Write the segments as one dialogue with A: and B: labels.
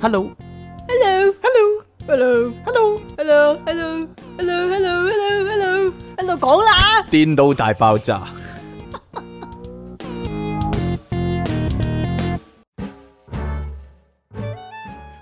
A: Hello，
B: Hello,
A: hello,
B: hello,
A: hello，
B: hello, hello, hello, hello, hello, hello, hello 講啦，
A: 電腦大爆 炸。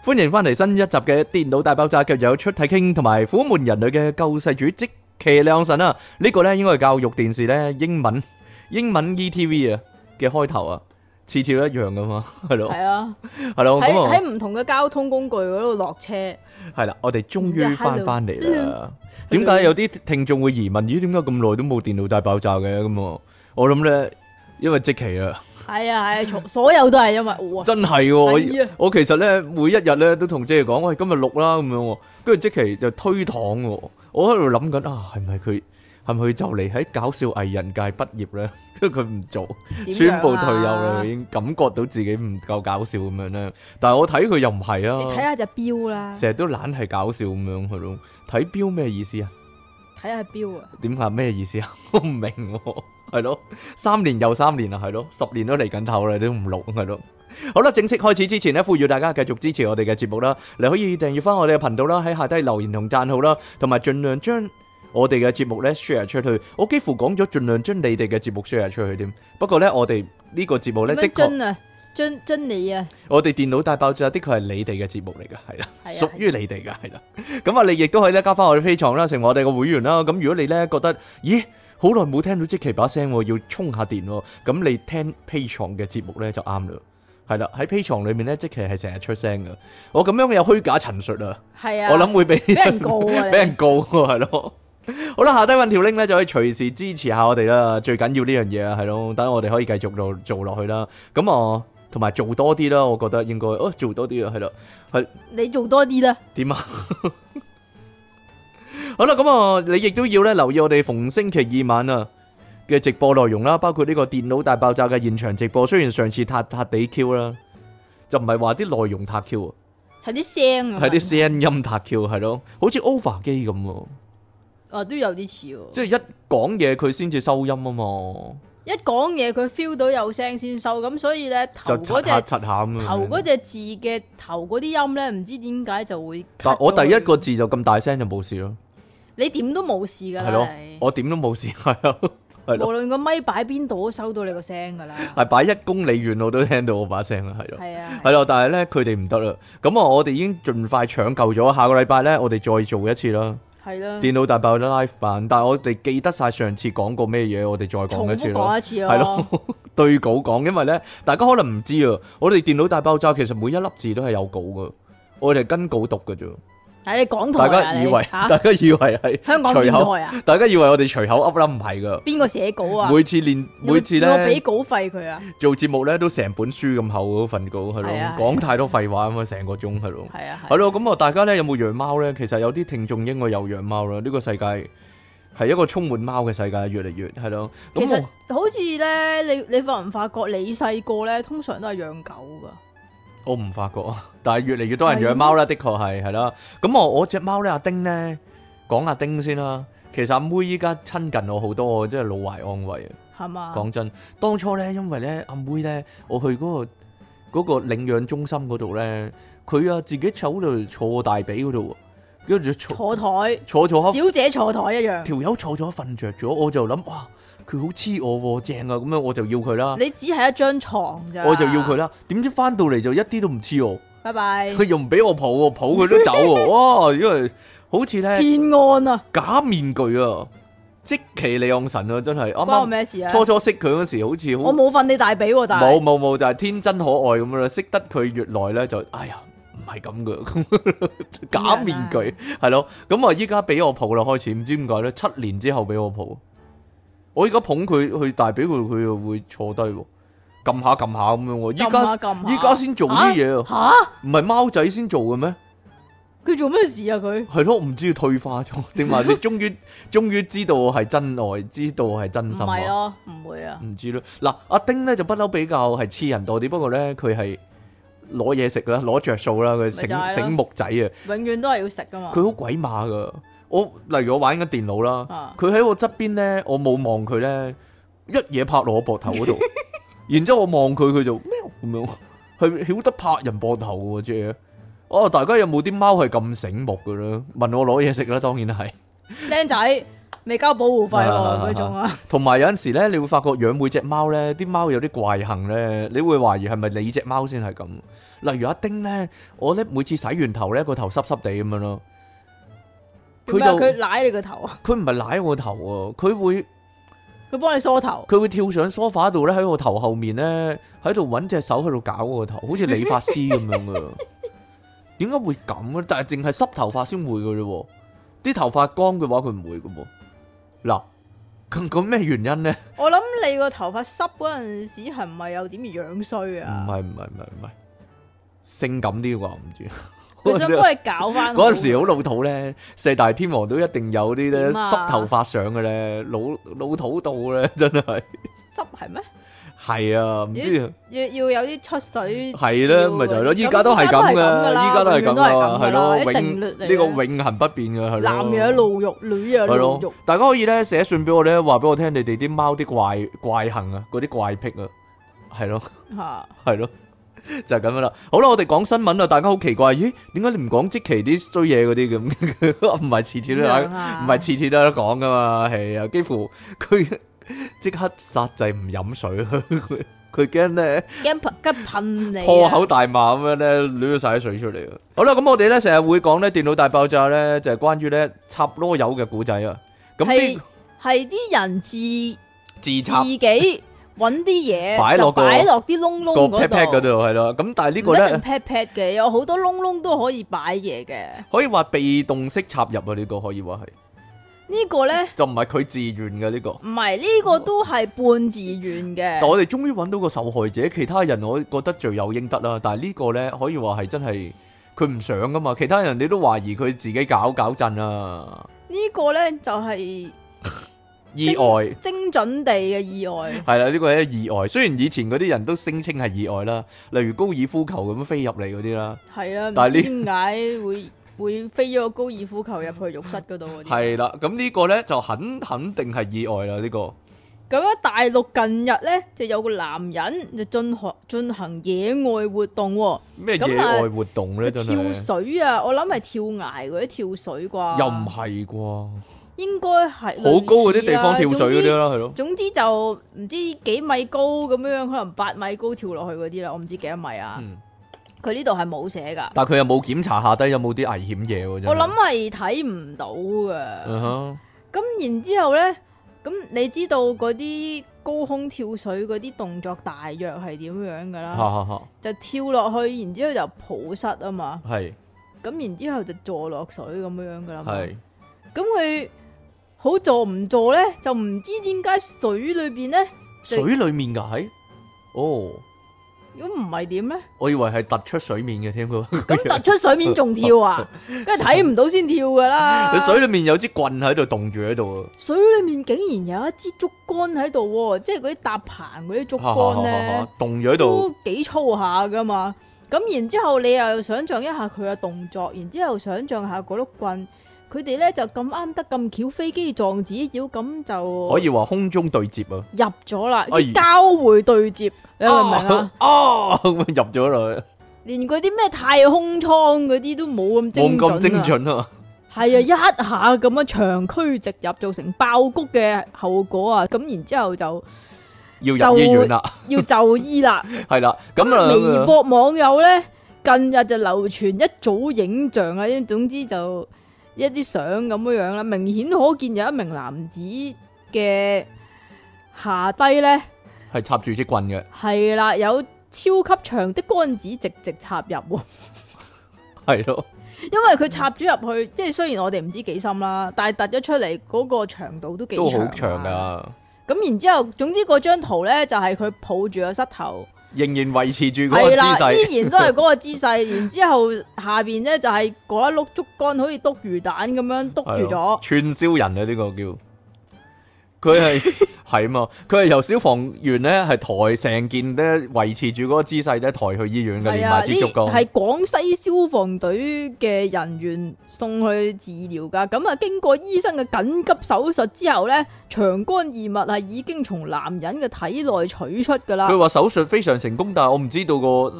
A: 歡迎翻嚟新一集嘅電腦大爆炸，繼續有出體傾同埋虎門人類嘅救世主即其亮神啊！呢個咧應該係教育電視咧英文英文 ETV 啊嘅開頭啊，次次都一樣噶嘛，係咯
B: 係啊，
A: 係咯
B: 喺
A: 咁啊。
B: 喺唔同嘅交通工具嗰度落車，
A: 系啦，我哋終
B: 哎
A: 於翻翻嚟啦。
B: hello
A: 點解有啲聽眾會疑問？咦，點解咁耐都冇電腦大爆炸嘅咁啊？我諗咧，因為即期啊，
B: 係啊係啊從，所有都係因為我啊，
A: 真係喎
B: 係啊
A: 我我其實咧每一日咧都同即期講，喂，今日錄啦咁樣喎，跟住即期就推搪喎。我喺度諗緊啊，係咪佢係咪佢就嚟喺搞笑藝人界畢業 咧？跟住佢唔做。
B: 點樣
A: 宣布退休啦，
B: 啊
A: 已，經感覺到自己唔夠搞笑咁樣咧。但係我睇佢又唔係
B: 你睇
A: 啊，
B: 下隻錶啦，
A: 成日都懶係搞笑咁樣係咯。睇表咩意思啊？
B: 睇下隻錶啊，
A: 點啊？咩意思啊？我唔明喎，係咯，三年又三年啊，係咯，十年都嚟緊頭啦，你都唔錄係咯。好啦，正式開始之前呢，呼籲大家繼續支持我哋嘅節目啦，你可以訂閱翻我哋嘅頻道啦，喺下低留言同讚好啦，同埋盡量將我哋嘅節目呢 share 出去。我幾乎講咗盡量將你哋嘅節目 share 出去添。不過呢，我哋呢個節目呢，
B: 點
A: 的
B: 樣
A: 確，
B: 樽啊，樽樽你啊，
A: 我哋電腦大爆炸的確係你哋嘅節目嚟㗎，係啦，
B: 係啊
A: 屬於你哋㗎，係啦。咁啊，你亦都可以咧加翻我哋 P 床啦，成為我哋嘅會員啦。咁如果你咧覺得，咦，好耐冇聽到即奇把聲喎，要充下電喎，咁你聽 P 床嘅節目咧就啱啦。
B: 啊
A: 係啦，喺 P 床裏面咧，即奇係成日出聲嘅。我咁樣有虛假陳述啊，
B: 係啊，
A: 我諗會俾
B: 俾人告啊你
A: 俾人告喎，係咯。 好啦，下低揾條 link 咧就可以隨時支持下我哋啦。最緊要呢樣嘢啊，係咯，等我哋可以繼續做做落去啦。咁啊，同埋做多啲啦，我覺得應該，哦，做多啲啊，係啦。
B: 你做多啲啦，
A: 点啊？ 好啦，咁啊，你亦都要咧留意我哋逢星期二晚啊嘅直播內容啦，包括呢個電腦大爆炸嘅現場直播。雖然上次塌塌地 Q 啦，就唔係話啲內容塌 Q 啊，
B: 係啲聲啊，
A: 係啲聲音塌 Q 係咯，好似 over 機咁喎，
B: 啊都有啲似喎，
A: 即係一講嘢佢先至收音啊嘛，
B: 一講嘢佢 feel 到有聲先收，咁所以咧頭
A: 就刷
B: 嗰隻
A: 下。刷下咁樣
B: 頭嗰隻字嘅頭嗰啲音咧，唔知點解就會 cut
A: 但我第一
B: 咗佢
A: 個字就咁大聲就冇事咯，
B: 你點都冇事㗎
A: 係
B: 啦
A: 咯，
B: 你，
A: 我點都冇事 係咯，係咯，
B: 無論個咪擺邊度都收到你個聲㗎啦。
A: 係擺一公里遠我都聽到我把聲啦，係咯。
B: 係啊，
A: 係啦，但係咧佢哋唔得啦，咁啊我哋已經盡快搶救咗，下個禮拜咧我哋再做一次啦，
B: 係啦，
A: 電腦大爆炸 live 版，但係我哋記得晒上次講過咩嘢，我哋再
B: 重
A: 講一次
B: 複
A: 咯
B: 講，一次
A: 係
B: 咯。
A: 咯 對稿講，因為咧大家可能唔知啊，我哋電腦大爆炸其實每一粒字都係有稿噶，我哋係跟稿讀噶啫，
B: 但係你港台
A: 大
B: 啊
A: 家以
B: 你
A: 為
B: 嚇
A: 大家以為係
B: 香港
A: 隨口
B: 電台啊，
A: 大家以為我哋隨口噏啦，唔係噶，
B: 邊個寫稿啊？
A: 每次練
B: 你會
A: 每次
B: 你會俾
A: 咧
B: 稿費佢啊？
A: 做節目咧都成本書咁厚嗰份稿係咯
B: 係啊係啊，
A: 講太多廢話咁啊，成個鐘係咯。
B: 係啊，
A: 係咯，咁啊，大家咧有冇養貓咧？其實有啲聽眾應該有養貓啦。呢個世界係一個充滿貓嘅世界，越嚟越係咯。
B: 其實
A: 咁
B: 好似咧，你你發唔發覺你細個咧，通常都係養狗㗎。
A: 我我唔發覺，啊 但係越嚟越多人養貓啦，的確係係啦。咁我我只貓咧，阿丁咧，講阿丁先啦。其實阿妹依家親近我好多，我真係老懷安慰啊！
B: 係嘛？
A: 講真，當初咧，因為咧阿妹咧，我去嗰、個嗰、個領養中心嗰度咧，佢啊自己坐喺度坐我大髀嗰度喎，跟住就坐
B: 坐台，
A: 坐坐下
B: 小姐坐台一樣。
A: 條友坐咗瞓着咗，我就諗哇，佢好黐我喎，正啊，咁樣我就要佢啦，
B: 你只係一張床咋，
A: 啊我就要佢。啦。點知翻到嚟就一啲都唔黐我，
B: 拜拜，
A: 佢又唔俾我抱喎，抱佢都走喎，哇！因為好似 咧
B: 偏安啊，
A: 假面具啊，即其利昂神啊，真 係
B: 關我
A: 啱
B: 咩事
A: 啱
B: 啊？
A: 初初識佢嗰時好似好
B: 我冇瞓你大髀喎，但
A: 冇
B: 係
A: 冇冇，就係天真可愛咁樣啦。識得佢越耐咧，就哎呀唔係咁嘅， 假面具係咯。咁啊，依家俾我抱啦，開始唔知點解咧，七年之後俾我抱。我依家捧佢去大髀佢，佢又會坐低喎，撳下撳下咁樣喎。依
B: 撳
A: 家
B: 下撳下
A: 依家先做啲嘢啊，唔
B: 吓
A: 係貓仔先做嘅咩？
B: 佢做咩事啊？佢
A: 係咯，唔知要退化咗定還 是終於終於知道係真愛，知道係真
B: 唔
A: 心啊！
B: 係咯，唔會啊，
A: 唔知咯。嗱，阿丁咧就不嬲比較係黐人多啲，不過咧佢係攞嘢食啦，攞着數啦，佢
B: 咪就係
A: 醒
B: 咯啊
A: 醒目仔啊，
B: 永遠都係要食噶嘛。
A: 佢好鬼馬噶。我例如我玩緊電腦啦
B: 啊，
A: 佢喺我側邊咧，我冇望佢咧，一嘢拍落我膊頭嗰 度，然之後我望佢，佢就喵咁樣，係曉得拍人膊頭嘅喎，即係哦，大家有冇啲貓係咁醒目嘅咧？問我攞嘢食啦，當然係。
B: 僆仔未交保護費
A: 啊
B: 喎嗰種啊，
A: 同埋有陣時咧，你會發覺養每隻貓咧，啲貓有啲怪行咧，你會懷疑係咪你只貓先係咁。例如阿丁咧，我咧每次洗完頭咧，個頭濕濕地咁樣咯，佢
B: 點解佢
A: 就
B: 舐你個頭啊？
A: 佢唔係舐我頭啊，佢會
B: 佢幫你梳頭，
A: 佢會跳上梳化度咧，喺我頭後面咧，喺度揾隻手喺度搞我個頭，好似理髮師咁樣 噶。點解會咁咧？但係淨係濕頭髮先會噶啫喎，啲頭髮乾嘅話佢唔會噶喎。嗱，咁咁咩原因咧？
B: 我諗你個頭髮濕嗰陣時係咪有點樣衰
A: 唔
B: 啊？
A: 係唔係唔係唔係，性感啲啩？唔知。
B: 佢想幫你 搞翻
A: 嗰陣時好老土咧，四大天王都一定有啲咧
B: 點啊
A: 濕頭髮上嘅咧，老老土到 咧，真係
B: 濕係咩？
A: 係啊，唔知啊。
B: 要要有啲出水
A: 係啦，咪就係咯，依家都係咁嘅，依家都係咁嘅，係咯，永呢個永恆不變嘅，係咯。
B: 男嘅露肉，女嘅
A: 係
B: 露肉
A: 咯，，大家可以咧寫信俾我咧，話俾我聽你哋啲貓啲怪怪行啊，嗰啲怪癖啊，係咯，
B: 吓
A: 係咯， 就係咁樣啦。好啦，我哋講新聞啊啦，大家好奇怪，咦？點解你唔講即期啲衰嘢嗰啲咁？ 唔係次次都有，
B: 點樣
A: 唔
B: 啊
A: 係次次都有得講噶嘛？係啊，幾乎佢 即刻殺制唔飲水， 佢佢驚咧。
B: 驚噴跟噴你啊
A: 破口大罵咁樣咧，攣晒啲水出嚟啊！好啦，咁我哋咧成日會講咧電腦大爆炸咧，就係、關於咧插啰柚嘅古仔啊。咁
B: 係
A: 呢
B: 係啲人自
A: 自
B: 自
A: 插
B: 己揾啲 嘢
A: 擺落
B: 就
A: 個
B: 擺落啲窿
A: 個
B: 窿
A: pat pat 嗰
B: 嗰
A: 度
B: 度。
A: 係咯，咁但係呢個
B: 唔一定
A: 咧
B: pat pat 嘅，有好多窿窿都可以擺嘢嘅。
A: 可以話被動式插入啊！呢、個可以話係，
B: 呢個呢，
A: 就唔係佢自願嘅呢、個。
B: 唔係呢
A: 哦
B: 個都係半自願
A: 但
B: 嘅。
A: 我哋終於揾到個受害者，其他人我覺得罪有應得啦。但係呢個咧可以話係真係佢唔想噶嘛，其他人你都懷疑佢自己搞搞震啊，
B: 呢個呢，就係
A: 意外。
B: 精準地嘅意外。
A: 係啦，呢個係意外。雖然以前嗰啲人都聲稱係意外啦，例如高爾夫球咁飛入嚟嗰啲啦，
B: 系啦，唔
A: 但
B: 知
A: 係
B: 點解會會飛咗個高爾夫球入去浴室嗰度嗰啲。
A: 係啦。咁呢個呢就肯肯定係意外啦。呢個
B: 咁喺大陸近日咧，就有個男人就進行進行野外活動喎，
A: 咩
B: 咁
A: 野外活動呢？
B: 就
A: 真
B: 跳
A: 係
B: 水啊！我諗係跳崖嗰啲跳水啩，
A: 又唔係啩？
B: 啊應該係
A: 好高嗰啲地方跳水嗰啲
B: 啦。
A: 啦，係咯。
B: 總之總之就唔知幾米高咁樣，可能八米高跳落去嗰啲啦，我唔知幾多米啊
A: 嗯。
B: 佢呢度係冇寫噶，
A: 但佢又冇檢查下低有冇啲危險嘢喎。真係
B: 我諗係睇唔到噶。
A: 嗯哼
B: 咁然之後咧，咁你知道嗰啲高空跳水嗰啲動作大約係點樣噶
A: 哈
B: 啦？
A: 哈哈，
B: 就跳落去，然之後就抱膝啊嘛，
A: 係
B: 咁然之後就坐落水咁啊樣噶啦嘛。
A: 係
B: 咁佢好坐唔坐咧，就唔知點解水裏邊咧，
A: 水裡面㗎係哦，
B: 如果唔係 點咧？
A: 我以為係突出水面嘅添佢。
B: 咁突出水面仲 跳啊，梗係睇唔到先跳噶啦。
A: 佢水裡面有支棍喺度棟住喺度啊。
B: 水裏面竟然有一支竹竿喺度喎，即係嗰啲搭棚嗰啲竹竿咧。
A: 凍咗喺度，
B: 都幾粗下噶嘛。咁然之後，你又想象一下佢嘅動作，然之後想象下嗰碌棍，佢哋咧就咁啱得咁巧飛機撞紙鷂，咁就
A: 可以話空中對接啊！
B: 入咗啦，
A: 哎
B: 交匯對接，你明唔明啊？
A: 哦，咁入咗啦，
B: 連嗰啲咩太空艙嗰啲都冇咁
A: 冇
B: 精準
A: 咁
B: 啊
A: 精準啊！
B: 係啊，一下咁樣長驅直入，造成爆谷嘅後果啊！咁然之後就
A: 要入醫院啦，
B: 要就醫啦。
A: 係啦，咁
B: 微
A: 啊，
B: 博網友咧近日就流傳一組影像啊，總之就一啲相咁樣樣啦，明顯可見有一名男子嘅下低咧
A: 係插住支棍嘅，
B: 係啦，有超級長的杆子直直插入喎，
A: 係咯，
B: 因為佢插咗入去，即係雖然我哋唔知幾深啦，但係突咗出嚟嗰個長度都幾
A: 都好
B: 長
A: 長
B: 啊。
A: 噶，
B: 咁然之後，總之嗰張圖咧就係佢抱住個膝頭。
A: 仍然維持住嗰個
B: 系
A: 姿
B: 啦，
A: 勢，
B: 依然都係嗰個姿勢，然之后下边咧就係嗰一碌竹竿，好似篤魚蛋咁樣篤
A: 係
B: 住咗
A: 咯，串燒人啊！呢個叫佢 係係嘛，佢係由消防員咧係抬成件咧維持住嗰個姿勢咧抬去醫院嘅，
B: 係
A: 連
B: 啊，
A: 埋
B: 呢
A: 支竹竿，
B: 係廣西消防隊嘅人員送去治療㗎。咁啊，經過醫生嘅緊急手術之後咧，長杆異物係已經從男人嘅體內取出㗎啦
A: 佢。話手術非常成功，但係我唔知道個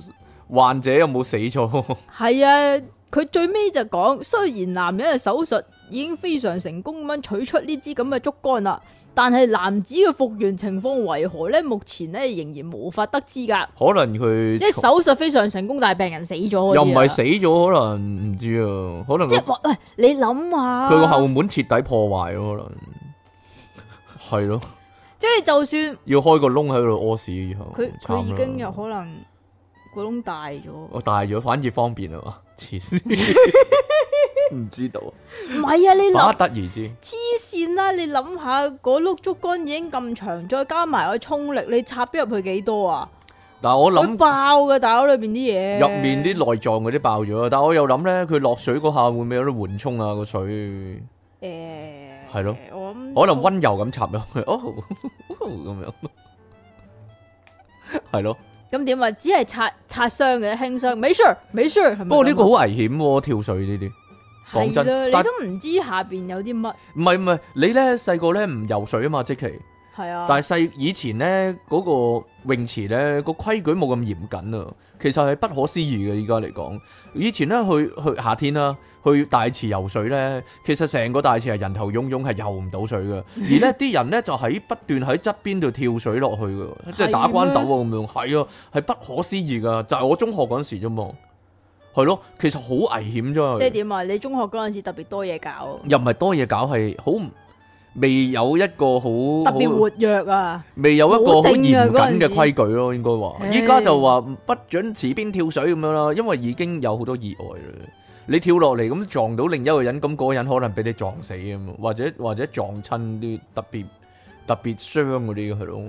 A: 患者有冇死咗？
B: 系啊，佢最尾就講，雖然男人嘅手術已經非常成功咁樣取出呢支咁嘅竹竿啦，但係男子嘅復原情況為何呢？目前呢仍然無法得知㗎。
A: 可能佢
B: 即係手術非常成功，但係病人死咗嗰啲啊
A: 又唔係死咗，可能唔知啊，可能
B: 即
A: 佢
B: 係話喂，你諗下，
A: 佢個後門徹底破壞咯，可能係咯，
B: 即係就算
A: 要開個窿喺度屙屎以後，
B: 佢
A: 慘啦啊
B: 佢已經有可能個窿大咗，唔
A: 我大咗，反而方便啊嘛，黐線， 唔知道，
B: 係啊，你諗
A: 把得而知。
B: 黐線啦！你諗下嗰碌竹竿已經咁長，再加埋個衝力，你插咗入去幾多啊？
A: 但係我諗
B: 會爆嘅大佬裏邊啲嘢，
A: 入面啲內臟嗰啲爆咗，但我又諗咧，佢落水嗰下會唔會有啲緩衝啊？個水
B: 誒
A: 係咯，可
B: 我諗
A: 能温柔咁插入去，哦 咁樣， 係咯。
B: 咁點啊？只係擦擦傷嘅輕傷，沒事兒沒事兒。
A: 不過呢個好危險喎，跳水呢啲。講
B: 講
A: 真
B: 真，啊你
A: 但
B: 都唔知下邊有啲乜，
A: 唔係唔係，你咧細個咧唔游水啊嘛，即其。
B: 係啊，
A: 但係細以前咧嗰個泳池咧個規矩冇咁嚴謹啊，其實係不可思議嘅。依家嚟講，以前咧去去夏天啦，去大池游水咧，其實成個大池係人頭湧湧，係游唔到水 嘅。而呢啲人咧就喺不斷喺側邊度跳水落去嘅，即係打關鬥啊咁樣。係啊，係不可思議噶，就係、我中學嗰陣時啫嘛。係咯，其實好危險啫。
B: 即係點啊？你中學嗰陣時特別多嘢搞，
A: 又唔係多嘢搞，係好唔未有一個好
B: 特別
A: 好
B: 活躍啊！
A: 未有一個好嚴謹嘅規
B: 冇
A: 矩咯，應該話。
B: 唉
A: 依家就話不准池邊跳水咁樣啦，因為已經有好多意外啦。你跳落嚟咁撞到另一個人，咁嗰個人可能俾你撞死咁，啊或者或者撞親啲特別特別傷嗰啲係咯。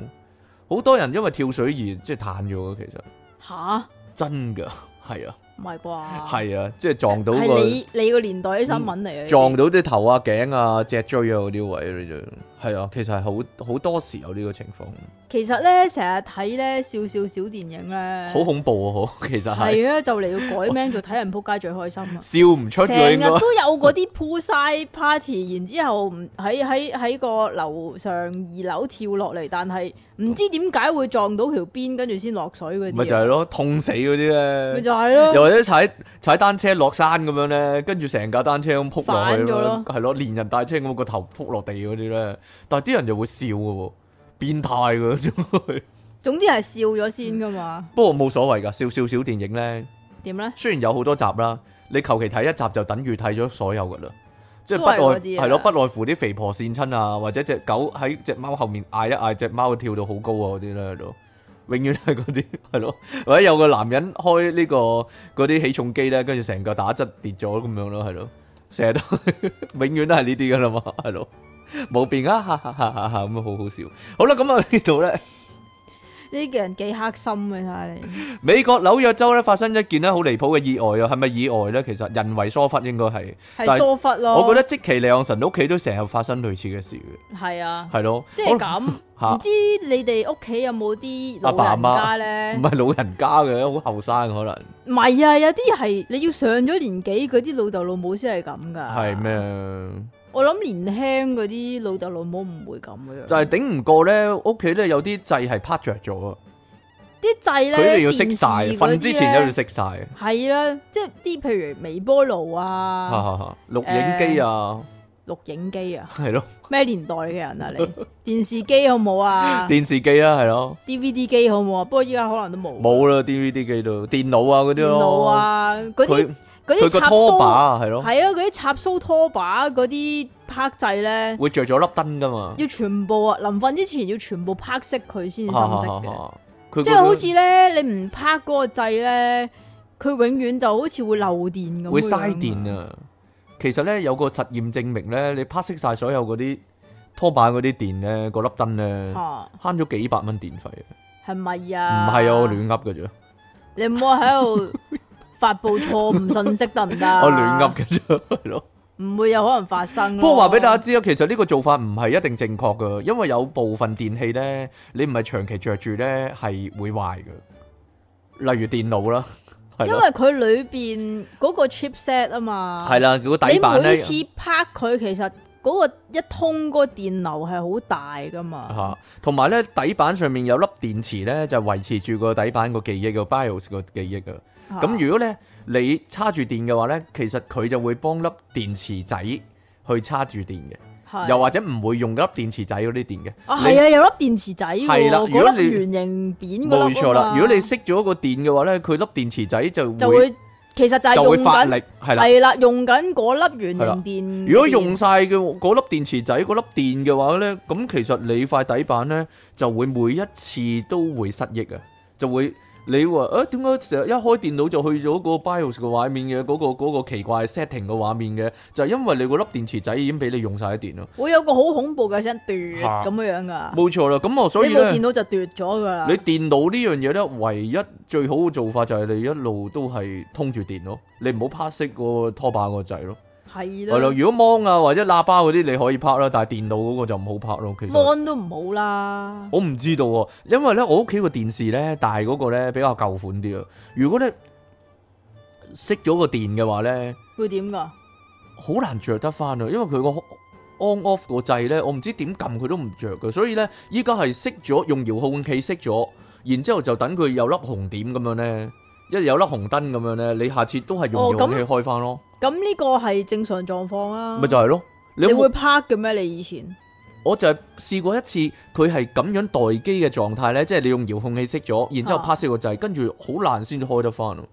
A: 好多人因為跳水而即係攤咗嘅，其實
B: 吓？
A: 真㗎， 係啊，
B: 唔係啩？
A: 係啊，即係撞到
B: 係
A: 個
B: 你你個年代啲新聞嚟嘅，
A: 撞到啲頭啊、頸啊、脊椎啊嗰啲位你就係啊，其實係好好多時有呢個情況，
B: 其實咧，成日睇咧少少小電影咧，
A: 好恐怖啊！好，其實係。
B: 係啊，就嚟要改名做睇人撲街最開心啊！
A: 笑唔出
B: 成
A: 嘅
B: 日
A: 應該
B: 都有嗰啲啊 pool side party，然 之後唔喺喺喺個樓上二樓跳落嚟，但係唔知點解會撞到條邊，跟住先落水嗰啲啊。
A: 咪就係咯，痛死嗰啲
B: 咪
A: 咧，
B: 就係
A: 又
B: 咯，
A: 或者踩踩單車落山咁樣咧，跟住成架單車咁撲落去
B: 反咗
A: 咯
B: 咯，
A: 係咯，連人帶車咁個頭撲落地嗰啲咧，但係啲人就會笑嘅喎，變態嘅真係
B: 總之係笑咗先噶 嘛。
A: 不過冇所謂㗎，笑笑小電影咧，
B: 點咧？
A: 雖然有好多集啦，你求其睇一集就等於睇咗所有㗎啦。即係
B: 都
A: 不
B: 係
A: 外
B: 嗰啲啊
A: 係咯，不外乎啲肥婆跣親啊，或者只狗喺只貓後面嗌一嗌，只貓跳到好高啊嗰啲咧喺度，永遠係嗰啲係咯，或者有個男人開呢、個嗰啲起重機咧，跟住成個打側跌咗咁樣咯，係咯，成日都永遠都係呢啲噶啦嘛，係咯，冇變啊，哈哈哈哈哈咁啊好好笑。好啦，咁啊呢度咧。
B: 呢個人幾黑心嘅，睇下你。
A: 美國紐約州咧發生一件咧好離譜嘅意外啊，係咪意外咧？其實人為疏忽應該係，但係
B: 係疏忽咯。
A: 我覺得即其利昂神屋企都成日發生類似嘅事嘅，
B: 得係啊，
A: 係咯，
B: 即係
A: 好
B: 咁。
A: 嚇
B: 唔知你哋屋企有冇啲
A: 啊阿爸
B: 老
A: 阿媽
B: 人家咧
A: 唔？係老人家嘅，好後生可能
B: 唔係啊，有啲係你要上咗年紀嗰啲老豆老母先係咁噶。
A: 係咩？？
B: 我諗年輕嗰啲老豆老母唔會咁樣。
A: 就係頂唔過咧，屋企咧有啲掣係趴着咗啊，
B: 啲掣咧，
A: 佢哋要熄晒，
B: 電視嗰啲
A: 瞓
B: 呢
A: 之前都要熄晒，
B: 係啦，即係啲譬如微波 爐
A: 哈
B: 啊、
A: 哈哈！錄影機啊，
B: 錄影機啊，
A: 係咯，
B: 咩年代嘅人啊 你？電視機好冇啊
A: 電視機啦，係咯，
B: ？DVD 機好冇啊？不過依家可能都冇。
A: 冇啦，DVD 機度，電腦啊嗰啲
B: 電腦
A: 咯，
B: 啊，嗰啲
A: 佢
B: 嗰
A: 佢
B: 啲
A: 個
B: 插
A: 拖把
B: 蘇
A: 啊係咯，
B: 係啊，嗰啲插蘇拖把嗰啲拍掣咧，
A: 會着咗粒燈噶嘛。
B: 要全部啊，臨瞓之前要全部拍熄佢先至深色嘅。
A: 佢
B: 即係好似咧，你唔拍嗰個掣咧，佢永遠就好似會漏電咁。
A: 會嘥電！啊！其實咧有個實驗證明咧，你拍熄晒所有嗰啲拖把嗰啲電咧，嗰粒燈咧
B: 嚇
A: 慳咗幾百蚊電費。唔
B: 係咪哦啊？
A: 係啊，我亂噏嘅啫，
B: 你唔好喺度發布錯誤信息得唔得？啊
A: 我亂噏，嘅啫，係咯。
B: 唔會有可能發生。
A: 不過話俾大家，知啊，其實呢個做法唔係一定正確嘅，因為有部分電器咧，你唔係長期着住咧係會壞嘅，例如電腦啦，係
B: 因為
A: 咯，
B: 佢裏邊嗰個 chipset 啊嘛，
A: 係啦，嗰個底
B: 你
A: 板咧
B: 每。次拍佢其實嗰、個一通嗰個電流係好大噶嘛。
A: 吓，啊同埋咧底板上面有粒電池咧，就維持住個底板個記憶個 BIOS 個記憶啊。
B: 嚇
A: 咁如果咧你叉住電嘅話咧，其實佢就會幫粒電池仔去叉住電嘅，
B: 係
A: 又或者唔會用粒電池仔嗰啲電嘅。
B: 啊
A: 你
B: 係啊，有粒電池仔
A: 係
B: 喎，
A: 啦如果
B: 嗰
A: 你
B: 粒圓形扁嗰
A: 冇
B: 粒
A: 錯啦，
B: 啊嘛
A: 如果你熄咗個電嘅話咧，佢粒電池仔就
B: 就
A: 會
B: 會其實就係
A: 就會
B: 用
A: 發
B: 緊
A: 力，係啦。
B: 係啦，用緊嗰粒圓形電。
A: 如果用晒嘅嗰粒電池仔嗰粒電嘅話咧，咁其實你塊底板咧就會每一次都會失憶啊，就會你話誒點解成日一開電腦就去咗個 BIOS 嘅畫面嘅嗰、個嗰個奇怪 setting 嘅畫面嘅，就係因為你嗰粒電池仔已經俾你用晒啲電咯，
B: 會有個好恐怖嘅聲，嘟
A: 嚇
B: 咁樣樣噶。
A: 冇錯啦。咁我啊所以
B: 啊你部
A: 咧
B: 電，腦啊就嘟咗噶啦
A: 你。電腦呢樣嘢咧，唯一最好嘅做法就係你一路都係通住電咯，你唔好拍熄個拖把個掣咯。
B: 係
A: 係咯，
B: 啦
A: 如果芒啊或者喇叭嗰啲你可以拍啦，但係電腦嗰個就唔好拍咯。其實
B: ，mon 都唔好啦。
A: 我唔知道喎，因為咧我屋企個電視咧大嗰個咧比較舊款啲啊。如果咧熄咗個電嘅話咧，
B: 會點噶？
A: 好難着得翻啊，因為佢個 on off 個掣咧，我唔知點撳佢都唔着嘅，所以咧依家係熄咗，用遙控器熄咗，然之後就等佢有粒紅點咁樣咧，一有粒紅燈咁樣咧，你下次都係用
B: 哦
A: 遙
B: 咁
A: 控器開翻咯，
B: 咁呢個係正常狀況啊。
A: 咪、就係咯。你
B: 你
A: 有冇
B: 會拍嘅咩？你以前
A: 我就係試過一次，佢係咁樣待機嘅狀態咧，即係你用遙控器熄咗，然之後
B: 啊
A: 拍熄個掣，跟住好難先至開得翻咯。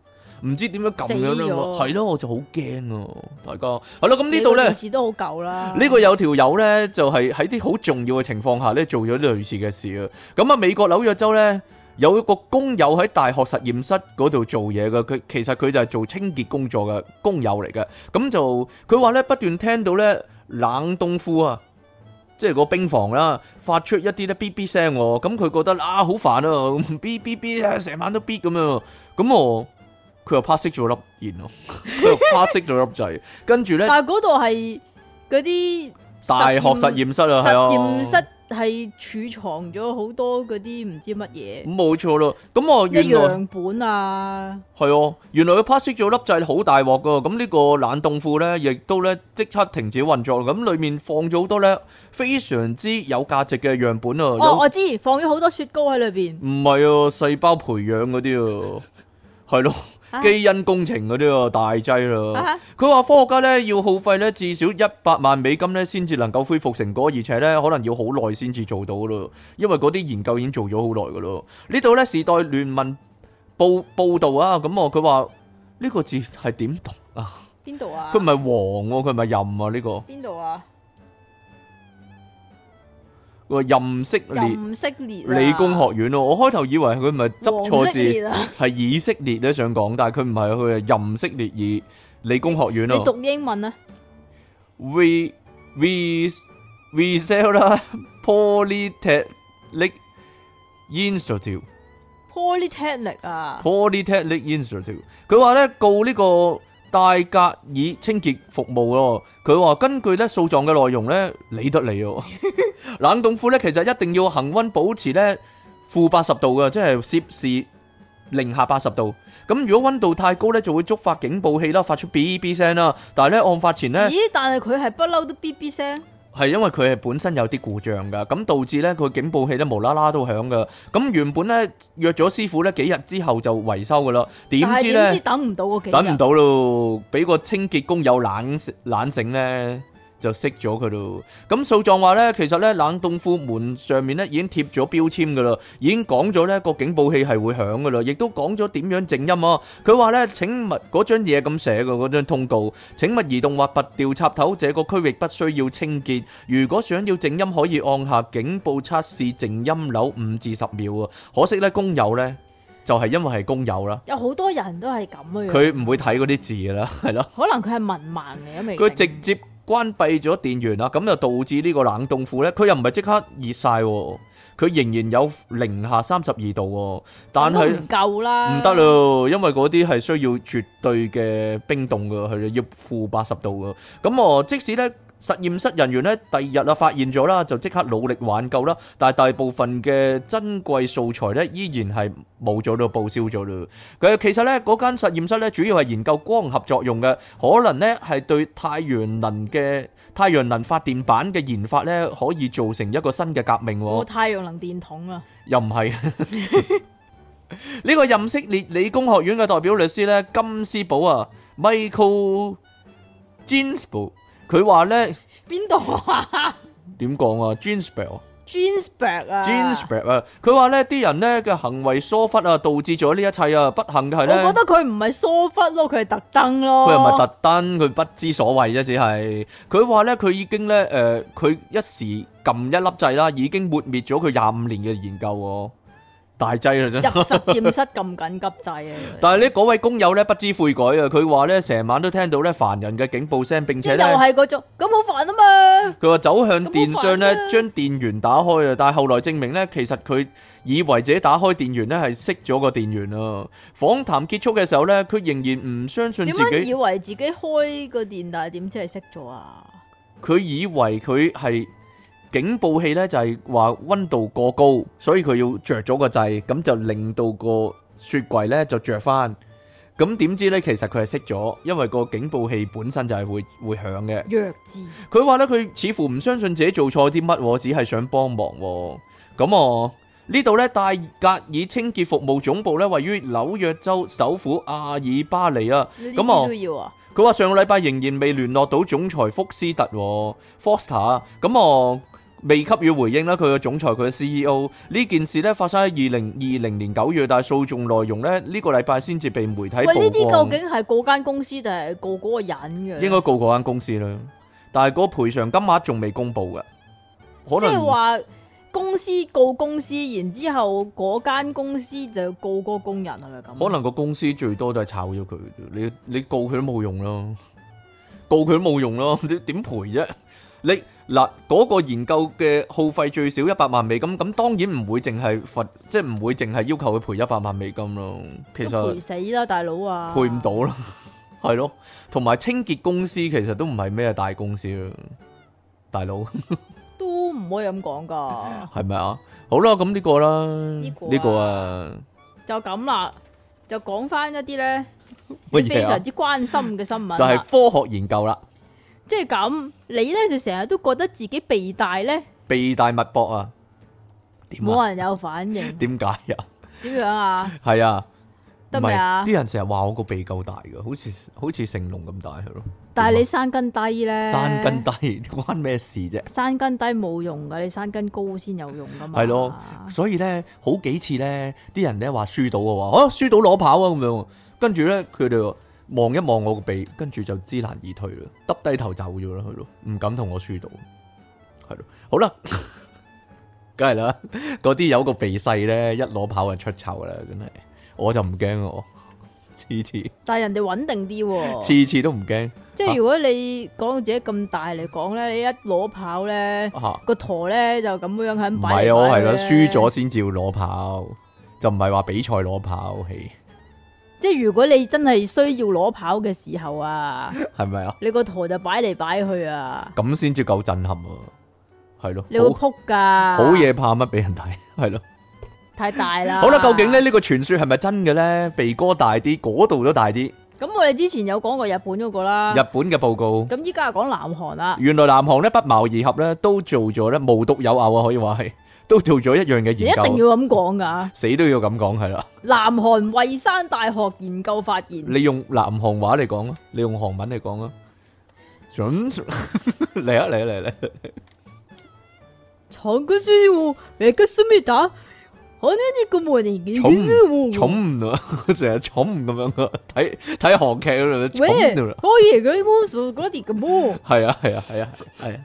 A: 唔知點樣撳樣
B: 死
A: 咯，
B: 咗
A: 係咯，我就好驚啊！大家係咯，咁呢
B: 你
A: 度
B: 個
A: 咧，
B: 電視都好舊啦。
A: 呢個有條友咧就係喺啲好重要嘅情況下咧做咗類似嘅事啊。咁啊，美國紐約州咧有一個工友喺大學實驗室嗰度做嘢嘅，佢其實佢就係做清潔工作嘅工友嚟嘅。咁就佢話咧不斷聽到咧冷凍庫啊。即係個冰房啦，發出一啲咧嗶嗶聲喎，咁佢覺得啊好煩啊，咁 嗶嗶嗶啊，成晚都嗶咁樣，咁我佢又拍熄咗粒煙咯，佢又拍熄咗粒掣，跟住咧
B: 但係嗰度係嗰啲
A: 大學實驗室啊，係啊，
B: 實驗室係儲藏咗好多嗰啲唔知乜嘢，
A: 冇錯咯。咁我
B: 一
A: 原來
B: 樣本啊，
A: 係哦，原來佢 pass 咗粒掣好大鑊噶。咁呢個冷凍庫咧，亦都咧即刻停止運作。咁裡面放咗好多咧非常之有價值嘅樣本啊。
B: 哦，
A: 有
B: 我知放咗好多雪糕喺裏 邊，
A: 唔係啊，細胞培養嗰啲啊，係咯，
B: 啊
A: 基因工程嗰啲啊，大劑啦。
B: 啊
A: 佢話科學家咧要耗費咧至少一百萬美金咧先至能夠恢復成果，而且咧可能要好耐先至做到咯，因為嗰啲研究已經做咗好耐噶咯。呢度咧時代聯盟報報導啊，咁我佢話呢個字係點讀啊？
B: 邊度啊
A: 佢？唔係黃喎，佢唔係任啊呢、個，
B: 邊度啊？
A: 佢話任色列
B: 任色列啊
A: 理工學院咯。我開頭以為佢唔係執
B: 黃
A: 錯
B: 色
A: 字，
B: 列啊！
A: 係以色列咧想講，但係佢唔係，佢係任色列以理工學院咯。
B: 你讀英文啊？
A: re re resell 啦，polytechnic institute
B: Polytechnic 啊，
A: polytechnic institute，佢話咧告呢個戴格爾清潔服務咯，佢話根據咧訴狀嘅內容咧，理得你哦。冷凍庫咧其實一定要恒温保持咧負八十度嘅，即係攝氏零下八十度。咁如果温度太高咧，就會觸發警報器啦，發出 B B 聲啦。但係咧案發前咧。
B: 咦？但係佢係不嬲都嗶嗶聲，
A: 係因為佢係本身有啲故障噶，咁導致咧佢警報器咧無啦啦都響噶。咁原本咧約咗師傅咧幾日之後就維修噶啦，點
B: 但係
A: 知
B: 點知
A: 咧
B: 等唔到嗰幾
A: 等唔
B: 日？
A: 到咯，俾個清潔工友懶懶醒咧就熄咗佢咯。咁訴狀話咧，其實咧冷凍庫門上面咧已經貼咗標籤噶啦，已經講咗咧個警報器係會響噶啦，亦都講咗點樣靜音啊。佢話咧，請勿嗰張嘢咁寫嘅嗰張通告。請勿移動或拔掉插頭，這個區域不需要清潔。如果想要靜音，可以按下警報測試靜音鈕五至十秒啊。可惜呢，工友呢，就係因為係工友啦，
B: 有好多人都係咁嘅樣，
A: 佢唔會睇嗰啲字㗎啦，係咯，
B: 可能佢係文盲嚟都未定。
A: 佢直接關閉咗電源啦，咁就導致呢個冷凍庫呢，佢又唔係即刻熱晒喎，佢仍然有零下三十二度喎，但
B: 咁都
A: 係。
B: 唔夠啦，
A: 唔得。咯，因為嗰啲係需要絕對嘅冰凍噶，係要負八十度噶。咁我即使咧實驗室人員呢，第二日啊發現咗啦，就即刻努力挽救啦。但係大部分嘅珍貴素材呢，依然係冇咗到報銷咗啦。佢其實呢，嗰間實驗室呢，主要係研究光合作用嘅，可能呢係對太陽能嘅太陽能發電板嘅研發呢，可以造成一個新嘅革命喎。
B: 冇太陽能電筒啊，
A: 又唔係 呢個任色列理工學院嘅代表律師咧，金斯堡啊，Michael Ginsburg，佢話咧
B: 邊度啊
A: 點講啊，Ginsburg。
B: ？Ginsberg 啊
A: Ginsburg 啊，佢話呢啲人呢嘅行為疏忽啊，導致咗呢一切啊，不幸嘅係
B: 我
A: 呢。
B: 覺得佢唔係疏忽咯，佢係特登咯。
A: 佢又唔係特登，佢不知所謂啫，啊只係佢話咧，佢已經咧，誒、佢一時撳一粒掣啦，已經抹滅咗佢廿五年嘅研究喎，大劑啦真係。
B: 入實驗室咁緊急掣啊！
A: 但係呢嗰位工友咧不知悔改啊，佢話咧成晚都聽到咧煩人嘅警報聲，並
B: 即
A: 且
B: 係
A: 咧
B: 又係嗰種咁好煩啊嘛，
A: 佢話走向電箱咧
B: 咁好煩啊
A: 將電源打開啊，但係後來證明咧其實佢以為自己打開電源咧係熄咗個電源啊。訪談結束嘅時候咧，佢仍然唔相信
B: 點
A: 自
B: 樣
A: 己
B: 以，為自己開個電，但係點知係熄咗啊？
A: 佢以為佢係警報器咧就係話温度過高，所以佢要着咗個掣，咁就令到個雪櫃咧就着翻。咁點知咧其實佢係熄咗，因為個警報器本身就係會會響嘅。
B: 弱智，
A: 佢話咧，佢似乎唔相信自己做錯啲乜喎，只係想幫忙喎。咁啊，呢度咧，戴格爾清潔服務總部咧，位於紐約州首府阿爾巴尼啊。
B: 呢
A: 咁我
B: 啲都要啊？
A: 佢話上個禮拜仍然未聯絡到總裁福斯特喎 Foster，咁我未給予回應啦。佢嘅總裁，佢嘅 E CEO 呢件事咧發生喺二零二零年九月，但係訴訟內容咧呢個禮拜先至被媒體
B: 喂，呢
A: 曝
B: 啲
A: 光
B: 究。竟係告間公司定係告嗰個人嘅咧？
A: 啊應該告嗰間公司啦，但係嗰個賠償金額仲未公佈嘅，可
B: 即係
A: 能
B: 話公司告公司，然之後嗰間公司就告嗰個工人係咪咁？
A: 可能個公司最多都係炒咗佢，你你告佢都冇用咯， 告佢都冇用咯， 你點賠啫？你嗱嗰、個研究嘅耗費最少一百萬美金，咁當然唔會淨係罰，即係唔會淨係要求佢賠一百萬美金咯。其
B: 都賠
A: 實
B: 死啦，大佬啊！
A: 賠唔到啦， 係咯。同埋清潔公司其實都唔係咩大公司啦，大佬。
B: 都唔可以咁講噶，
A: 系咪啊？好啦，咁呢個啦，
B: 個啊
A: 呢個啊，
B: 就咁啦，就講翻一啲咧
A: 乜
B: 非
A: 嘢啊
B: 常？之關心嘅新聞啦。
A: 就係科學研究啦，
B: 即係咁，你咧就成日都覺得自己鼻大咧，
A: 鼻大脈搏啊，點啊？
B: 冇人有反應，
A: 點解啊？
B: 點樣啊？
A: 係啊，
B: 得未啊
A: 唔係啲人成日話我個鼻夠大嘅，好似好似成龍咁大係咯。
B: 但係你山根低咧，
A: 山根低 關咩事啫？
B: 山根低冇用噶，你山根高先有用噶嘛。
A: 係咯，所以咧好幾次咧，啲人咧話輸到嘅話，啊輸到攞跑啊咁樣，跟住咧佢哋話望一望我個鼻，跟住就知難而退啦，耷低頭走咗啦，佢咯，唔敢同我輸到，係咯，好啦，梗係啦， 嗰啲有個鼻細咧，一攞跑就出醜啦，真係，我就唔驚我，次次
B: 但係人哋穩定啲喎，
A: 次次都唔 驚
B: 即係如果你講到自己咁大嚟講咧，你一攞跑咧
A: 嚇。啊
B: 個陀咧就咁樣喺
A: 唔
B: 度擺
A: 係啊，
B: 嚟
A: 我係
B: 擺去
A: 啦，
B: 呢
A: 輸咗先至要攞跑，就唔係話比賽攞跑，係
B: 即係如果你真係需要攞跑嘅時候啊，
A: 係咪啊？
B: 你個陀就擺嚟擺去啊，
A: 咁先至夠震撼啊，係咯，
B: 你會
A: 好
B: 撲㗎。
A: 好，嘢怕乜俾人睇， 係咯。
B: 太大啦。
A: 好啦，究竟咧？呢個傳說係咪真嘅咧？鼻哥大啲，嗰度都大啲。日
B: 咁我哋之前有講過日本嗰個啦，
A: 本嘅報告，
B: 咁依家又講南韓啦。
A: 原來南韓咧不謀而合咧都做咗咧無獨有偶啊，可以話係 都做咗一樣嘅
B: 你一
A: 研
B: 定
A: 究，
B: 要咁講㗎。
A: 死都要咁講係啦。
B: 南韓蔚山大學研究發現，
A: 你用南韓話嚟講啊，你用韓文嚟講啊，準 嚟啊嚟啊嚟啊嚟啊！
B: 長嘅書喎，你嘅書咩打？可能呢個門年嘅書喎。
A: 重啊，成日重咁樣啊，睇睇韓劇嗰度
B: 喂，
A: 重啊。
B: 可以嘅嗰數嗰啲嘅喎，
A: 係啊係啊係啊係啊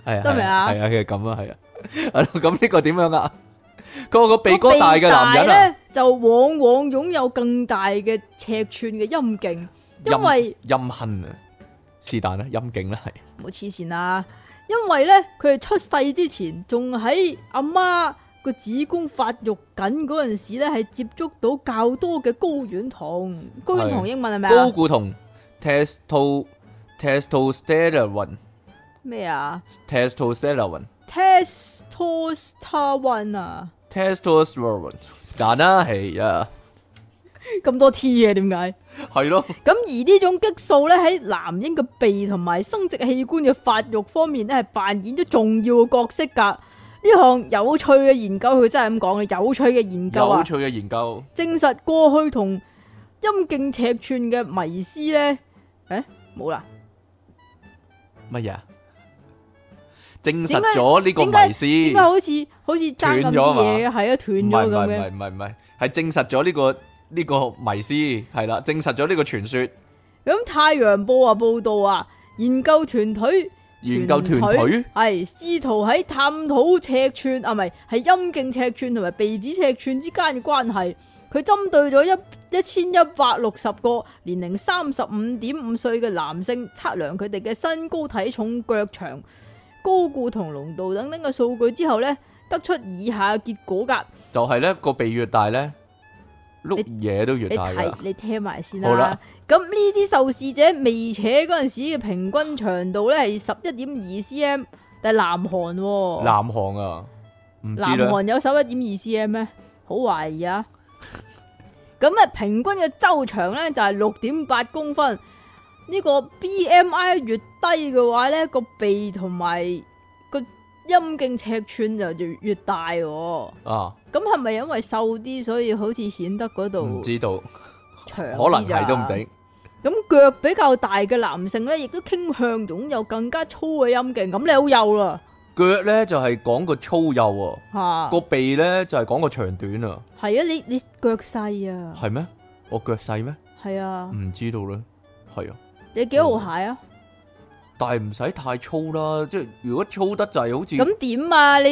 A: 係啊，
B: 得未啊
A: 係啊，佢係咁啊 係啊，係咯，咁呢個點樣啊？佢話個鼻哥大嘅男人啊，
B: 咧，就往往擁有更大嘅尺寸嘅陰莖，因為
A: 陰陰恨啊，是但啦，陰莖啦係，
B: 冇黐線啦，因為咧佢哋出世之前仲喺阿媽個子宮發育緊嗰陣時咧，係接觸到較多嘅睾丸酮，睾丸
A: 係
B: 酮英文係咪
A: 高
B: 啊？
A: 固酮 testo testosterone
B: 咩啊
A: testosterone。
B: ？Testosterone 啊，
A: testosterone，但啦係啊，
B: 咁多 T 嘅點解？
A: 係咯，
B: 咁而呢種激素咧喺男嬰嘅鼻同埋生殖器官嘅發育方面咧係扮演咗重要嘅角色㗎。呢項有趣嘅研究，佢真係咁講嘅，有趣嘅研究啊
A: 有！趣嘅研究
B: 證實過去同陰莖尺寸嘅迷思咧，誒冇啦，
A: 乜嘢啊？證
B: 點
A: 實
B: 解
A: 咗呢個
B: 點解
A: 迷思，
B: 點解好似好似爭咁
A: 嗯斷咗
B: 啲
A: 啊嘛
B: 嘢嘅，係啊斷
A: 唔係
B: 咗
A: 唔
B: 咁
A: 係唔
B: 嘅。
A: 係唔係唔係，係證實咗呢個呢個迷思，係啦，證實咗呢個傳說。
B: 咁《太陽報》啊報道啊，研究團隊
A: 研究團隊
B: 係試圖喺探討尺寸啊，唔係係陰莖尺寸同埋鼻子尺寸之間嘅關係。佢針對咗一一千一百六十個年齡三十五點五歲嘅男性，測量佢哋嘅身高、體重、腳長、高固同濃度等等嘅數據之後呢，得出以下嘅結果㗎。
A: 就係咧個鼻越大咧，碌嘢都越
B: 你
A: 大
B: 睇
A: 㗎。
B: 你聽埋先
A: 好
B: 啦
A: 啦。
B: 咁呢啲受試者未扯嗰陣時嘅平均長度咧係十一點二 cm，但係南韓喎、
A: 南韓啊，唔知
B: 南
A: 啦，
B: 韓有十一點二 cm 咩？好懷疑啊！咁啊，平均嘅周長咧就係六點八公分。呢、個 BMI 越低嘅話咧，個鼻同埋個陰莖尺寸就越越大、喎。
A: 啊，
B: 咁係咪因為瘦啲，所以好似顯得嗰
A: 唔
B: 度
A: 知道，
B: 長
A: 可
B: 啲
A: 能
B: 咋
A: 係都唔定。
B: 咁腳比較大嘅男性咧，亦都傾向擁有更加粗嘅陰莖。咁你好幼啦，
A: 腳咧就係講個粗幼喎，
B: 吓
A: 個鼻咧就係講個長短啊，
B: 係啊，你你腳細啊，
A: 係咩？我腳細咩？
B: 係啊，
A: 唔知道咧，係啊，
B: 你幾號蟹啊？
A: 但係唔使太粗啦，即係如果粗得滯，好似
B: 咁點啊？你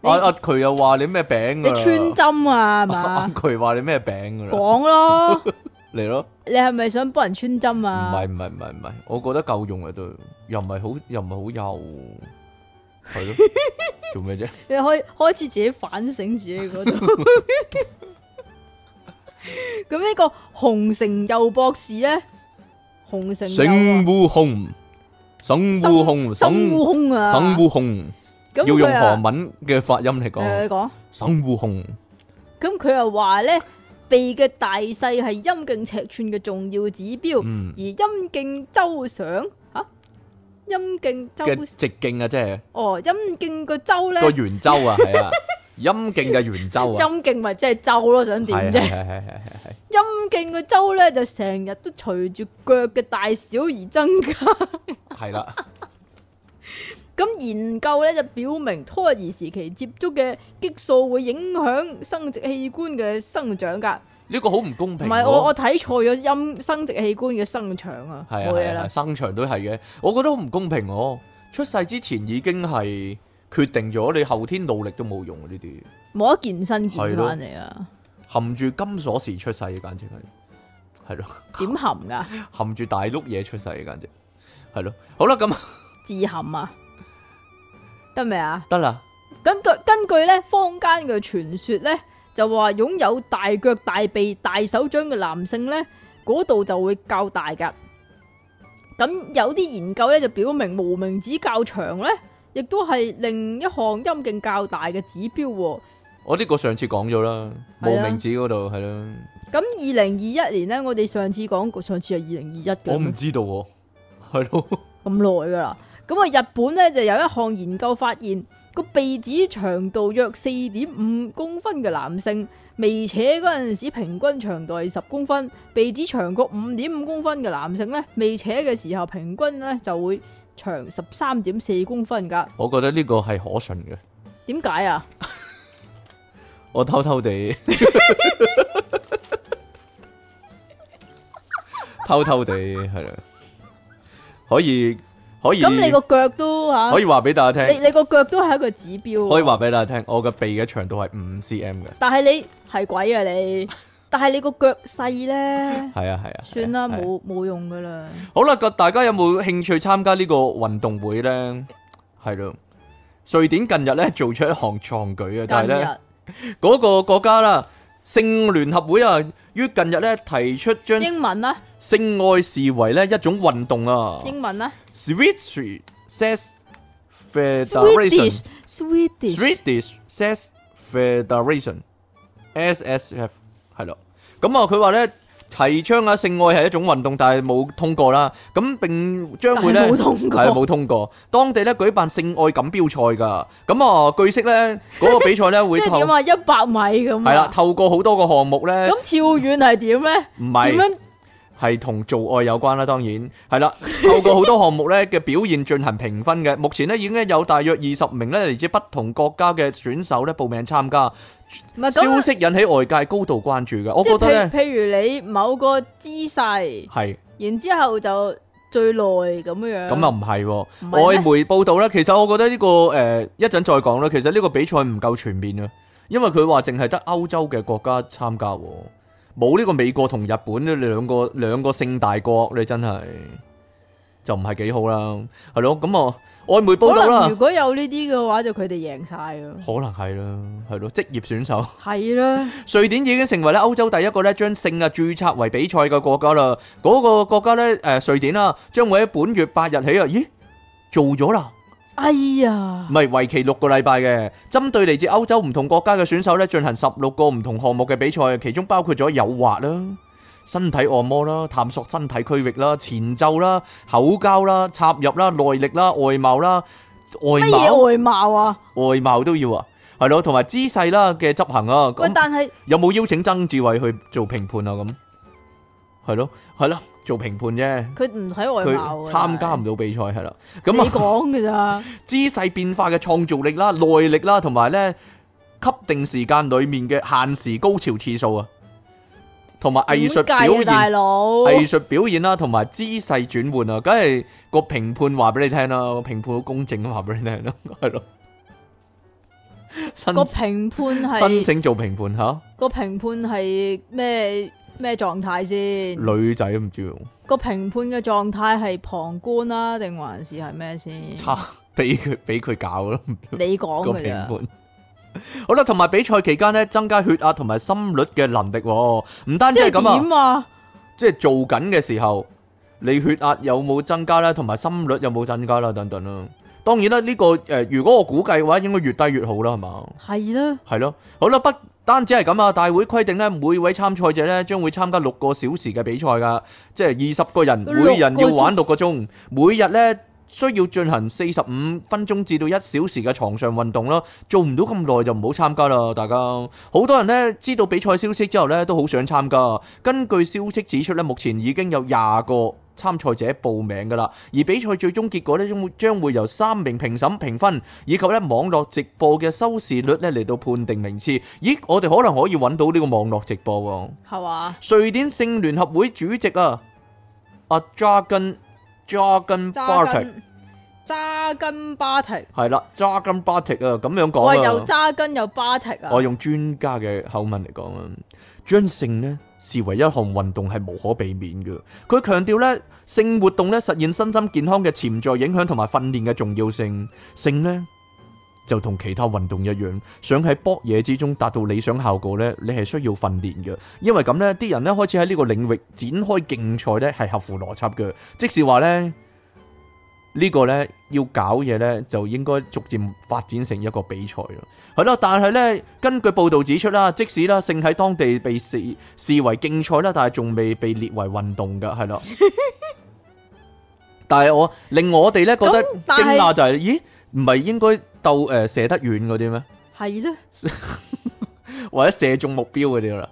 B: 你
A: 阿阿佢又話你咩餅
B: 你
A: 㗎啦
B: 穿針啊？係
A: 阿
B: 嘛？
A: 佢話你咩餅㗎啦，
B: 講咯，
A: 嚟咯。
B: 你係咪想幫人穿針
A: 唔
B: 啊？
A: 係唔係唔係唔係，我覺得夠用啦都，又唔係好又唔係好 幼，係咯，做咩啫？
B: 你可以開始自己反省自己嗰度。 咁呢個洪承佑博士咧，洪承佑
A: 醒
B: 啊
A: 悟空，醒悟空，
B: 生
A: 醒
B: 烏空啊，
A: 醒悟空，要
B: 咁
A: 用
B: 佢啊
A: 韓文嘅發音嚟
B: 誒你
A: 講，啊
B: 講。
A: 醒悟空
B: 咁佢又話咧，鼻嘅大細係陰莖尺寸嘅重要指標，
A: 嗯
B: 而陰莖周長嚇、陰莖
A: 嘅
B: 周
A: 直徑啊，即係
B: 哦陰莖個周咧
A: 個，圓周啊，係啊，陰莖嘅圓周 啊，
B: 陰莖咪即係周咯，想
A: 係
B: 點
A: 係係
B: 啫？
A: 係係係
B: 陰莖個周咧就成日都隨住腳嘅大小而增加。
A: 係啦，
B: 咁研究咧就表明，胎兒時期接觸嘅激素會影響生殖器官嘅生長㗎。
A: 呢個好唔公
B: 唔
A: 平
B: 係
A: 喎。
B: 我我睇錯咗陰生殖器官嘅生長啊，
A: 係啊
B: 冇嘢
A: 係
B: 啦
A: 啊，。生場都係嘅，我覺得好唔公平哦。出世之前已經係決定咗，你後天努力都冇用啊！呢啲
B: 冇得健身健翻嚟啊？
A: 含住金鎖匙出世嘅，簡直係係咯，
B: 點含噶？
A: 含住大碌嘢出世嘅，簡直係咯。好啦，咁
B: 自含啊？得未啊？
A: 得啦，
B: 根據根據咧坊間嘅傳說咧，就話擁有大腳、大臂、大手掌嘅男性咧，嗰度就會較大噶。咁有啲研究咧就表明無名指較長咧，亦都係另一項陰莖較大嘅指標喎。
A: 我呢個上次講咗啦，無
B: 係啊
A: 名指嗰度係啦，
B: 咁二零二一年咧，我哋上次講過，上次係二零二一嘅。
A: 我唔知道喎，係咯，
B: 咁耐噶啦。咁啊，日本咧就有一項研究發現，個鼻子長度約四點五公分嘅男性，未扯嗰陣時平均長度係十公分；鼻子長過五點五公分嘅男性咧，未扯嘅時候平均咧就會長十三點四公分噶。
A: 我覺得呢個係可信嘅，
B: 點解啊？
A: 我偷偷 地偷偷地係啦，可以可以。
B: 咁你個腳都吓
A: 可，以話俾大家
B: 你
A: 聽，
B: 你個腳都係一個指標。
A: 可以話俾大家聽，我嘅鼻嘅長度係五 cm 嘅，
B: 但係你係鬼啊你！但係你個腳細咧，
A: 係啊係啊。
B: 算啦，
A: 係啊。
B: 冇冇用噶啦。
A: 好啦，個大家有冇興趣參加呢個運動會咧？係咯，瑞典近日咧做出一項創舉啊，就係
B: 近
A: 咧
B: 日
A: 嗰個國家啦，性聯合會啊，於近日咧提出將
B: 英文啦，
A: 性愛視為咧一種運動啊
B: 英文啦。
A: ，Swedish Sex Federation
B: Swedish Swedish
A: Swedish Sex Federation SSF 係咯。咁啊，佢話咧提倡啊性愛係一種運動，但係冇通過啦。咁並將會咧
B: 但係冇通過
A: 係冇通過。當地咧舉辦性愛錦標賽㗎。咁啊，據悉咧嗰個比賽咧會
B: 即係
A: 透
B: 點啊？一百米咁
A: 係啦，
B: 啊？
A: 透過好多個項目咧
B: 咁，跳遠係點咧？
A: 唔
B: 點
A: 係。
B: 樣
A: 係同做愛有關啦，當然係 啦。透過好多項目咧嘅表現進行評分嘅，目前咧已經有大約二十名咧嚟自不同國家嘅選手咧報名參加，
B: 唔係
A: 消
B: 咁啊？
A: 息引起外界高度關注嘅。我
B: 即
A: 覺
B: 係
A: 得
B: 譬
A: 咧
B: 譬如你某個姿勢，
A: 係
B: 然之後就最耐咁樣樣。
A: 咁又啊唔係喎。
B: 啊唔係
A: 外
B: 咩
A: 媒報道咧，其實我覺得呢、個誒、呃一陣再講啦。其實呢個比賽唔夠全面啊，因為佢話淨係得歐洲嘅國家參加喎，冇呢個美國同日本呢兩個兩個性大國，你真係就唔係幾好啦。係咯，咁啊，外媒報道
B: 可能
A: 啦
B: 如，果有呢啲嘅話，就佢哋贏晒噶。
A: 可能係啦，係咯，職業選手。
B: 係啦，
A: 瑞典已經成為咧歐洲第一個咧將性啊註冊為比賽嘅國家啦。嗰、個國家咧誒、呃瑞典啦，將會喺本月八日起啊，咦做咗啦！
B: 哎呀
A: 唔，係為期六個禮拜嘅，針對嚟自歐洲唔同國家嘅選手咧，進行十六個唔同項目嘅比賽，其中包括咗誘惑啦、身體按摩啦、探索身體區域啦、前奏啦、口交啦、插入啦、內力啦、外貌啦、外
B: 乜
A: 貌
B: 嘢外貌啊？
A: 外貌都要啊，係咯，同埋姿勢啦嘅執行啊。
B: 喂，
A: 咁
B: 但係
A: 有冇邀請曾志偉去做評判啊？咁係咯，係啦，做評判啫，
B: 佢唔睇外貌
A: 佢
B: 㗎
A: 參加唔到比賽係啦。咁
B: 你
A: 啊。
B: 講嘅咋？
A: 姿勢變化嘅創造力啦、耐力啦，同埋咧給定時間裡面嘅限時高潮次數啊，同埋 藝術
B: 點計啊
A: 表
B: 大
A: 現、
B: 佬。
A: 藝術表現啦，同埋姿勢轉換啊，梗係個評判話俾你聽啦，個評判好公正咁話俾你聽啦， 係咯，申
B: 個評判
A: 申
B: 係
A: 請做評判吓，
B: 個評判係咩咩狀態先？
A: 女仔唔知喎
B: 個評判嘅狀態係旁觀啦、定還是係咩先？
A: 差俾佢俾佢搞咯。
B: 你講
A: 個
B: 嘅
A: 評
B: 咋？
A: 判。好啦，同埋比賽期間咧，增加血壓同埋心率嘅能力喎，唔單
B: 即
A: 止係
B: 係
A: 咁啊。
B: 點啊？
A: 即係做緊嘅時候，你血壓有冇增加啦，同埋心率有冇增加啦，等等啦。當然啦，呢、個誒、呃如果我估計嘅話，應該越低越好啦，係嘛？
B: 係啦，
A: 係咯，好啦，不單止係咁啊，大會規定咧，每位參賽者咧將會參加六個小時嘅比賽㗎，即係二十個人，
B: 六個
A: 每人要玩六個鐘，每日咧需要進行四十五分鐘至到一小時嘅床上運動咯。做唔到咁耐就唔好參加啦，大家。好多人咧知道比賽消息之後咧都好想參加。根據消息指出咧，目前已經有廿個參賽者報名㗎啦，而比賽最終結果咧將會將會由三名評審評分。以及咧網絡直播嘅收視率咧嚟到判定名次。咦，我哋可能可以揾到呢個網絡直播喎、
B: 係嘛？
A: 瑞典性聯合會主席啊，阿 Dragon Dragon
B: 揸
A: Bartik
B: 根揸根巴提，
A: 係啦，Dragon Bartik 啊，咁樣
B: 我又
A: 講啊，
B: 揸根又巴提啊！
A: 我用專家嘅口吻嚟講啊，將性呢視為一項運動係無可避免嘅。佢強調咧，性活動咧實現身心健康嘅潛在影響同埋訓練嘅重要性。性呢，就同其他運動一樣，想喺搏嘢之中達到理想效果呢，你係需要訓練嘅。因為咁呢啲人呢開始喺呢個領域展開競賽呢，係合乎邏輯嘅。即是話呢，呢個呢要搞嘢呢，就應該逐漸發展成一個比賽咯。係咯，但係呢，根據報道指出啦，即使啦性喺當地被視視為競賽啦，但係仲未被列為運動㗎，係 咯。但係我令我哋呢覺得
B: 咁但
A: 驚
B: 係
A: 訝就係、咦？唔係應該鬥誒呃射得遠嗰啲咩？
B: 係啦，
A: 或者射中目標嗰啲啦，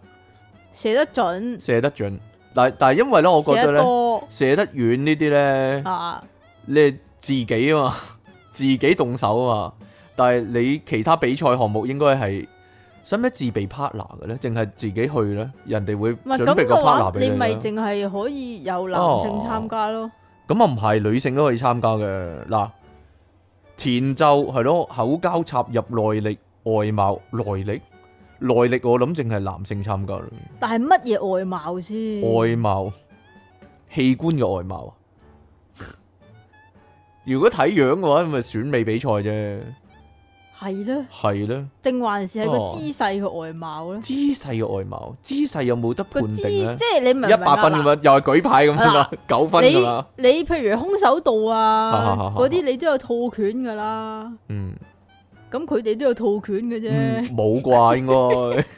B: 射得準，
A: 射得準。但但係因為咧，我
B: 射
A: 覺得
B: 得
A: 咧，
B: 多
A: 射得遠呢啲咧，
B: 啊！
A: 你自己啊嘛， 自己動手啊嘛。但係你其他比賽項目應該係使唔使自備 partner 嘅咧？淨係自己去咧，人哋會
B: 唔係
A: 準
B: 咁
A: 備個
B: 嘅
A: partner
B: 話，
A: 俾
B: 你
A: 你
B: 咪
A: 啦。哦
B: 淨係可以有男性參加咯。
A: 咁啊唔係，女性都可以參加嘅。嗱，前奏係咯，口交插入內力、外貌、內力、內力，我諗淨係男性參加啦。
B: 但係乜嘢外貌先？
A: 外貌、器官嘅外貌啊。 如果睇樣嘅話，咪選美比賽啫，
B: 系咧，
A: 係咧，
B: 定還是係
A: 哦
B: 個姿勢嘅外貌咧？
A: 姿勢嘅外貌，姿勢有冇得
B: 個
A: 判
B: 姿
A: 定咧
B: 即？係你明唔
A: 一
B: 明啊
A: 百分咁樣，又係舉牌咁樣啦，九分噶啦
B: 嗱，你你譬如空手道
A: 啊啊
B: 啊
A: 啊
B: 嗰啲，你都有套拳噶啦，
A: 嗯，
B: 咁佢哋都有套拳嘅啫。
A: 嗯冇啩應該。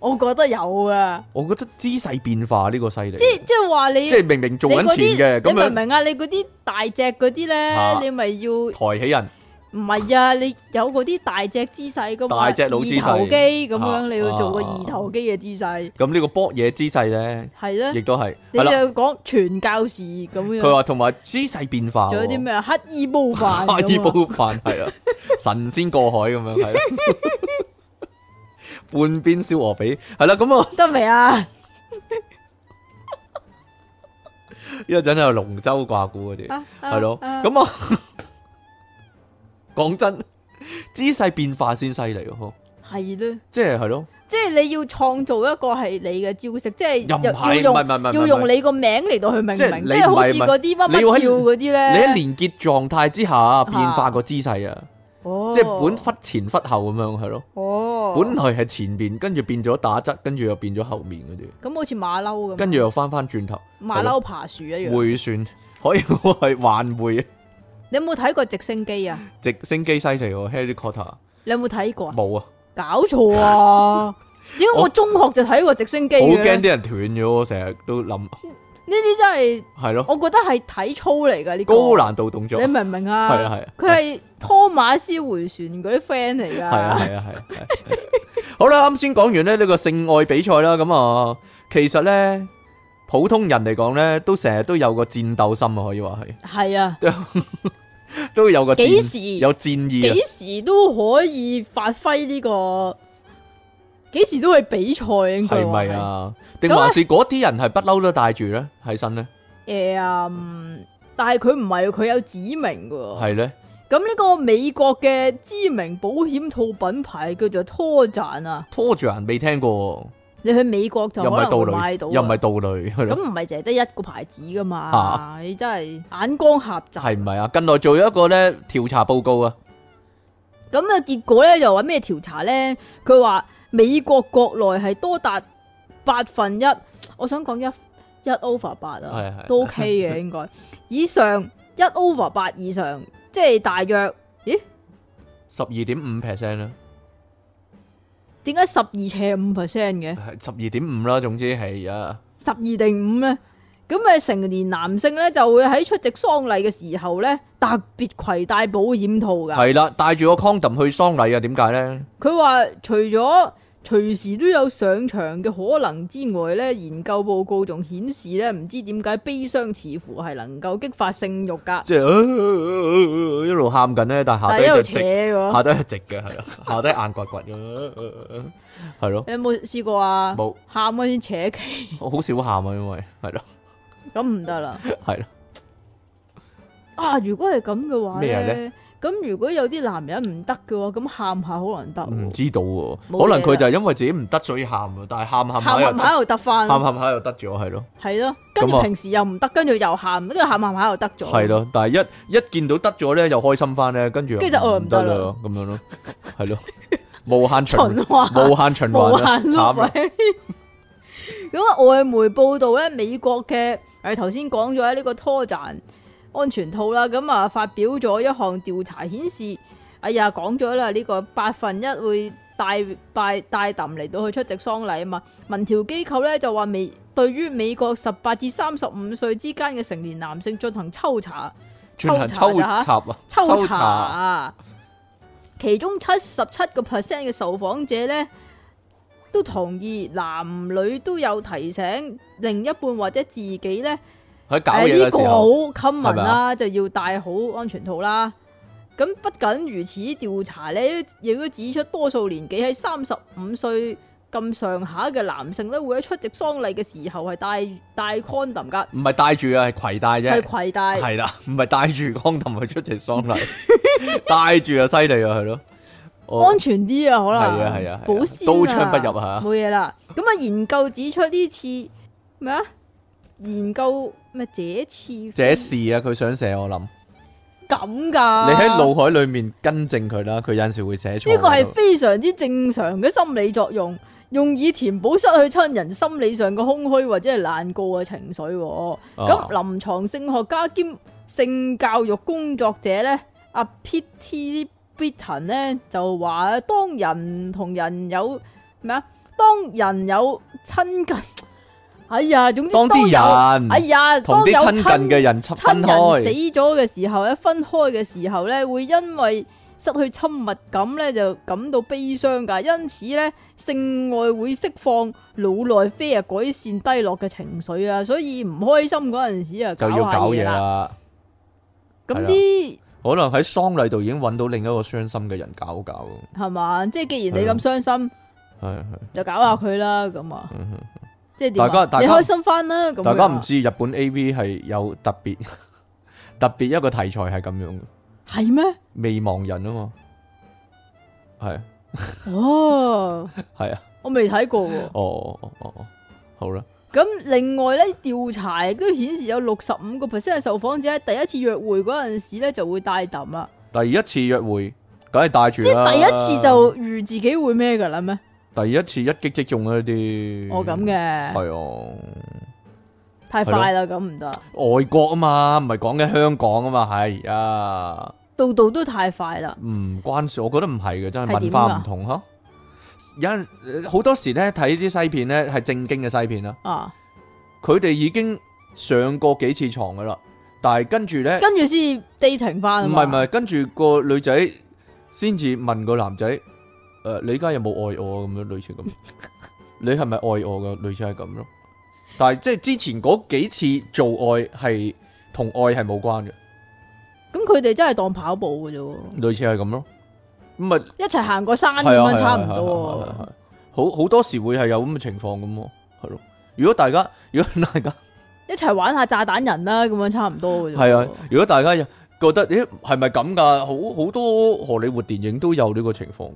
B: 我覺得有啊，
A: 我覺得姿勢變化呢個犀利，
B: 即係即係話你
A: 即係明明做
B: 你嗰
A: 緊
B: 啲
A: 前嘅，咁
B: 你明唔
A: 樣
B: 明啊？你嗰啲大隻嗰啲
A: 啊
B: 咧，你咪要唔
A: 抬起人，
B: 係啊？你有嗰啲大隻姿勢噶嘛？
A: 大隻佬姿勢
B: 二頭肌咁
A: 啊
B: 樣，你要做個
A: 啊啊
B: 二頭肌嘅姿勢，
A: 咁呢個搏嘢姿勢咧，
B: 係咧。
A: 亦都係
B: 你
A: 係
B: 就
A: 啦。
B: 講傳教士咁樣。
A: 佢話同埋姿勢變化喎，
B: 仲有啲咩啊？乞衣煲 飯咁啊，
A: 乞衣煲飯係啦，神仙過海咁樣係 啦，半邊燒鵝髀係啦，咁啊
B: 得未 啊？
A: 一陣有龍舟掛鼓嗰啲。
B: 啊
A: 系咯，咁啊， 講真，姿勢變化先犀利咯，
B: 系咧，
A: 即係係咯，
B: 啊即係你要創造一個係你嘅招式，即係
A: 又唔係，
B: 要
A: 唔係唔
B: 用
A: 係唔係
B: 要
A: 唔
B: 用
A: 係，
B: 你個名嚟到去命
A: 即係
B: 名，
A: 你
B: 即係好似
A: 唔係
B: 嗰啲乜
A: 你要喺
B: 乜跳嗰啲
A: 你
B: 咧
A: 喺。連結狀態之下變化個姿勢啊，
B: 哦
A: 即係本忽前忽後咁樣係咯，
B: 哦，
A: 本來係前邊，跟住變咗打側，跟住又變咗後面嗰啲，
B: 咁好似馬騮咁，啊
A: 跟住又翻翻轉頭
B: 馬騮爬樹一樣。
A: 回旋，可以係環回，
B: 你有冇睇過直升機啊？
A: 直升機犀利喎，Harry Potter
B: 你有冇睇過啊？
A: 冇啊，
B: 搞 錯啊！點解
A: 我
B: 我中學就睇過直升機
A: 好
B: 嘅
A: 驚
B: 咧？
A: 啲人斷咗，我成日都諗
B: 呢啲真係，
A: 係咯，
B: 我覺得係體操嚟㗎呢個。
A: 高難度動作
B: 你。明唔明啊？
A: 係啊係啊
B: 佢係托馬斯回旋嗰啲 friend 嚟
A: 系啊系
B: 噶。
A: 啊系啊。係啊好啦，啱先講完咧呢個性愛比賽啦，咁啊，其實咧普通人嚟講咧，都成日都有個戰鬥心啊，可以話係，
B: 係啊，
A: 都有個戰
B: 幾時
A: 有戰意啊
B: 幾，時都可以發揮呢個，幾時都去比賽應該
A: 係
B: 話
A: 咪？啊？定還是嗰啲人係不嬲都帶住咧喺身咧？
B: 誒啊，嗯但係佢唔係，佢有指明噶。
A: 係咧，
B: 咁呢個美國嘅知名保險套品牌叫做拖賺啊，
A: 拖住人未聽過
B: 你去美國就
A: 喎，又唔
B: 可
A: 係
B: 能
A: 盜
B: 會買到
A: 雷，
B: 啊。
A: 又唔係盜雷，係
B: 咁
A: 咯，
B: 唔係淨係得一個牌子噶嘛
A: 啊？
B: 你真係眼光狹窄。
A: 係唔係啊？近來做咗一個咧調查報告啊，
B: 咁嘅結果咧就話咩調查咧？佢話美國國內係多達八分一，我想講一一 over 八
A: 係
B: 啊
A: 係，
B: 都 OK 嘅應該。以上一 over 八以上，即係大約
A: 十二點五 percent 啦，
B: 點解十二斜五 percent 嘅？
A: 十二點五啦，總之係啊，
B: 十二定五咧？咁誒成年男性咧就會喺出席喪禮嘅時候咧，特別攜帶保險套㗎。
A: 係啦，帶住個 condom 去喪禮啊，點解咧？
B: 佢話除咗隨時都有上場嘅可能之外咧，研究報告仲顯示咧，唔知點解悲傷似乎係能夠激發性慾㗎，
A: 即係、一路喊緊咧，但係下
B: 但
A: 低
B: 係一路
A: 就
B: 扯
A: 直，
B: 喎。
A: 下低係直嘅，係啦，下低硬掘掘咁，係咯，
B: 你有冇試過啊？
A: 冇，
B: 喊嗰陣扯旗，
A: 我好少喊啊，因為係咯，
B: 咁唔得啦。
A: 係咯，
B: 啊，如果係咁嘅話
A: 咩啊
B: 咧
A: 呢，
B: 咁如果有啲男人唔得嘅話，咁喊下可能得
A: 唔
B: 喎，
A: 知道喎，
B: 冇嘢
A: 可能佢就係因為自己唔得所以喊啊，但係喊喊
B: 喊
A: 下又
B: 喊
A: 得
B: 下又得翻，
A: 喊喊下又得咗，係咯，
B: 係咯。跟
A: 咁
B: 住
A: 啊
B: 平時又唔得，跟住又喊，跟住喊喊下又得咗，
A: 係。 咯，但係一一見到得咗咧，又開心翻咧，跟住又
B: 跟住就哦唔得啦
A: 啦，咁樣咯，係咯，無限
B: 循
A: 循啊
B: 環。
A: 無限循
B: 無
A: 環啊，
B: 限
A: 慘
B: 咯
A: 啦，。
B: 喂 咁啊，外媒報道咧，美國嘅誒頭先講咗呢個拖賺安全套啦，咁啊發表咗一項調查顯示，哎呀講咗啦，呢、個百分一會帶帶帶揼嚟到去出席喪禮啊嘛。民調機構咧就話美對於美國十八至三十五歲之間嘅成年男性進行抽查。
A: 進行抽
B: 抽查
A: 插啊，
B: 抽查，啊，其中七十七個 percent 嘅受訪者呢，都同意男女都有提醒另一半或者自己呢，
A: 喺搞
B: 誒
A: 嘢
B: 哎呢
A: 嘅
B: 個
A: 時
B: 好
A: 候，係
B: common
A: 咪啊
B: 啦，就要戴好安全套啦。咁不僅如此，調查呢亦都指出，多數年紀喺三十五歲咁上下嘅男性呢，會喺出席喪禮嘅時候係戴戴 condom 噶，
A: 唔係帶住啊，係攜帶啫
B: 係。攜帶。
A: 系啦，唔系带住光氹去出席喪禮， 帶住就犀利啊，係咯，我
B: 安全啲啊，可能
A: 係啊係啊係啊
B: 保鮮
A: 刀槍
B: 槍
A: 不入啊
B: 冇嘢啦。咁啊，研究指出呢次咩啊？研究咩？這次
A: 這事啊，佢想寫我諗，
B: 咁噶？
A: 你喺腦海里面更正佢啦，佢有阵时会写错。
B: 呢個係非常之正常嘅心理作用，用以填補失去親人心理上嘅空虛或者係難過嘅情緒喎。
A: 啊
B: 咁臨床性學家兼性教育工作者咧，阿 P.T. Britton 咧就話：當人同人有咩啊？當人有親近，哎呀，總之
A: 當啲
B: 有
A: 人
B: 哎呀，
A: 同啲
B: 當有
A: 親近嘅人拆分
B: 亲人死
A: 開，
B: 咗嘅時候咧，分開嘅時候咧，會因為失去親密感咧，就感到悲傷㗎。因此咧，性愛會釋放腦內啡啊，改善低落嘅情緒啊，所以唔開心嗰陣時啊，
A: 就要
B: 搞
A: 搞
B: 下嘢
A: 嘢
B: 啦。
A: 啦。係
B: 咁
A: 啦
B: 啲
A: 可能喺喪禮度已經揾到另一個傷心嘅人搞搞，
B: 係嘛，即係既然你
A: 係啊
B: 咁傷心，
A: 係係
B: 就搞下佢啦，咁啊，即係點
A: 嗯大家
B: 啊？
A: 大
B: 你
A: 家
B: 開心翻啦，咁
A: 大家唔
B: 樣啊
A: 知日本 A.V. 係有特別 特別一個題材係咁樣嘅，
B: 係咩？
A: 未忘人啊嘛，係
B: 哦，
A: 係啊，
B: 我未睇過喎。
A: 哦哦哦哦，好啦，
B: 咁另外咧，調查亦都顯示有六十五個 percent 嘅受訪者喺第一次約會嗰陣時咧就會帶揼啦，
A: 第一次約會梗係啊帶住
B: 即
A: 啦，
B: 係第一次就預自己會咩噶啦咩？
A: 第一次一擊即中啊呢啲，
B: 我咁嘅，
A: 係啊。
B: 太快啦，咁唔得，
A: 外國啊嘛，唔係講緊香港啊嘛，係啊，
B: 度度都太快啦，
A: 唔關事，我覺得唔係嘅，真係
B: 係
A: 文
B: 點㗎
A: 化唔同嗬。有陣呃好多時咧睇啲西片咧係正經嘅西片啦，
B: 啊，
A: 佢哋已經上過幾次床噶啦，但係跟住咧
B: 跟住先 dating 啊翻，
A: 唔係唔係，跟住個女仔先至問個男仔，誒、你而家有冇愛我咁樣類似咁， 你係咪愛我嘅？類似係咁咯。但係即係之前嗰幾次做愛係同愛係冇關嘅。
B: 咁佢哋真係當跑步嘅啫喎，
A: 類似係咁咯。咁啊，
B: 一齊行過山咁
A: 係啊，係
B: 樣
A: 啊
B: 差
A: 係啊
B: 唔
A: 係啊係
B: 多
A: 啊好好多時會係有咁嘅情況咁喎，係咯。如果大家，如果大家
B: 喎，一齊玩下炸彈人啦，咁樣差唔多嘅啫喎，
A: 係啊，如果大家覺得，咦，係咪咁㗎？好好多荷里活電影都有呢個情況，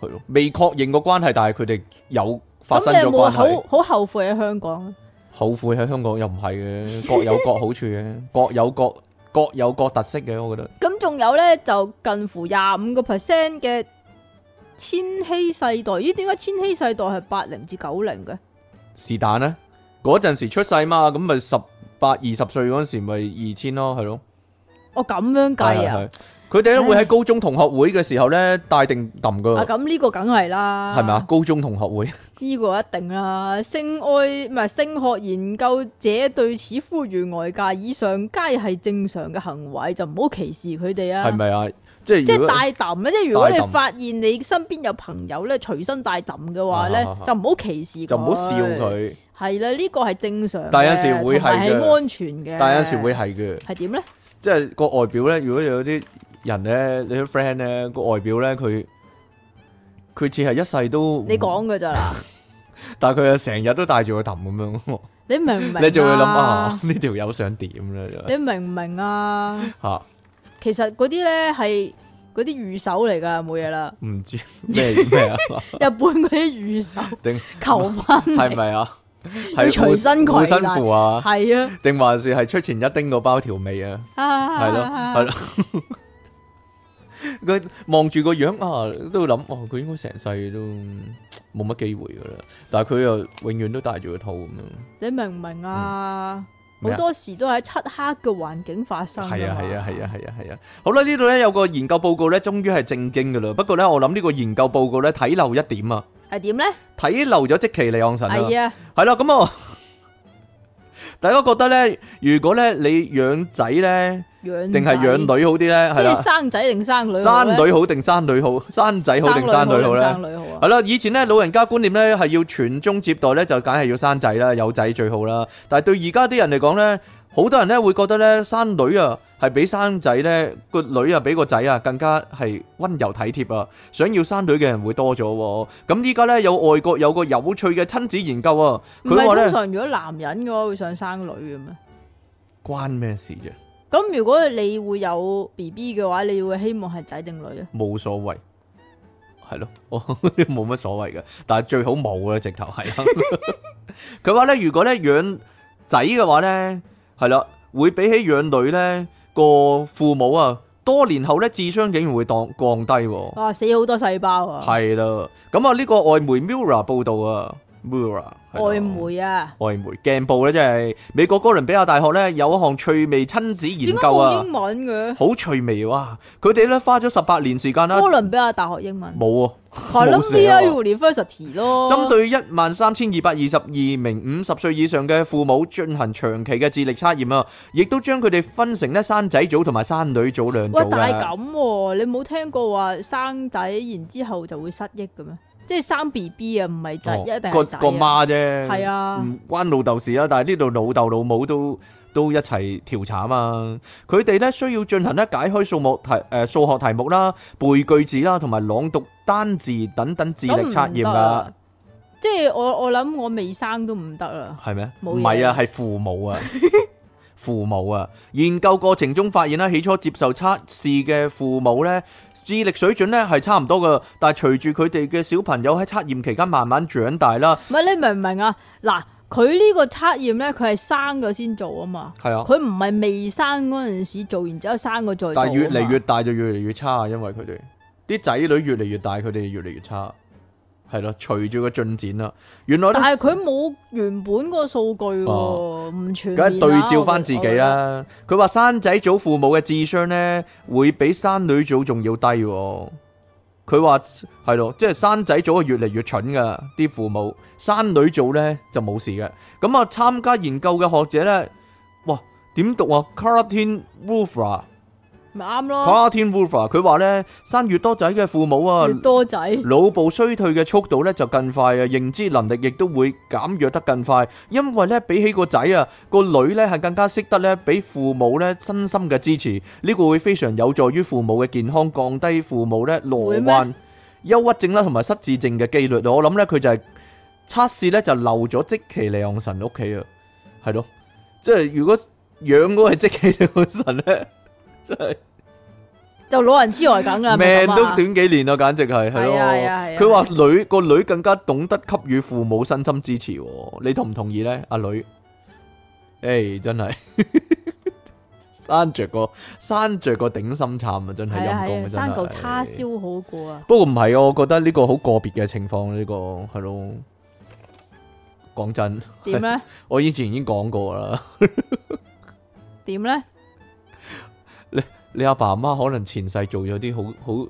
A: 係咯，未確認個關係，但係佢哋有發
B: 咁
A: 生
B: 你
A: 咗
B: 有冇
A: 關係，
B: 好好後悔喺香港？
A: 後悔喺香港又唔係嘅，各有各好處嘅， 各有各各有各特色嘅，我覺得。
B: 咁仲有咧，就近乎廿五個 percent 嘅千禧世代，咦？點解千禧世代係八零至九零嘅？
A: 是但啦，嗰陣時出世嘛，咁咪十八二十歲嗰陣時咪二千咯，係咯。
B: 哦，咁樣計
A: 係
B: 啊！
A: 係佢哋咧會
B: 唉
A: 喺高中同學會嘅時候咧帶定揼
B: 啊，
A: 噶，
B: 咁呢個梗係啦，
A: 係咪啊？？高中同學會
B: 呢個一定啦。性愛唔係性學研究者對此呼籲外界，以上皆係正常嘅行為，就唔好歧視佢哋啊。
A: 係咪啊？即係
B: 即
A: 如
B: 係
A: 果
B: 帶揼咧，即係如果
A: 帶
B: 你
A: 揼
B: 發現你身邊有朋友咧隨身帶揼嘅話咧
A: 啊啊啊，
B: 就唔好歧視佢，
A: 就唔好笑佢，
B: 系啦，呢個係正常嘅，
A: 但有陣時會係嘅
B: 系安全嘅，
A: 但有陣時會係嘅，
B: 係點咧？
A: 即係個外表咧。如果有啲人咧，你啲 friend 咧個外表咧，佢佢似係一世都唔
B: 你，講噶 咋啦？
A: 但係佢又成日都帶住個氹咁樣，
B: 你明唔明？
A: 你就會諗啊，，呢條友想點咧？
B: 你明唔明啊？
A: 嚇
B: 其實嗰啲咧係嗰啲御手嚟㗎，冇嘢啦。
A: 唔知咩咩啊？
B: 日本嗰啲御手
A: 定
B: 求婚
A: 係咪啊？ 係
B: 隨身攜
A: 護
B: 帶
A: 身符啊？
B: 係啊，
A: 定還是係出前一丁個包條尾啊？
B: 啊
A: 係咯，係咯。 佢望住個樣啊，都諗哦，佢應該成世都冇乜機會噶啦。但係佢又永遠都戴住個套咁樣。
B: 你明唔明啊？
A: 咩
B: 好
A: 啊
B: 多時都喺漆黑嘅環境發生㗎嘛。
A: 係啊，係啊，係啊，係啊，係啊。好啦，呢度咧有個研究報告咧，終於係正經噶啦。不過咧，我諗呢個研究報告咧睇漏一點啊，
B: 係點咧？
A: 睇漏咗即其利昂神啊。
B: 係啊，
A: 係啦，咁啊， 大家覺得咧，如果咧你養仔咧，
B: 養
A: 定係養
B: 仔，
A: 女好啲咧？係
B: 即
A: 啦
B: 係。生仔定生女好
A: 生
B: 咧？
A: 女好定生女好，生仔好定生女好
B: 定
A: 咧？
B: 生女好啊
A: 系？啦，以前咧老人家觀念咧係要傳宗接代咧，就梗係要生仔啦，有仔最好啦。但係對而家啲人嚟講咧，好多人咧會覺得咧生女啊係比生仔咧個女啊比個仔啊更加係温柔體貼啊，想要生女嘅人會多咗喎。咁依家咧有外國有個有趣嘅親子研究啊，
B: 唔
A: 佢
B: 係
A: 話
B: 通
A: 咧
B: 常如果男人嘅話會想生女嘅咩？
A: 關咩事啫，
B: 咁如果你會有 B B 嘅話，你會希望係仔定女啊？
A: 冇所謂。係咯， 我冇乜所謂嘅，但係最好冇啦，直頭係 啦。佢話咧，如果咧養仔嘅話咧，係啦，會比起養女咧個父母啊多年後咧智商竟然會當降低喎。
B: 哇，死好多細胞啊！
A: 係啦，咁啊呢個外媒 Mirror 報道啊，Mirror 係啦
B: 外媒啊，
A: 外媒鏡報咧，即係美國哥倫比亞大學咧有一項趣味親子研
B: 點解
A: 究啊
B: 冇，英文嘅？
A: 好趣味哇！佢哋咧花咗十八年時間啦
B: 哥，倫比亞大學英文
A: 冇啊，寫啊
B: ，Columbia University 咯。
A: 針對一萬三千二百二十二名五十歲以上嘅父母進行長期嘅智力測驗啊，亦都將佢哋分成咧生仔組同埋生女組兩
B: 喂，
A: 組哦
B: 但係
A: 嘅。
B: 咁喎，你冇聽過話生仔然之後就會失憶嘅咩？即係生 B B 啊，唔係仔，
A: 哦
B: 一定
A: 個
B: 係仔
A: 個
B: 啊。
A: 媽啫，
B: 係啊
A: 唔關老豆事啦。但係呢度老豆老母都都一齊調查啊嘛。佢哋咧需要進行咧解開數目題誒數學題目啦、背句子啦，同埋朗讀單字等等智力
B: 咁唔
A: 測驗
B: 得
A: 噶
B: 啊，！即係我我諗我未生都唔得啦。
A: 係咩？
B: 冇
A: 唔
B: 嘢
A: 係啊，係父母啊。父母啊，研究過程中發現啊啦，起初接受測試嘅父母呢，智力水準呢係差唔多噶，但係隨住佢哋嘅小朋友喺測驗期間慢慢長大啦，
B: 唔係你明唔明啊？嗱，佢呢個測驗咧，佢係生咗先做啊嘛，
A: 係啊。
B: 佢唔係未生嗰陣時做完之後生個再做啊嘛。
A: 但係越嚟越大就越嚟越差，啊因為佢哋啲仔女越嚟越大，佢哋越嚟越差，係咯，隨住個進展啦。原來咧
B: 但，係佢冇原本嗰個數據喎，
A: 哦
B: 唔全
A: 梗
B: 面啊
A: 係對照翻自己。啦。佢話生仔組父母嘅智商呢，會比生女組仲要低喎。佢話係咯，即係生仔組係越嚟越蠢噶啲父母，生女組呢就冇事嘅。咁啊，參加研究嘅學者呢，哇，點讀啊 c a r t i n Wolfer。
B: 我覺得咪啱咯，
A: Cartin Wolfer 佢話咧，生越多仔嘅父母啊
B: 哦越，多仔
A: 腦部衰退嘅速度咧就更快啊，認知能力亦都會減弱得更快，因為咧比起個仔啊，個女咧係更加識得咧俾父母咧身心 嘅支持，呢個會非常有助於父母嘅健康，降低父母咧羅
B: 會
A: 患
B: 咩、
A: 憂鬱症啦同埋失智症嘅機率。我諗咧佢就係測試咧就漏咗即其利昂神屋企啊，係咯，即係如果養嗰個係即其利昂神咧，真係。
B: 就老人痴呆梗啦，係咪
A: 命
B: 咁啊
A: 都短幾年咯，簡直係係咯
B: 係啊係啊係。啊
A: 佢話女個女更加懂得給予父母身心支持喎，你同唔同意咧？阿女，誒真係 生着個生着個頂心慘啊！真係
B: 係啊
A: 陰
B: 係
A: 公
B: 啊，
A: 啊！
B: 生嚿
A: 嚿
B: 叉。燒好過啊！
A: 不過唔係啊，我覺得呢個好個別嘅情況，呢個係咯。講真，
B: 點咧？
A: 我以前已經講過啦。
B: 點咧？
A: 你阿爸阿媽可能前世做咗啲好好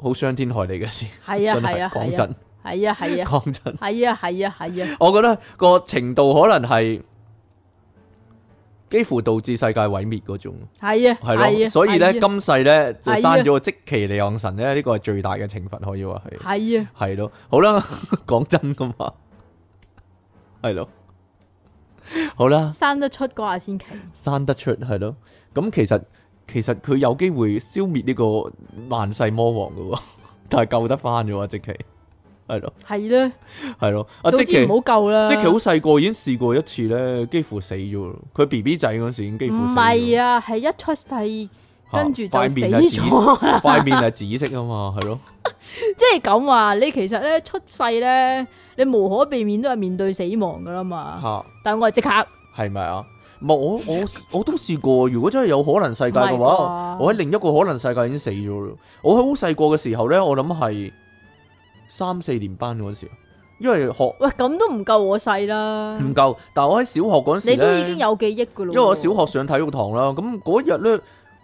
A: 好傷天害理嘅事，
B: 係啊
A: 真
B: 係
A: 係
B: 啊
A: 講
B: 係啊
A: 真
B: 係啊係啊
A: 講真。
B: 係啊係啊係啊！
A: 我覺得個程度可能係幾乎導致世界毀滅嗰種，
B: 係啊，
A: 係
B: 係
A: 咯。
B: 啊
A: 所以咧，
B: 係啊
A: 今世咧就
B: 係啊
A: 生咗個即其利昂神咧，呢個係最大嘅懲罰，可以話係
B: 係啊，
A: 係咯。好啦， 講真噶嘛，係咯。好啦，
B: 生得出嗰下先奇，
A: 生得出係咯。咁其實其實佢有機會消滅呢個萬世魔王噶喎， 但係救得翻嘅喎，即其係咯
B: 係咧，
A: 係咯。阿
B: 早
A: 啊即其
B: 知唔。好救啦。
A: 即係佢好細個已經試過一次咧，幾乎死咗咯。佢 B B 仔嗰陣時已經幾乎
B: 唔
A: 死咗。
B: 係啊，係一出世跟住就死咗 啦。
A: 塊面係紫色啊嘛，係咯，
B: 即係咁啊！你其實咧出世咧，你無可避免都係面對死亡噶啦嘛。
A: 吓
B: 但我係即刻
A: 係咪啊？唔係我我我都試過，如果真係有可能世界嘅
B: 唔係
A: 話，
B: 啩
A: 我喺另一個可能世界已經死咗啦。我喺好細個嘅時候咧，我諗係三四年班嗰陣時，啊因為學
B: 喂，咁都唔夠我細啦。
A: 唔夠，但我喺小學嗰陣時
B: 嗯你都已
A: 咧
B: 經有記憶噶咯喎。
A: 因為我小學上體育堂啦，咁嗰日咧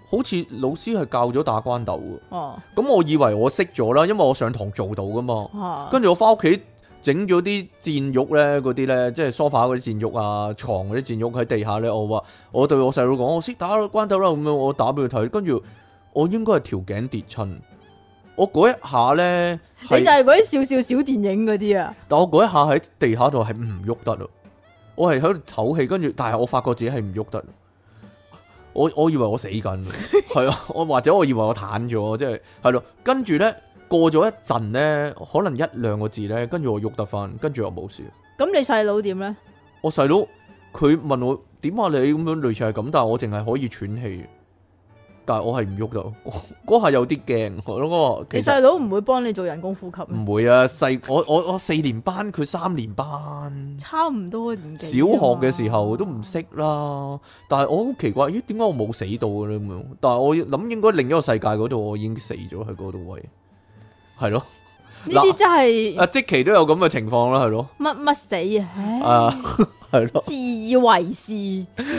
A: 好似老師係教咗打關鬥嘅。
B: 哦，
A: 咁我以為我識咗啦，因為我上堂做到噶嘛。
B: 啊
A: 跟住我翻屋企整咗啲墊褥咧，嗰啲咧，即係 sofa 嗰啲墊褥啊，床嗰啲墊褥喺地下咧。我話我對我細佬講，我識打關鬥啦，咁樣我打俾佢睇。跟住我應該係條頸跌親。我嗰一下咧，
B: 你就
A: 係，
B: 係嗰啲少少小電影嗰啲啊。
A: 但我嗰一下喺地下度係唔喐得咯。我係喺度唞氣，跟住但係我發覺自己係唔喐得。我我以為我死緊，係啊，我或者我以為我癱咗，即係係咯。跟住咧過咗一陣咧，可能一兩個字咧，跟住我喐得翻，跟住我冇事。
B: 咁你細佬點咧？
A: 我細佬佢問我點啊你咁樣類似係咁，但係我淨係可以喘氣，但係我係唔喐到， 嗰下有啲驚。我嗰個
B: 你
A: 其實
B: 細佬唔會幫你做人工呼吸咩，
A: 唔會啊，細我我我四年班，佢三年班。
B: 差唔多年紀
A: 小
B: 啊嘛
A: 學嘅時候都唔識啦，但係我好奇怪，咦？點解我冇死到嘅咧咁樣？但係我諗應該另一個世界嗰度，我已經死咗喺嗰度位，係咯。
B: 呢啲真係
A: 啊，即期都有咁嘅情況啦，係咯，
B: 乜乜死啊！唉，
A: 啊， 係咯，
B: 自以為是，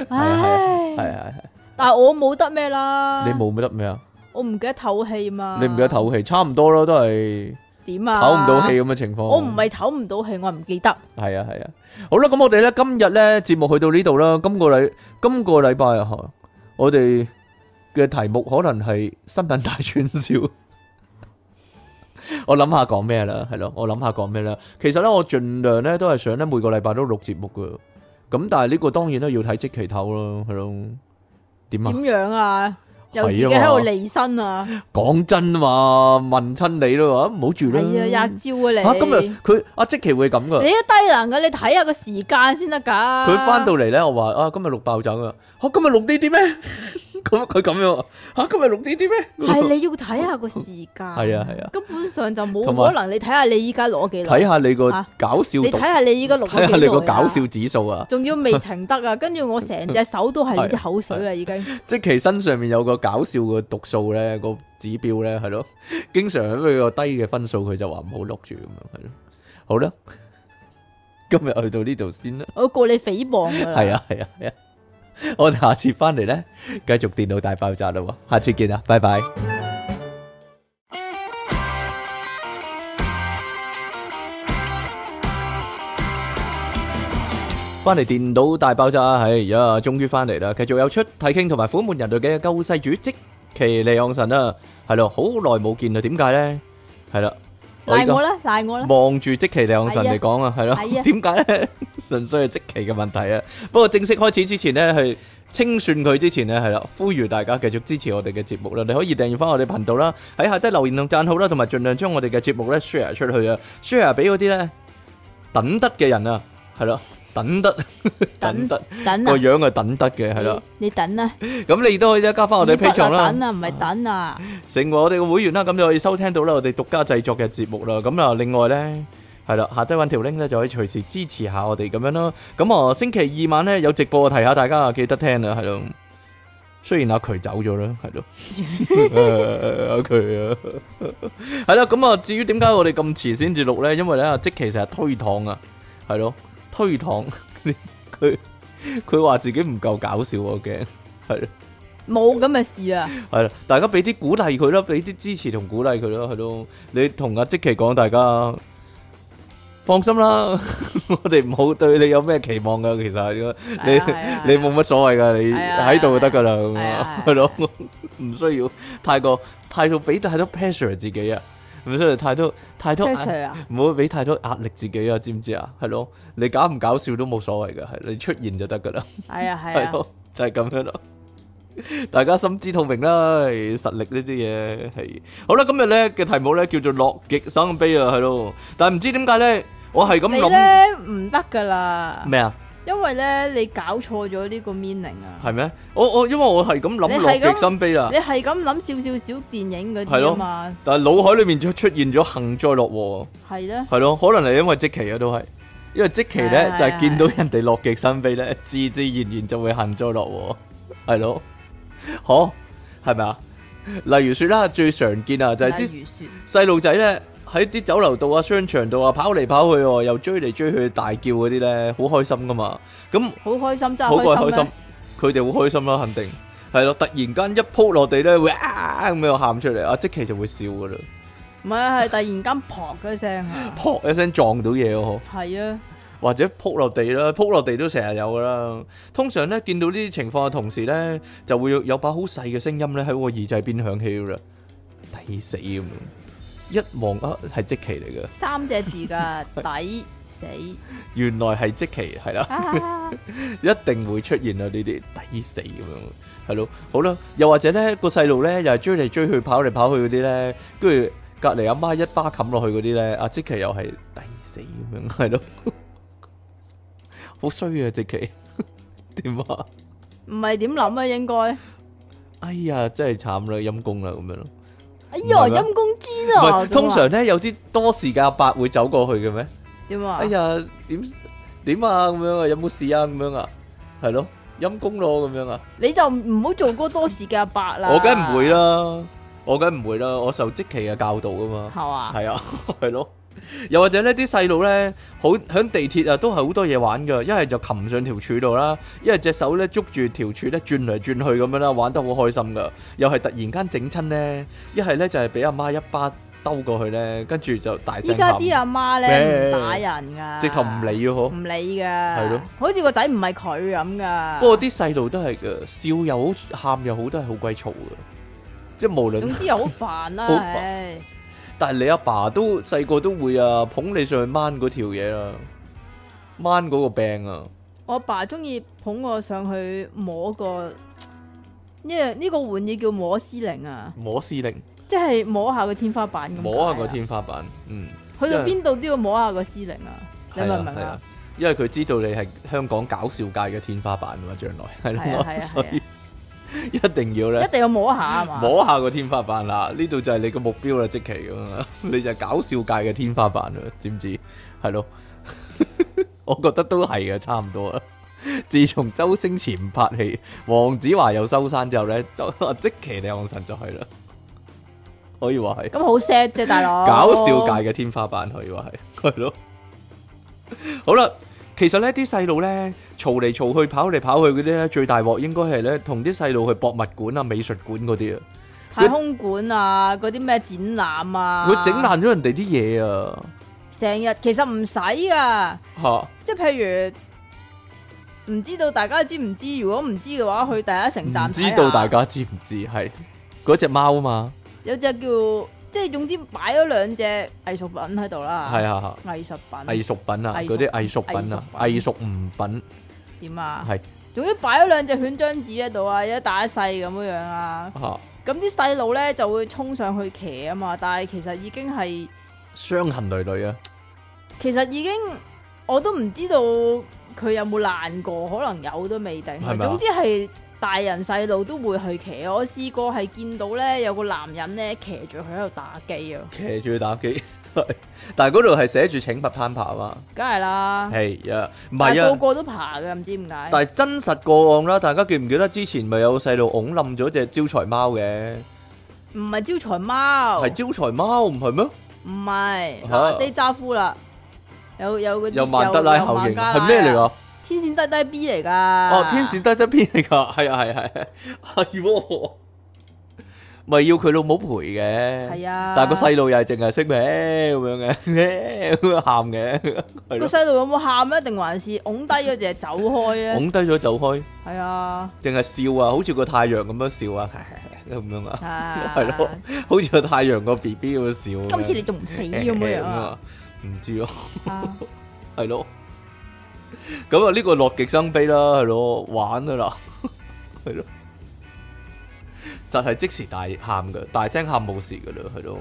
A: 啊係
B: 唉，
A: 係係，
B: 但係我冇得咩啦，
A: 你冇得咩啊？
B: 我唔記得唞氣嘛，
A: 你唔記得唞氣，差唔多咯，都係
B: 點啊？
A: 唞唔到氣，咁嘅情況。
B: 我唔係唞唔到氣，我係唔記得。
A: 係啊係啊，好啦，咁我哋咧今日咧節目去到呢度啦，今個禮今個禮拜啊，我哋嘅題目可能係新聞大串燒。 我諗下講咩啦，係咯，我諗下講咩啦。其實咧，我盡量咧都係想咧每個禮拜都錄節目噶，咁但係呢個當然都要睇即期透咯，係咯，點啊
B: 點？樣啊？又自己
A: 係啊嘛
B: 喺度離身啊！
A: 講真啊嘛，問親你咯，啊唔好住啦。
B: 係啊，吔
A: 嚇
B: 招啊你！
A: 今日佢阿即期會咁噶
B: 你。一低能嘅，你睇下個時間先得㗎。
A: 佢翻到嚟咧，我話啊，今日錄爆炸啊！嚇，今日錄呢啲咩？ 咁佢咁樣嚇，今日錄呢啲咩？
B: 係你要睇下個時間。
A: 係啊係啊，
B: 根本上就冇
A: 同埋
B: 可能。你睇下你依家攞幾耐
A: 睇？下你個
B: 啊
A: 搞笑
B: 你
A: 度
B: 睇，下你依家錄咗
A: 睇下
B: 幾
A: 你個
B: 耐啊
A: 搞笑，指數啊！
B: 仲要未停得啊！跟住我成隻手都係呢啲口水啦，啊已經。
A: 即其身上面有個搞笑嘅讀數咧，個指標咧係咯，經常因為個低嘅分數，佢就話唔好錄住咁樣係咯。好啦，今日去到呢度先啦。
B: 我告你誹謗㗎啦。
A: 係啊係啊係啊！我哋下次翻嚟咧，繼續電腦大爆炸啦喎！下次見啦，拜拜。翻嚟電腦大爆炸，係呀，終於翻嚟啦！繼續有出睇傾同埋苦悶人類嘅救世主即其利昂神啦，係咯，好耐冇見啦，點解咧？係啦，而
B: 賴
A: 家
B: 我啦，賴我啦。
A: 望住即其兩神
B: 係啊
A: 嚟講啊，係咯
B: 係，啊
A: 點解咧？ 純粹係即其嘅問題啊。不過正式開始之前呢，係清算佢之前呢，係啦，呼籲大家繼續支持我哋嘅節目啦。你可以訂閱翻我哋頻道啦，喺下低留言同讚好啦，同埋盡量將我哋嘅節目咧 share 出去啊，share 俾嗰啲咧等得嘅人啊，係咯，等得等得
B: 等
A: 個
B: 啊，
A: 樣係等得嘅，係啦。
B: 你你等啊，
A: 咁你都可以咧加翻我哋
B: 屎忽啊
A: P 場啦
B: 等。啊，唔係等啊。
A: 成為我哋嘅會員啦，咁就可以收聽到啦我哋獨家製作嘅節目啦。咁啊，另外呢，係啦，下低揾條 link 咧就可以隨時支持下我哋咁樣咯。咁啊，星期二晚呢，有直播，我提下大家啊，記得聽啦，係咯。雖然阿渠走咗啦，係咯，誒阿渠啊，係啦。咁啊，至於點解我哋咁遲先至錄呢？因為咧，阿即其實係推搪啊，係咯，推搪佢佢話自己唔夠搞笑，我驚係咯。
B: 冇咁嘅事啊！
A: 系啦，大家俾啲鼓勵佢啦，俾啲支持同鼓勵佢啦，係咯。你同阿即奇講，大家放心啦， 我哋唔好對你有咩期望噶。其實 你
B: 係啊係啊
A: 你冇乜所謂噶，你
B: 係啊
A: 喺度就得噶啦，咁
B: 係
A: 啊
B: 啊，
A: 係咯， 唔需要太過太過俾太多 pressure 自己啊，唔需要太多太多壓
B: pressure 啊
A: 唔好俾太多壓力自己啊，知唔知啊？係咯，你搞唔搞笑都冇所謂噶，係你出現就得噶啦。
B: 係啊係
A: 系
B: 啊。
A: 咯，就係咁樣咯。 大家心知肚明啦，係實力呢啲嘢係好啦。今日咧嘅題目咧叫做樂極生悲啊，係咯。但係唔知點解咧，我係咁
B: 你
A: 諗
B: 咧唔得㗎啦，
A: 咩啊？
B: 因為咧你搞錯咗呢個 meaning 啊。
A: 係啊咩？我我因為我係咁諗
B: 你係咁
A: 樂極生悲啦
B: 你，係咁諗少少少電影
A: 係
B: 嗰啲
A: 咯
B: 啊嘛，
A: 但係腦海裏面就出現咗幸災樂禍，
B: 係咧，
A: 係咯，可能係因為即期啊，都係。因為即期咧
B: 係啊
A: 就係見到人哋樂極生悲咧，自自然然就會幸災樂禍，係咯，好係咪啊？例如說啦，最常見啊就係啲
B: 例如說，
A: 細路仔咧喺啲酒樓度啊、商場度啊跑嚟跑去喎，又追嚟追去大叫嗰啲咧，好開心噶嘛。咁
B: 好開心真
A: 好
B: 係
A: 鬼開
B: 開心啊
A: 心
B: 咧，，
A: 佢哋好開心啦，肯定係咯。突然間一撲落地咧，哇咁樣喊出嚟，阿即奇就會笑噶啦，
B: 唔係係突然間撲嘅聲啊，
A: 撲一聲撞到嘢喎，
B: 係啊，
A: 或者撲落地啦，撲落地都成日有噶啦。通常咧見到呢啲情況嘅同時咧，就會有把好細嘅聲音咧喺我耳仔邊響起噶啦，抵死咁樣。一望啊，係即奇嚟噶，
B: 三隻字 㗎，抵死
A: 原來係即奇，係啦。
B: 啊！
A: 一定會出現啊！呢啲抵死咁樣，係咯，好啦，又或者咧個細路咧又係追嚟追去、跑嚟跑去嗰啲咧，跟住隔離阿媽一巴冚落去嗰啲咧，阿即奇又係抵死咁樣，係咯，好衰啊！即奇點啊？
B: 唔係點諗啊？應該
A: 哎呀，真係慘啦，陰公啦咁樣咯。
B: 哎
A: 唔係
B: 呀，
A: 咩
B: 陰公知
A: 唔
B: 啊！
A: 係，通常咧有啲多事嘅阿伯會走過去嘅咩？
B: 點啊？
A: 哎呀，點點啊咁樣啊，有冇事啊咁樣啊，係咯，陰公咯咁樣啊，
B: 你就唔好做嗰多事嘅阿伯啦。
A: 我梗唔會，啦，我梗唔會啦，我受即期嘅教導噶嘛，
B: 係嘛？
A: 係啊， 係咯，又或者呢啲細路咧，好響地鐵啊，都係好多嘢玩噶，一係就擒上條柱度啦，一係隻手咧捉住條柱咧轉嚟轉去咁樣啦，玩得好開心噶，又係突然間整親咧，一係咧就係俾阿媽一巴兜過去咧，跟住就大聲
B: 依家啲
A: 喊，
B: 阿媽咧唔打人噶，
A: 直頭唔理嘅嗬。
B: 唔理噶，
A: 係咯，
B: 好似個仔唔係佢咁噶。
A: 不過啲細路都係嘅，笑又好，喊又好，都係好鬼嘈嘅。即係無論
B: 總，之又好煩 啦，
A: 好煩
B: 唉，
A: 但係你阿爸都細個都會啊，捧你上去掹嗰條嘢啦，掹嗰個柄啊，
B: 我阿爸中意捧我上去摸個，因為呢個玩意叫摸司令啊，
A: 摸司令，
B: 即係摸下個天花板咁。啊
A: 摸下個，天花板，嗯，
B: 去到邊度都要摸下個司令啊，你
A: 係
B: 明
A: 啊
B: 唔明
A: 係
B: 啊
A: 啊？，因為佢知道你係香港搞笑界嘅天花板啊嘛，將來係
B: 係啊係
A: 咯，
B: 啊
A: 所以 一定要咧
B: 一。定要摸下啊嘛。
A: 摸下個天花板啦，呢度就係你個目標啦，即期咁啊， 你就係搞笑界嘅天花板啦，知唔知？係咯， 我覺得都係嘅，差唔多啦。 自從周星馳唔拍戲，黃子華又收山之後咧，就 即期李昂臣就係啦，可以話係
B: 咁好 sad 啫，大佬。
A: 搞笑界嘅天花板，可以話係，係 咯。好啦，其實呢啲細路咧嘈嚟嘈去、跑嚟跑去嗰啲咧，最大鑊應該係咧同啲細路去博物館啊、美術館嗰啲啊。
B: 太空館啊，嗰啲咩展覽啊，
A: 佢整爛咗人哋啲嘢啊！
B: 成日，其實唔使噶，
A: 吓，
B: 即係譬如唔知道大家知唔知？如果唔知嘅話，去第一城站
A: 唔
B: 睇啊下
A: 知道大家知唔知係嗰只貓啊嘛？
B: 有隻叫即係總之擺咗兩隻藝術品喺度啦，
A: 係啊，
B: 藝術
A: 藝
B: 品
A: 術品啊，
B: 藝術
A: 嗰啲藝術品啊，藝
B: 藝
A: 術唔品
B: 點啊？
A: 係
B: 總之擺咗兩隻犬張紙喺度啊，一大一細咁樣樣啊。
A: 吓，
B: 咁啲細路咧就會衝上去騎啊嘛，但係其實已經係。
A: 傷痕累累啊！
B: 其實已經我都唔知道佢有冇爛過，可能有都未定
A: 係。咪啊
B: 總之係大人細路都會去騎。我試過係見到咧有個男人咧騎住佢喺度打機啊，
A: 騎住佢打機， 係但係嗰度係寫住請勿攀爬啊嘛。
B: 梗係啦，
A: 係啊，唔係
B: 但係個
A: 啊，
B: 個都爬嘅，唔知點解。
A: 但係真實個案啦，大家記唔記得之前咪有細路㧬冧咗隻招財貓嘅？
B: 唔係招財貓，
A: 係招財貓唔係咩？
B: 唔係
A: 嚇
B: 嗱低渣夫啦，有有嗰啲
A: 有曼德拉
B: 有有
A: 效
B: 孟
A: 應
B: 加拉
A: 係咩嚟
B: 啊？
A: 㗎？
B: 天線低低 B 嚟㗎。
A: 哦
B: 哦，
A: 天使得得偏嚟噶， 係啊係啊係啊係喎，咪要佢老母陪嘅，
B: 係啊，
A: 但係個細路又係淨係識咩咁樣嘅 咩，咁樣喊嘅，係
B: 個
A: 咯，
B: 細路有冇喊啊咧，定還是拱低咗隻走開咧？
A: 拱低咗走開，
B: 係啊。
A: 定係笑啊，好似個太陽咁樣笑啊， 咁樣啊，
B: 啊
A: 係咯，好似個太陽個 B B 咁樣笑咁樣，
B: 今次你仲唔死咁樣啊？，
A: 唔知啊，
B: 啊
A: 係咯，咁啊呢個樂極生悲啦，係咯，玩噶啦， 係咯，實係即時大喊噶，大聲喊冇事噶啦，係咯。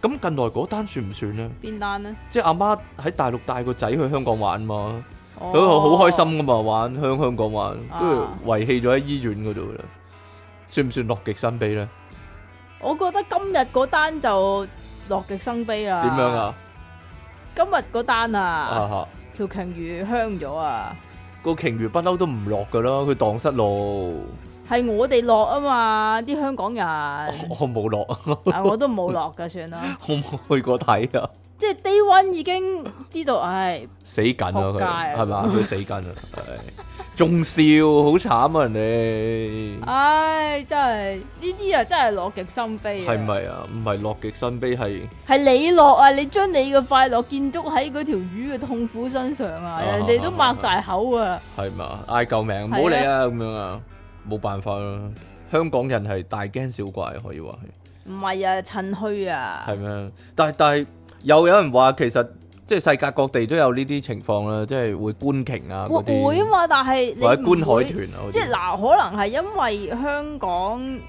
A: 咁近來嗰單算唔算呢？
B: 邊 單咧？
A: 即係阿媽喺大陸帶個仔去香港玩嘛，
B: 佢
A: 佢好開心噶嘛，玩香香港玩，跟住
B: 啊
A: 遺棄咗喺醫院嗰度啦，算唔算樂極生悲呢？
B: 我覺得今日嗰單就樂極生悲啦。
A: 點樣？啊？
B: 今日嗰單
A: 啊
B: 啊，
A: 哈！
B: 條鯨魚香咗啊，
A: 個鯨魚不嬲都唔落噶啦，佢蕩失路，
B: 係我哋落啊嘛，啲 香港人啊，
A: 我冇落，
B: 我都冇落噶，算啦。
A: 我冇去過睇啊。
B: 即係 day one 已經知道，唉，
A: 死緊
B: 仆街
A: 啊佢
B: 啊
A: 係嘛？佢死緊啊，係仲笑，好慘啊人
B: 哎
A: 哋，
B: 唉，真係呢啲啊，真係樂極生悲啊。
A: 係？咪啊？唔係樂極生悲係
B: 係你落啊！你將你嘅快樂建築喺嗰條魚嘅痛苦身上啊！人哋都擘大口啊！
A: 係嘛？嗌救命，唔好理啊咁樣啊，冇辦法啦。香港人係大驚小怪，可以話
B: 唔係啊，趁虛啊
A: 係，係咩？但係但係又有人話其實即係世界各地都有呢啲情況啦，即係會觀鯨啊嗰
B: 會會啊
A: 啲，
B: 嘛，但係你
A: 或者
B: 唔
A: 觀
B: 會
A: 海，豚啊嗰啲，
B: 即係嗱，可能係因為香港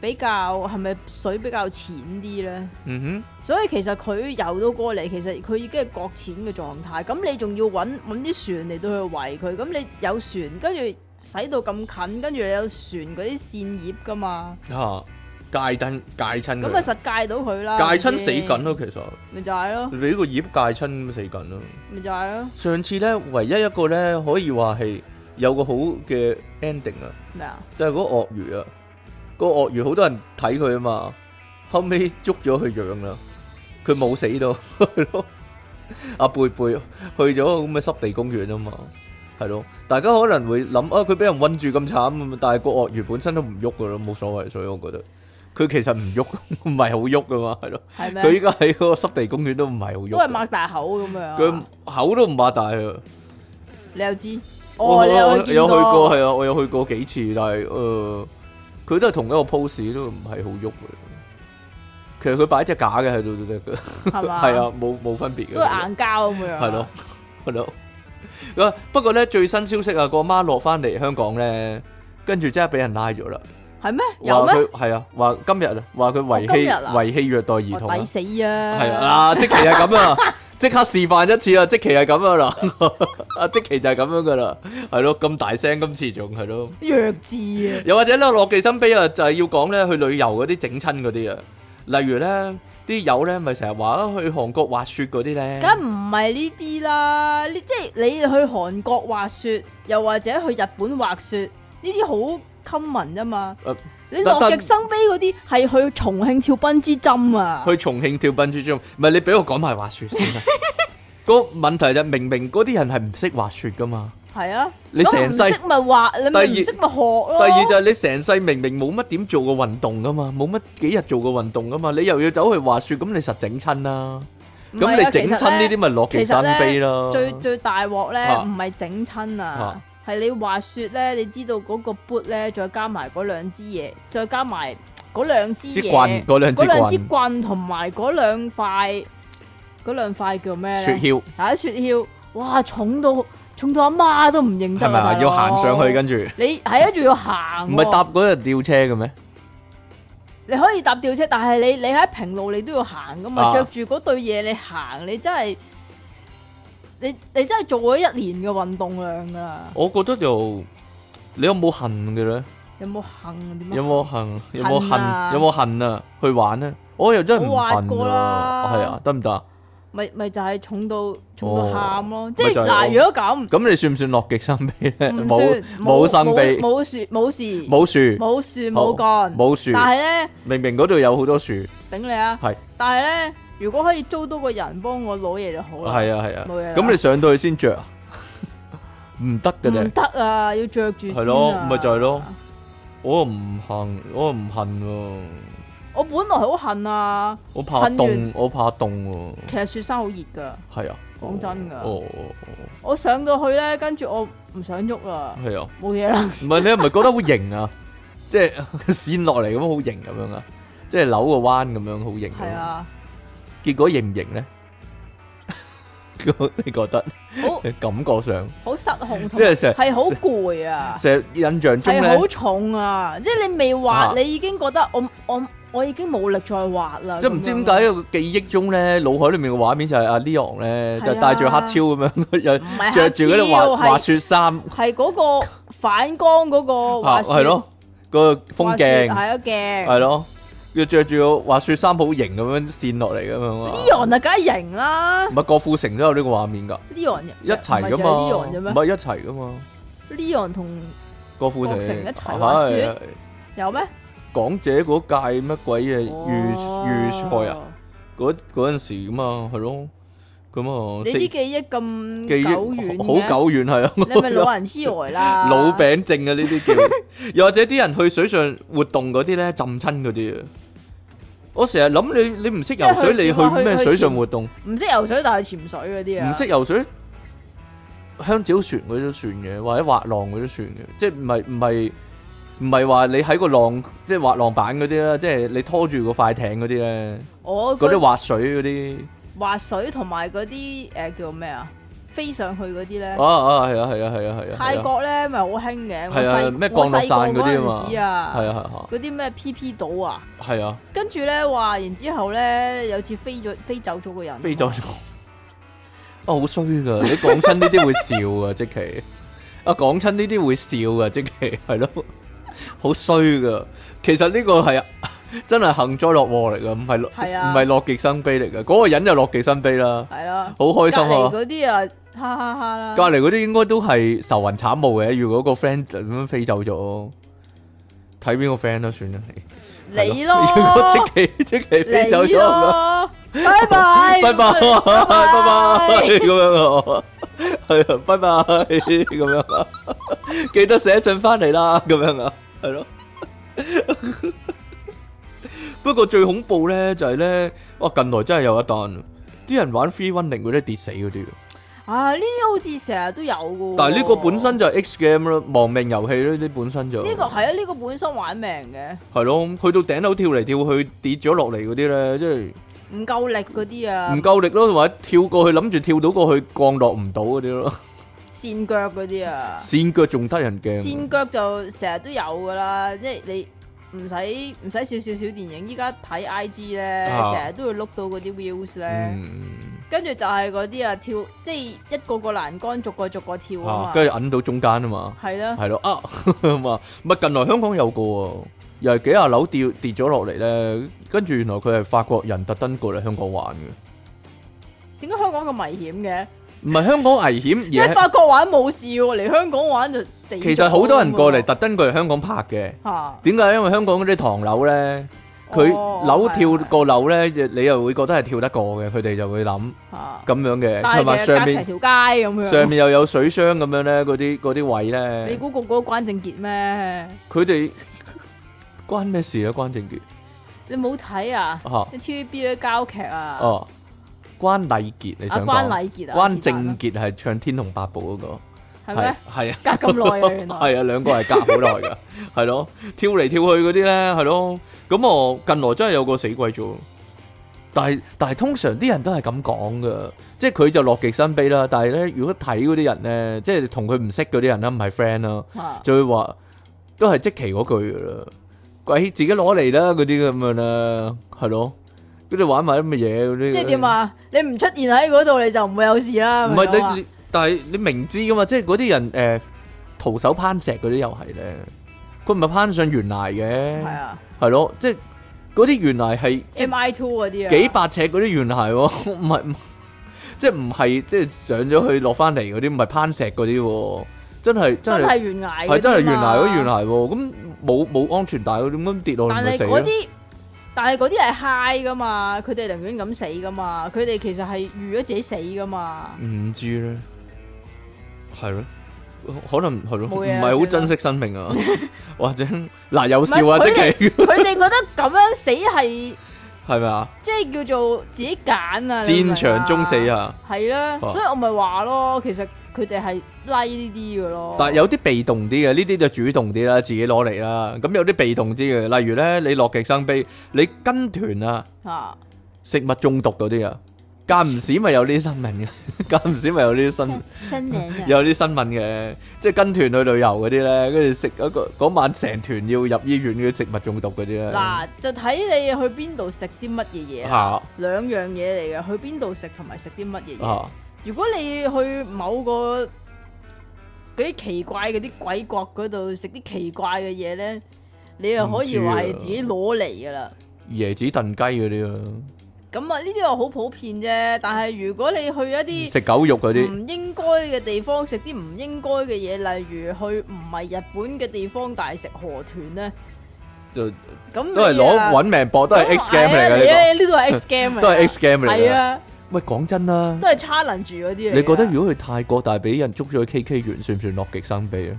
B: 比較係咪水比較淺啲咧？
A: 嗯
B: 所以其實佢游到過嚟，其實佢已經係擱淺嘅狀態。咁你仲要揾揾啲船嚟到去圍佢，咁你有船，跟住使到咁近，跟住你有船嗰啲扇葉噶嘛，
A: 吓戒燈戒親
B: 咁咪
A: 佢，
B: 實戒到佢
A: 嗯
B: 啦。
A: 戒親
B: 係咪
A: 死
B: 先
A: 緊，咯，其實
B: 咪就係咯，
A: 你俾個葉戒親咁死緊咯。
B: 咪就係咯，
A: 上次咧，唯一一個咧可以話係有個好嘅 ending 啊，
B: 咩啊？
A: 就係嗰個鱷魚啊，個鱷魚好多人睇佢啊嘛，後尾捉咗佢養啦，佢冇死到，係咯。阿貝貝去咗咁嘅濕地公園啊嘛，係咯。大家可能會諗啊，佢俾人韞住咁慘，但係個鱷魚本身都唔喐噶啦，冇所謂，所以我覺得佢其實唔喐， 唔係好喐噶嘛，係咯。
B: 係
A: 佢依
B: 咩？啊
A: 家喺嗰個濕地公園都唔係好喐㗎，
B: 都係擘大口咁樣
A: 佢
B: 啊。
A: 口都唔擘大啊。
B: 你又知？
A: 我
B: 哦，你
A: 我
B: 有
A: 有去過
B: 過
A: 係啊，我有去過幾次，但係誒，呃佢、都係同一個 pose 都唔係好喐嘅。其實佢擺隻假嘅喺度都得嘅，
B: 係 嘛？
A: 係，啊，冇冇分別嘅，
B: 都係硬膠咁樣啊。
A: 係咯，係咯。咁不過咧，最新消息啊，個媽落翻嚟香港咧，跟住真係俾人拉咗啦。
B: 係咩？有
A: 話
B: 咩？
A: 佢係啊，話今日啊，話佢
B: 哦
A: 遺
B: 今日
A: 棄
B: 啊
A: 遺棄虐待兒童
B: 我
A: 啊
B: 抵，死啊！
A: 係啊，嗱，即期係咁啊，即刻示範一次啊，即期係咁樣啦， 啊，即期就係咁樣噶啦，係咯，咁大聲，今次仲係咯。
B: 弱智啊！
A: 又或者咧，落地心悲啊，就係要講咧去旅遊嗰啲整親嗰啲啊，例如咧啲友咧咪成日話啊去韓國滑雪嗰啲咧，
B: 梗唔係呢啲啦，呢即係你去韓國滑雪，又或者去日本滑雪，呢啲好 common 啫嘛。
A: 呃
B: 你
A: 但
B: 樂極生悲嗰啲係去重慶跳奔之針啊，
A: 去重慶跳笨豬跳，唔係你俾我講埋滑雪先啊！個問題就係明明嗰啲人係唔識滑雪噶嘛，
B: 係啊，
A: 你
B: 咁
A: 成
B: 唔
A: 世
B: 識咪滑，你咪
A: 第二
B: 唔識咪學咯。
A: 第二就係你成世明明冇乜點做過運動噶嘛，冇乜幾日做過運動噶嘛，你又要走去滑雪，咁你實整親啦，
B: 唔係
A: 咁
B: 啊
A: 你整親呢啲咪樂極生悲啦
B: 其實呢，最最大鑊咧，
A: 啊
B: 唔係整親啊
A: 啊，
B: 係你滑雪咧，你知道嗰個 boot 咧，再加埋嗰兩支嘢，再加埋嗰兩支
A: 支
B: 嘢。
A: 棍嗰兩
B: 嗰
A: 支
B: 兩支
A: 棍
B: 棍同埋嗰兩塊嗰兩塊叫咩
A: 雪
B: 咧？
A: 橇
B: 係雪橇，哇，重到重到阿媽都唔認得
A: 係咪
B: 啊！
A: 啊？
B: 大佬
A: 要行上去，跟住
B: 你係啊，仲要行
A: 唔
B: 喎，
A: 係搭嗰日吊車嘅咩？
B: 你可以搭吊車，但係你你喺平路你都要行噶嘛，
A: 啊
B: 着住嗰對嘢你行，你真係你你真係做咗一年嘅運動量噶，
A: 我覺得就你有冇恨嘅咧？
B: 有冇行點啊？
A: 有冇恨？有冇
B: 恨啊
A: 恨？有冇恨啊？去玩咧？我又真係唔
B: 我滑
A: 恨
B: 過啦
A: 啊！係啊，得唔得啊？
B: 咪咪就係重到重到
A: 哦
B: 喊咯，即
A: 咪
B: 係
A: 就係
B: 嗱，
A: 我
B: 如果咁
A: 咁你算唔算樂極生悲咧？
B: 唔算
A: 冇冇生悲，
B: 冇事冇事
A: 冇樹，
B: 冇樹冇
A: 好
B: 幹。
A: 冇樹。
B: 但系咧，
A: 明明嗰度有好多樹，係
B: 頂你啊！
A: 係
B: 但系咧，如果可以租多個人幫我攞嘢就好啦。
A: 係啊係啊。
B: 冇嘢啦
A: 咁你上到去先着啊？ 唔得嘅
B: 唔
A: 咧，
B: 得啊，要着住先
A: 係
B: 啊
A: 咯咪就係咯。我唔恨，我唔恨喎，
B: 我本來好恨啊，
A: 我怕
B: 恨完
A: 凍，我怕凍喎，
B: 其實雪山好熱噶。
A: 係啊。
B: 講真㗎
A: 哦哦哦
B: 我上到去咧，跟住我唔想喐
A: 哦，，
B: 啦
A: 係啊。
B: 冇嘢啦。
A: 唔係你係咪覺得好型啊？ 即係跣落嚟咁樣好型咁樣啊？即係扭個彎咁樣好型。
B: 係。 啊，
A: 結果型唔型咧？ 你覺得
B: 好
A: 感覺上，
B: 好失控，
A: 即
B: 同
A: 係
B: 埋
A: 成
B: 係好攰啊，
A: 成日印象中
B: 係
A: 咧
B: 好，重啊。即係你未滑
A: 啊，
B: 你已經覺得我我我已經冇力再滑啦。
A: 即係唔知
B: 啊咁樣
A: 點解個記憶中咧，腦海裏面嘅畫面就係阿 Leon 咧，
B: 係啊
A: 就戴住黑超咁樣， 又
B: 唔係
A: 着住嗰啲滑
B: 黑超係
A: 滑雪衫，
B: 係嗰個反光嗰個
A: 啊
B: 滑雪
A: 係咯，個風鏡
B: 係啊鏡，
A: 係咯，要着住個滑雪衫好型咁樣跣落嚟咁樣啊！
B: Leon 啊，梗係型啦
A: 唔係郭富城都有呢個畫面㗎。
B: ，Leon
A: 一齊噶嘛，
B: ，Leon 啫
A: 唔
B: 咩
A: 係一齊噶嘛，
B: ？Leon 同
A: 郭富城
B: 郭城一齊滑雪
A: 係
B: 有咩？
A: 港姐嗰屆乜鬼嘢
B: 哦
A: 預預賽啊？
B: 啊！
A: 嗰嗰陣時噶嘛，係咯，咁啊，
B: 你啲
A: 四
B: 記憶咁
A: 記憶
B: 久遠
A: 好
B: 嘅，
A: 久遠係啊，
B: 你 咪老人痴呆啦？
A: 老餅症啊呢啲 叫，又或者啲人去水上活動嗰啲咧浸親嗰啲啊，我成日諗你你唔識游水，
B: 即係去
A: 你
B: 點啊
A: 去咩
B: 去
A: 水上活動？
B: 唔識游水但係潛水嗰啲
A: 唔
B: 啊？
A: 識游水，香蕉船嗰啲都算嘅，或者滑浪嗰啲都算嘅，即係唔係唔係唔係話你喺個浪即係滑浪板嗰啲啦，即係你拖住個快艇嗰啲咧，
B: 我
A: 嗰啲
B: 嗰
A: 滑水嗰啲
B: 滑水同埋嗰啲誒叫咩啊？飛上去嗰啲咧，
A: 啊啊係啊係啊係啊係啊，
B: 泰國咧咪好興嘅，我
A: 係啊
B: 細
A: 咩
B: 我
A: 降落
B: 細
A: 傘
B: 個
A: 嗰啲啊
B: 嗰
A: 嘛
B: 陣時啊
A: 係，啊
B: 嗰啲咩 PP 島啊？
A: 係啊係啊
B: 跟住咧話，然之後咧有次飛咗飛走咗個 人，
A: 哦飛咗咗啊好衰噶，你講親呢啲會笑啊，即其。啊，講親呢啲會笑噶，即係係咯，好衰噶。其實呢個係 真係幸災樂禍嚟噶，唔係樂
B: 係
A: 唔
B: 啊
A: 係樂極生悲嚟噶。嗰、個人就樂極生悲啦，
B: 係啦，
A: 好
B: 隔
A: 開心
B: 離
A: 啊！
B: 嗰啲啊，哈哈哈啦，
A: 隔離嗰啲應該都係愁雲慘霧嘅。如果個 friend 咁樣飛走咗，睇邊個 friend 都算啦。
B: 你
A: 係 啊如果
B: 咯，
A: 即期即期飛
B: 你
A: 走咗咁樣。
B: 咯，拜拜，
A: 拜拜，拜拜
B: 拜
A: 咁樣啊，係啊，拜拜咁樣啊，記得寫信翻嚟啦，咁樣啊，係咯。不過最恐怖咧就係咧，哇！近來真係有一單，啲人玩 free running 嗰啲跌死嗰啲，
B: 啊，呢啲好似成日都有噶喎。
A: 但係呢個本身就係 X game 啦，亡命遊戲呢啲本身就
B: 呢個係啊，呢個本身玩命嘅，
A: 係咯，去到頂樓跳嚟跳去跌咗落嚟嗰啲咧，即係。
B: 唔夠力嗰啲啊
A: 唔，夠力咯，或者跳過去諗住跳到過去降落唔到嗰啲咯，
B: 跣腳嗰啲啊，
A: 跣腳仲得人驚。
B: 跣腳就成日都有噶啦，即係你唔使唔使少少少電影，依家睇 I G 咧，
A: 啊
B: 成日都會碌到嗰啲 views 咧，
A: 嗯，
B: 跟住就係嗰啲啊跳，即係一個個欄杆逐個逐個跳
A: 啊
B: 啊，嘛
A: 跟，住揞到中間啊嘛，
B: 係啦，
A: 係咯啊 嘛，咪近來香港有個喎，又係幾廿樓跌跌咗落嚟咧，跟住原來佢係法國人特登過嚟香港玩嘅，
B: 點解香港咁危險嘅？
A: 唔係香港危險
B: 因為
A: 而係，
B: 法國玩冇事喎，嚟香港玩就死咗咁喎。
A: 其實好多人過嚟特登過嚟香港拍嘅，
B: 嚇，
A: 點解？因為香港嗰啲唐樓咧。佢
B: 哦
A: 樓
B: 係
A: 跳
B: 係
A: 個樓咧，你又會覺得係跳得過嘅，佢哋就會諗
B: 嚇，
A: 咁樣嘅，
B: 但係
A: 同埋上
B: 其實
A: 面
B: 隔成條街咁樣。
A: 上面又有水箱咁樣咧，嗰啲嗰啲位
B: 你
A: 咧，
B: 估個個都關正傑咩？
A: 佢哋 關咩事啊？關正傑
B: 你冇睇啊？
A: 吓
B: 你 TVB 啲交劇啊？
A: 哦，關禮傑你
B: 啊
A: 想
B: 關
A: 講？
B: 禮傑啊？
A: 關正傑係唱《天龍八部》嗰個，
B: 係咩？
A: 係啊，
B: 隔咁耐啊，原來
A: 係啊，兩個係隔好 耐噶，係咯，跳嚟跳去嗰啲咧，係咯，咁我近來真係有個死鬼咗。但係但係通常啲人都係咁講噶，即係佢就樂極生悲啦。但係咧，如果睇嗰啲人咧，即係同佢唔識嗰啲人啦，唔係 friend 啦。
B: 嚇
A: 就會話都係即期嗰句噶啦，鬼自己攞嚟啦嗰啲咁樣啦，係咯，嗰啲玩埋啲乜嘢嗰啲。
B: 即係點？啊？你唔出現喺嗰度，你就唔會有事啦。
A: 唔
B: 係咪咁
A: 係
B: 啊
A: 你，你但係你明知噶嘛，即係嗰啲人誒、呃徒手攀石嗰啲又係咧，佢唔係攀上懸崖嘅，
B: 係啊
A: 係咯，即係嗰啲懸崖係即係
B: ，M I Two 嗰啲啊，
A: 幾百尺嗰啲懸崖喎， 唔係唔即係唔係即係上咗去落翻嚟嗰啲，唔係攀石嗰啲喎，真係
B: 真係懸崖嗰啲嘛，啊
A: 係真係懸崖嗰懸崖喎，咁冇冇安全帶嗰啲咁跌落嚟
B: 但
A: 咪
B: 係
A: 死
B: 嗰
A: 咯。
B: 啲，但係嗰啲係 high 噶嘛，佢哋寧願咁死噶嘛，佢哋其實係預咗自己死 噶嘛。
A: 唔知咧，係咯，可能係咯，
B: 冇
A: 唔
B: 嘢啦
A: 係好
B: 算
A: 珍
B: 啦
A: 惜生命 啊，或者嗱有笑
B: 唔
A: 啊，即
B: 係
A: 係
B: 佢哋覺得咁樣死係
A: 係咪啊？
B: 即係叫做自己揀啊，你明唔明
A: 戰場中死！啊！
B: 係啦，
A: 啊
B: 所以我咪話咯，其實佢哋係 like 呢啲嘅咯。
A: 但係有啲被動啲嘅，呢啲就主動啲啦，自己攞嚟啦。咁有啲被動啲嘅，例如咧，你樂極生悲，你跟團啊，
B: 啊，
A: 食物中毒嗰啲啊，間唔時咪有呢啲新聞嘅， 間唔時咪有呢啲新聞。
B: 新領啊，
A: 有啲新聞嘅，即係跟團去旅遊嗰啲咧，跟住食一個嗰晚成團要入醫院嘅食物中毒嗰啲咧，嚇
B: 嗱就睇你去邊度食啲乜嘢嘢啊，兩樣嘢嚟嘅，去邊度食同埋食啲乜嘢嘢。
A: 嚇
B: 如果你去某個嗰啲奇怪嗰啲鬼國嗰度食啲奇怪嘅嘢咧，你又可以
A: 唔
B: 話
A: 知
B: 係
A: 啊
B: 自己攞嚟噶啦。
A: 椰子燉雞嗰啲咯，
B: 咁啊，呢啲又好普遍啫。但係如果你去一啲
A: 食狗肉嗰啲，
B: 唔應該嘅地方食啲唔應該嘅嘢，例如去唔係日本嘅地方，但係食河豚咧，
A: 就
B: 咁
A: 都係
B: 你啊
A: 攞揾命搏，都係 X game 嚟
B: 係
A: 嘅
B: 啊
A: 呢
B: 你呢度係 X
A: 個，
B: game 嚟，
A: 都係 X game 嚟
B: 係
A: 嘅。
B: 啊，
A: 喂，講真啦，
B: 都係 challenge 嗰啲嚟㗎。
A: 你覺得如果去泰國但係俾人捉咗去 KK 園，算唔算樂極生悲啊？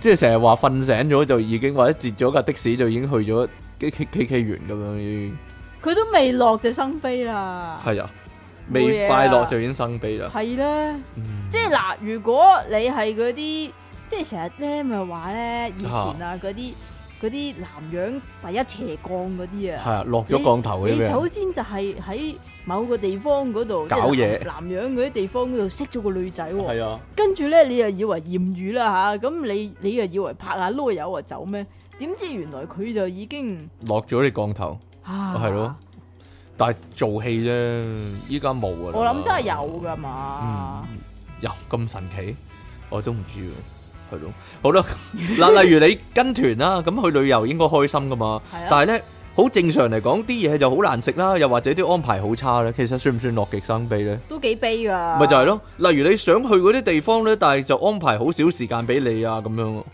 A: 即係成日話瞓醒咗就已經，或者截咗架的士就已經去咗 K K K K 園咁樣已經。
B: 佢都未落就生悲啦？
A: 系啊，
B: 冇嘢
A: 未快
B: 啊
A: 樂就已經生悲啦。
B: 係啦，
A: 嗯
B: 即係嗱，如果你係嗰啲，即係成日咧咪話咧，以前啊嗰啲嗰啲南洋第一斜槓嗰啲
A: 係
B: 啊，
A: 啊，落咗降頭嗰啲啊
B: 你
A: 俾
B: 首
A: 人
B: 先就係喺某個地方嗰度
A: 搞嘢
B: 即係南南洋嗰啲地方嗰度識咗個女仔喎。
A: 係啊，
B: 跟住咧，你又以為豔遇啦吓，咁你你又以為拍下啰柚啊走咩？點知原來佢就已經
A: 落咗你降頭，
B: 啊，
A: 係咯，但係做戲啫，依家冇啊。
B: 我諗真係有噶嘛，
A: 嗯，又咁神奇，我都唔知喎。係咯，好啦， 嗱，例如你跟團啦，咁去旅遊應該開心噶嘛。
B: 係啊，
A: 但係咧，好正常嚟講，啲嘢就好難食啦，又或者啲安排好差咧，其實算唔算樂極生悲咧？
B: 都幾悲㗎。
A: 咪就係咯，例如你想去嗰啲地方咧，但係就安排好少時間俾你啊，咁樣咯。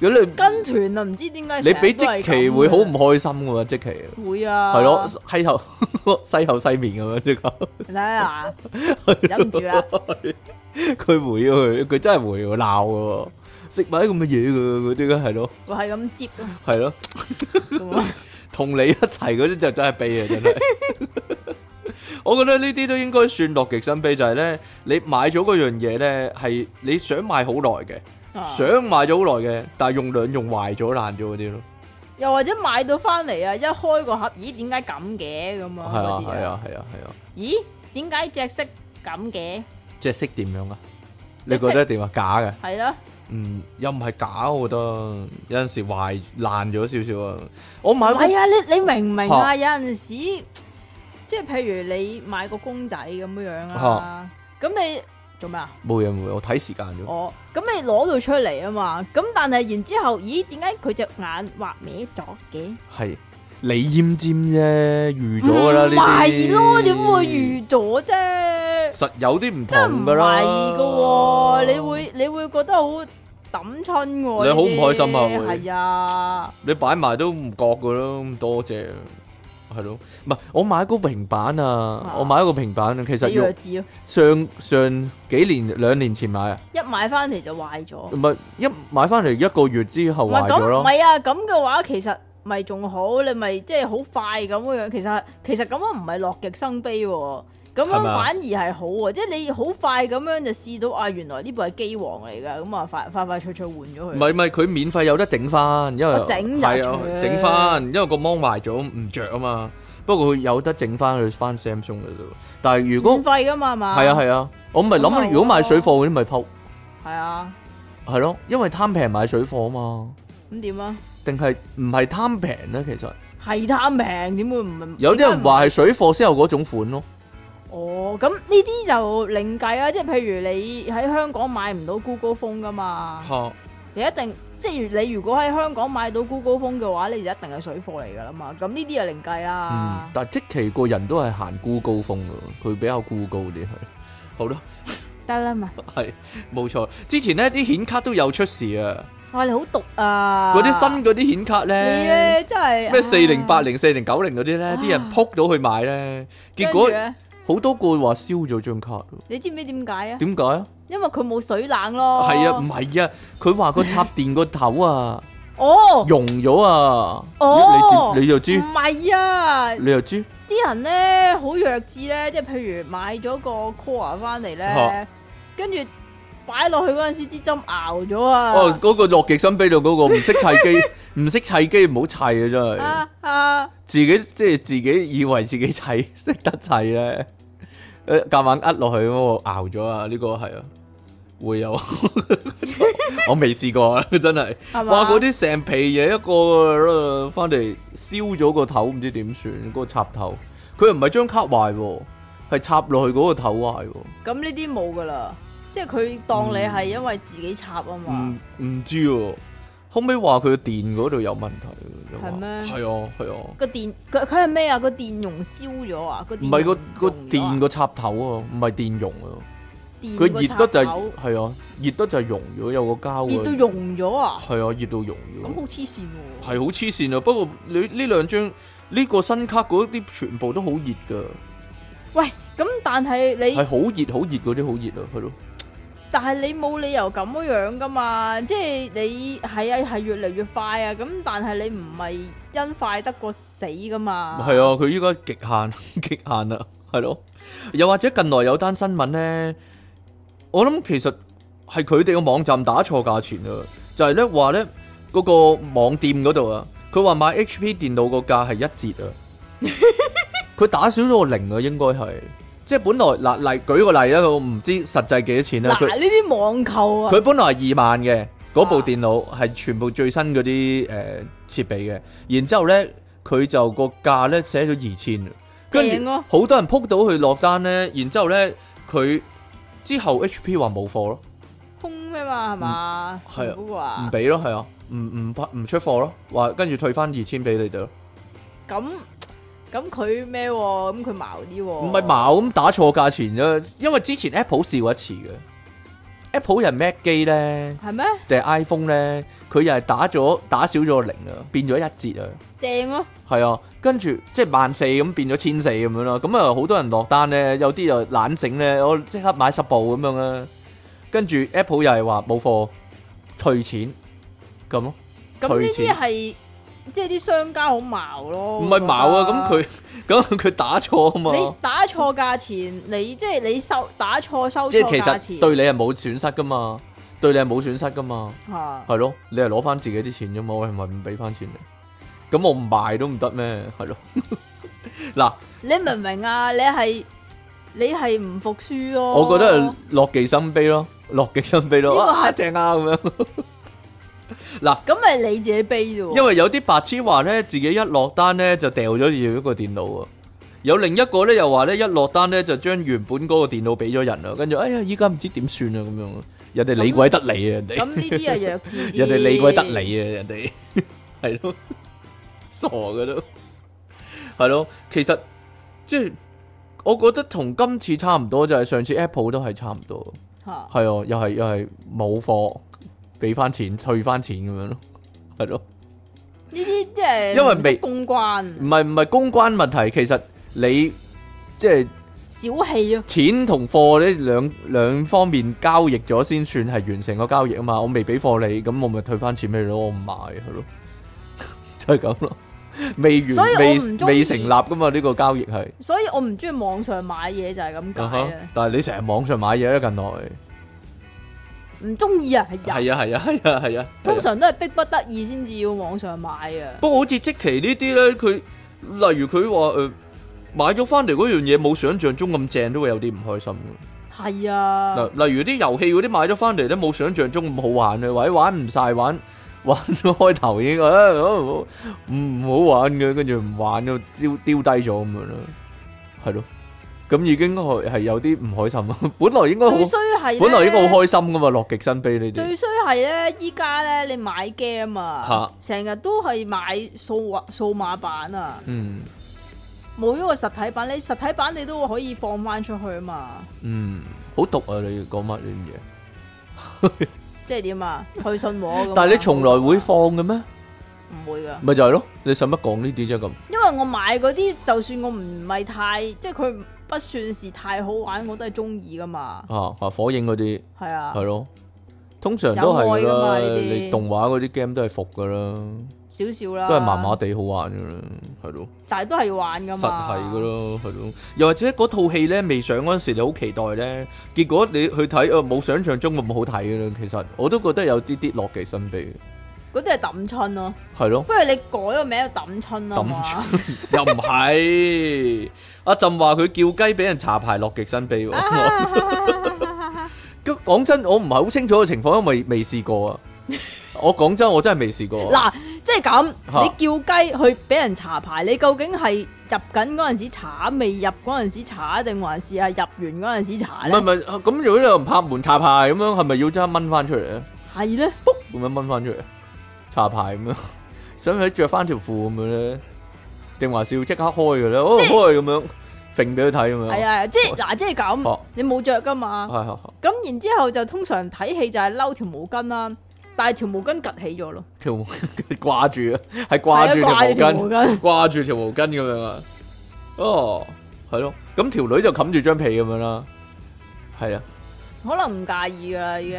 A: 如果你
B: 跟團啊，唔知 點解
A: 你
B: 成
A: 俾
B: 日
A: 即
B: 都係
A: 期
B: 咁
A: 會好
B: 嘅
A: 唔開心噶喎，即期
B: 會啊，
A: 係咯，西頭 西頭西面咁樣即刻。
B: 你睇下，忍唔 住啦，
A: 佢會啊佢佢真係會喎鬧嘅喎，食埋啲咁嘅嘢嘅嗰啲嘅係咯
B: 我係咁接啊
A: 係咯，
B: 咁啊，
A: 同你一齊嗰啲就真係悲啊真係。我覺得呢啲都應該算樂極生悲，就係咧你買咗嗰樣嘢咧係你想買好耐嘅，
B: 啊
A: 想買咗好耐嘅，但係用兩用壞咗爛咗嗰啲咯，
B: 又或者買到翻嚟啊，一開個盒，咦，點解咁嘅咁
A: 係
B: 啊？
A: 啊
B: 嗰啲
A: 係，啊係啊係啊，
B: 咦，點解隻色咁嘅？
A: 即係識點樣啊？你
B: 隻色
A: 覺得點啊？假嘅？
B: 係啦，
A: 嗯，又唔係假，我覺得有陣時壞爛咗少少啊！我買嗰
B: 係啊，你你明唔明
A: 嚇
B: 啊？有陣時即係譬如你買個公仔咁樣樣啦
A: 嚇，
B: 咁你做咩啊？
A: 冇嘢冇嘢，我睇時間啫。
B: 哦，咁你攞到出嚟啊嘛，咁但係然之後，咦，點解佢隻眼畫歪咗嘅？
A: 係你奄尖啫，預咗噶啦呢
B: 唔
A: 啲。
B: 嗯係咯，點會？預咗啫？
A: 實有啲唔
B: 真係唔
A: 同噶啦。
B: 係噶喎，你會你會覺得好抌春喎。
A: 你好唔開心啊
B: 呢啲
A: 會
B: 係啊，
A: 你擺埋都唔覺噶咯，咁多謝。係咯，唔係我買個平板啊
B: 啊，
A: 我買一個平板啊，其實
B: 你弱
A: 用
B: 智咯，
A: 上上幾年兩年前買啊，
B: 一買翻嚟就壞咗
A: 唔。係一買翻嚟一個月之後
B: 唔係
A: 壞咗
B: 咁，唔
A: 咯。
B: 係啊，咁嘅話其實咪仲好，你咪即係好快咁樣樣。其實其實咁樣唔係樂極生悲喎。咁樣
A: 係咪啊
B: 反而係好喎，即係你好快咁樣就試到啊，原來呢部係機王嚟㗎，咁啊快快快脆脆換咗佢。
A: 唔係唔係，佢免費有得整翻，因為
B: 啊我整就
A: 係啊
B: 除
A: 整翻，因為個芒壞咗唔着啊嘛。不過佢有得整翻，佢翻 Samsung 嗰度。但係如果
B: 免費㗎嘛係嘛？
A: 系啊系啊，我咪
B: 咁咪
A: 谂，
B: 好
A: 如果賣水貨嗰啲咪鋪，
B: 係啊，
A: 係咯，因為貪平買水貨啊嘛，
B: 咁點啊？
A: 定係唔係貪平咧？其實
B: 係貪平，點會唔
A: 有啲人話
B: 係
A: 係水貨先有嗰種款咯，
B: 哦，咁呢啲就另計啦。即係譬如你喺香港買唔到 Google 風噶嘛，
A: 吓
B: 你一定即係你如果喺香港買到 Google 風嘅話，你就一定係水貨嚟噶啦嘛。咁呢啲就另計啦
A: 嗯，。但即其個人都係行孤高風噶，佢比較孤高啲係， 好啦，
B: 得啦嘛，
A: 係冇錯。之前呢啲顯卡都有出事啊，
B: 哇！你好毒啊！
A: 嗰啲新嗰啲顯卡
B: 你
A: 咧，
B: 咧真係
A: 咩四零八
B: 啊
A: 零、四零九零嗰啲咧，啲人
B: 啊
A: 扑到去買咧，結
B: 跟
A: 果
B: 住呢
A: 好多個話燒咗張卡，
B: 你知唔知點解啊？
A: 點解啊？
B: 因為佢冇水冷咯。
A: 係啊，唔，係啊，佢話個插電個頭 啊
B: 哦，
A: 溶咗啊，
B: 哦
A: 你你就
B: 唔
A: 知，
B: 係啊，
A: 你就知，
B: 啲人咧好弱智咧，即係譬如買咗個 core 翻嚟
A: 嚇
B: 咧，跟住擺落去嗰陣時支針熬咗啊！
A: 哦嗰個樂極生悲到嗰個唔識砌 機，唔識砌機唔好砌啊真係，
B: 啊啊！
A: 自己即係自己以為自己砌識得砌咧，誒夾硬呃落去咁我熬咗啊，呢個係啊。會有， 我未試過啊，真係。
B: 係嘛？
A: 哇！嗰啲成皮嘢一個翻嚟燒咗個頭，唔知點算，嗰、個插頭。佢又唔係張卡壞喎，係插落去嗰個頭壞喎。
B: 咁呢啲冇噶啦，即係佢當
A: 嗯
B: 你係因為自己插啊嘛，
A: 唔唔知喎，後尾話佢電嗰度有問題喎，又話
B: 係咩
A: 係啊係啊，
B: 個電佢佢係咩啊？個電容燒咗啊？個
A: 唔
B: 電
A: 係個個電
B: 電
A: 個插頭啊，唔係電容啊，
B: 電
A: 佢
B: 個
A: 熱得就係
B: 插頭
A: 係啊，熱得就係溶咗，有個膠
B: 熱到
A: 嘅，
B: 溶咗啊！
A: 係啊，熱到溶
B: 咁
A: 咗
B: 好。黐線
A: 係
B: 喎，
A: 好黐線啊！不過你呢兩張呢、個新卡嗰啲全部都好熱㗎，
B: 喂，咁但係你
A: 係好熱好熱嗰啲好熱啊，係咯。
B: 但係你冇理由咁樣噶嘛，即係你係啊係越嚟越快啊，咁但係你唔係因快得過死噶嘛？
A: 係啊，佢依家極 限極限啦，係咯。又或者近來有單新聞咧，我諗其實係佢哋個網站打錯價錢啊，就係咧話咧嗰個網店嗰度啊，佢話買 HP 電腦個價係一折啊，佢打少咗個零啊，應該係。即係本來嗱例舉個例啦，我唔知實際幾多錢啦。
B: 嗱
A: 佢
B: 呢啲網購啊，
A: 佢本來係二萬嘅，嗰部
B: 啊
A: 電腦係全部最新嗰啲誒設備嘅，然之後咧佢就個價咧寫咗二千，跟
B: 正
A: 住
B: 咯
A: 好多人撲到去落單咧，然之後咧佢之後 HP 話冇貨咯，
B: 空咩嘛係嘛？
A: 嗯係啊
B: 嗰個
A: 唔
B: 啊，
A: 俾咯，係啊，唔唔不唔出貨咯，話跟住退翻二千俾你哋咯，
B: 咁咁佢咩喎？咁佢矛啲喎？
A: 唔係矛咁打錯價錢啫，因為之前 Apple 試過一次嘅，Apple 人 Mac 機咧
B: 係咩？
A: 定係 iPhone 咧，佢又係打咗打少咗個零啊，變咗一折啊。
B: 正咯，
A: 係啊，跟住即係萬四咁變咗千四咁樣咯，咁啊好多人落單咧，有啲就懶醒咧，我即刻買十部咁樣啦，跟住 Apple 又係話冇貨退錢咁咯，
B: 咁
A: 退
B: 呢
A: 錢
B: 啲係即係啲商家好矛咯。
A: 唔係矛
B: 我覺
A: 啊，
B: 得
A: 咁佢 咁佢打錯啊
B: 你
A: 嘛，
B: 打錯價錢，你即係你收打錯收
A: 即係
B: 錯價
A: 其實
B: 錢
A: 對你係冇損失噶嘛，對你係冇損失噶嘛，
B: 嚇
A: 係咯，你係攞翻自己啲錢啫嘛，我係咪唔俾翻錢你？咁我唔賣都唔得咩？係咯， 嗱，
B: 你明唔明啊？你係你係唔服輸咯？
A: 我覺得係樂極生悲咯，樂極生悲咯，
B: 哦呢個係
A: 啊正啊咁樣。
B: 咁咪你自己悲啫喎。
A: 因為有啲白痴話咧，自己一落單咧就掉咗要一個電腦啊。有另一個咧又話咧，一落單咧就將原本嗰個電腦俾咗人啊，跟住哎呀依家唔知點算啊咁樣啊。人哋理鬼得你啊，人哋
B: 咁呢啲係弱智 啲。
A: 人哋理鬼得你啊，人哋 係咯，傻嘅都係咯。其實即係我覺得同今次差唔多，就係上次 Apple 都係差唔多，
B: 嚇
A: 係啊，又係又係冇貨，俾翻錢退翻錢咁樣咯，係咯。
B: 呢啲即係
A: 因為
B: 唔識
A: 未
B: 公關
A: 唔係唔係公關問題，其實你即係
B: 小氣啊，
A: 錢同貨呢兩兩方面交易咗先算係完成個交易啊嘛。我未俾貨你，咁我咪退翻錢俾你咯，我唔買係咯， 就係咁咯。未完
B: 所以我
A: 未
B: 唔鍾意
A: 未成立噶嘛呢個交易係，
B: 所以我唔中意網上買嘢就係咁
A: 啊
B: 解
A: 哈
B: 啦，
A: 但係你成日網上買嘢咧近來，
B: 唔中意啊，係人
A: 係啊係啊係啊係啊，係啊
B: 通常都係逼不得已先至要網上買啊，
A: 不過好似即期呢啲咧，佢例如佢話誒買咗翻嚟嗰樣嘢冇想象中咁正，都會有啲唔開心嘅。
B: 係啊，
A: 例例如啲遊戲嗰啲買咗翻嚟咧，冇想象中咁好玩嘅，或者玩唔晒玩。玩咗開頭已經 啊，唔好唔好玩嘅，跟住唔玩咗，丟丟低咗咁樣咯，係咯，咁已經係係有啲唔開心 咯。本來應該好，
B: 最衰係
A: 本來應該好開
B: 開，
A: 心噶嘛，樂極生悲呢啲
B: 最衰係咧，依家咧你買 game 啊，成日都係買數碼數碼版啊，
A: 嗯
B: 冇咗個實體版，你實體版你都可以放翻出去啊嘛，
A: 嗯，好毒啊！你講乜呢啲嘢？
B: 即係點啊？去信和咁 啊，
A: 但係你從來會放嘅咩？
B: 唔會噶？
A: 咪就係咯，你使乜講呢啲啫咁？
B: 因為我買嗰啲，就算我唔係太，即係佢不算是太好玩，我都係中意噶嘛。
A: 啊啊，火影嗰啲。
B: 係啊
A: 系，咯，通常都係
B: 有愛㗎
A: 啦
B: 嘛，呢啲啊
A: 你動畫嗰啲 game 都係服噶啦，
B: 少少啦，
A: 都係麻麻，地好玩噶啦，係咯，
B: 但係都係要玩噶
A: 實
B: 嘛。
A: 係噶。咯，係咯，又或者嗰套戲咧未上嗰陣時，你好期待咧，結果你去睇，呃冇想象中咁好睇噶啦，其實我都覺得有啲啲樂極生悲，
B: 嗰啲係抌春咯，
A: 係咯。
B: 不如你改個名叫抌春啦
A: 抌
B: 嘛。
A: 又唔係，阿朕話佢叫雞俾人查牌樂極生 悲喎。咁講真，我唔係好清楚嘅情況，因為未試過啊。我講真，我真係未試過啊。
B: 嗱，即係咁，
A: 嚇
B: 你叫雞去俾人查牌，你究竟係入緊嗰陣時查，未入嗰陣時查，定還是係入完嗰陣時查
A: 唔係
B: 咧
A: 唔？係，咁如果你又唔拍門插牌咁樣，係咪要即刻掹翻出嚟咧？
B: 係咧，
A: 咁樣掹翻出嚟，插牌咁樣， 使唔使着翻條褲咁樣咧？定還是要即刻開嘅咧？哦，
B: 即係
A: 開咁樣，揈俾佢睇咁樣。
B: 係啊，即係嗱，即係咁
A: 哦，
B: 你冇着噶嘛。
A: 係，係係
B: 咁然之後就通常睇戲就係嬲條毛巾啦，但係條毛巾趌起咗咯，
A: 條 掛住啊，係掛住條毛
B: 係啊條
A: 巾，掛住條毛巾咁樣啊。哦，係咯，咁條女就冚住張被咁樣啦。係啊，
B: 可能唔介意噶啦已
A: 唔
B: 經，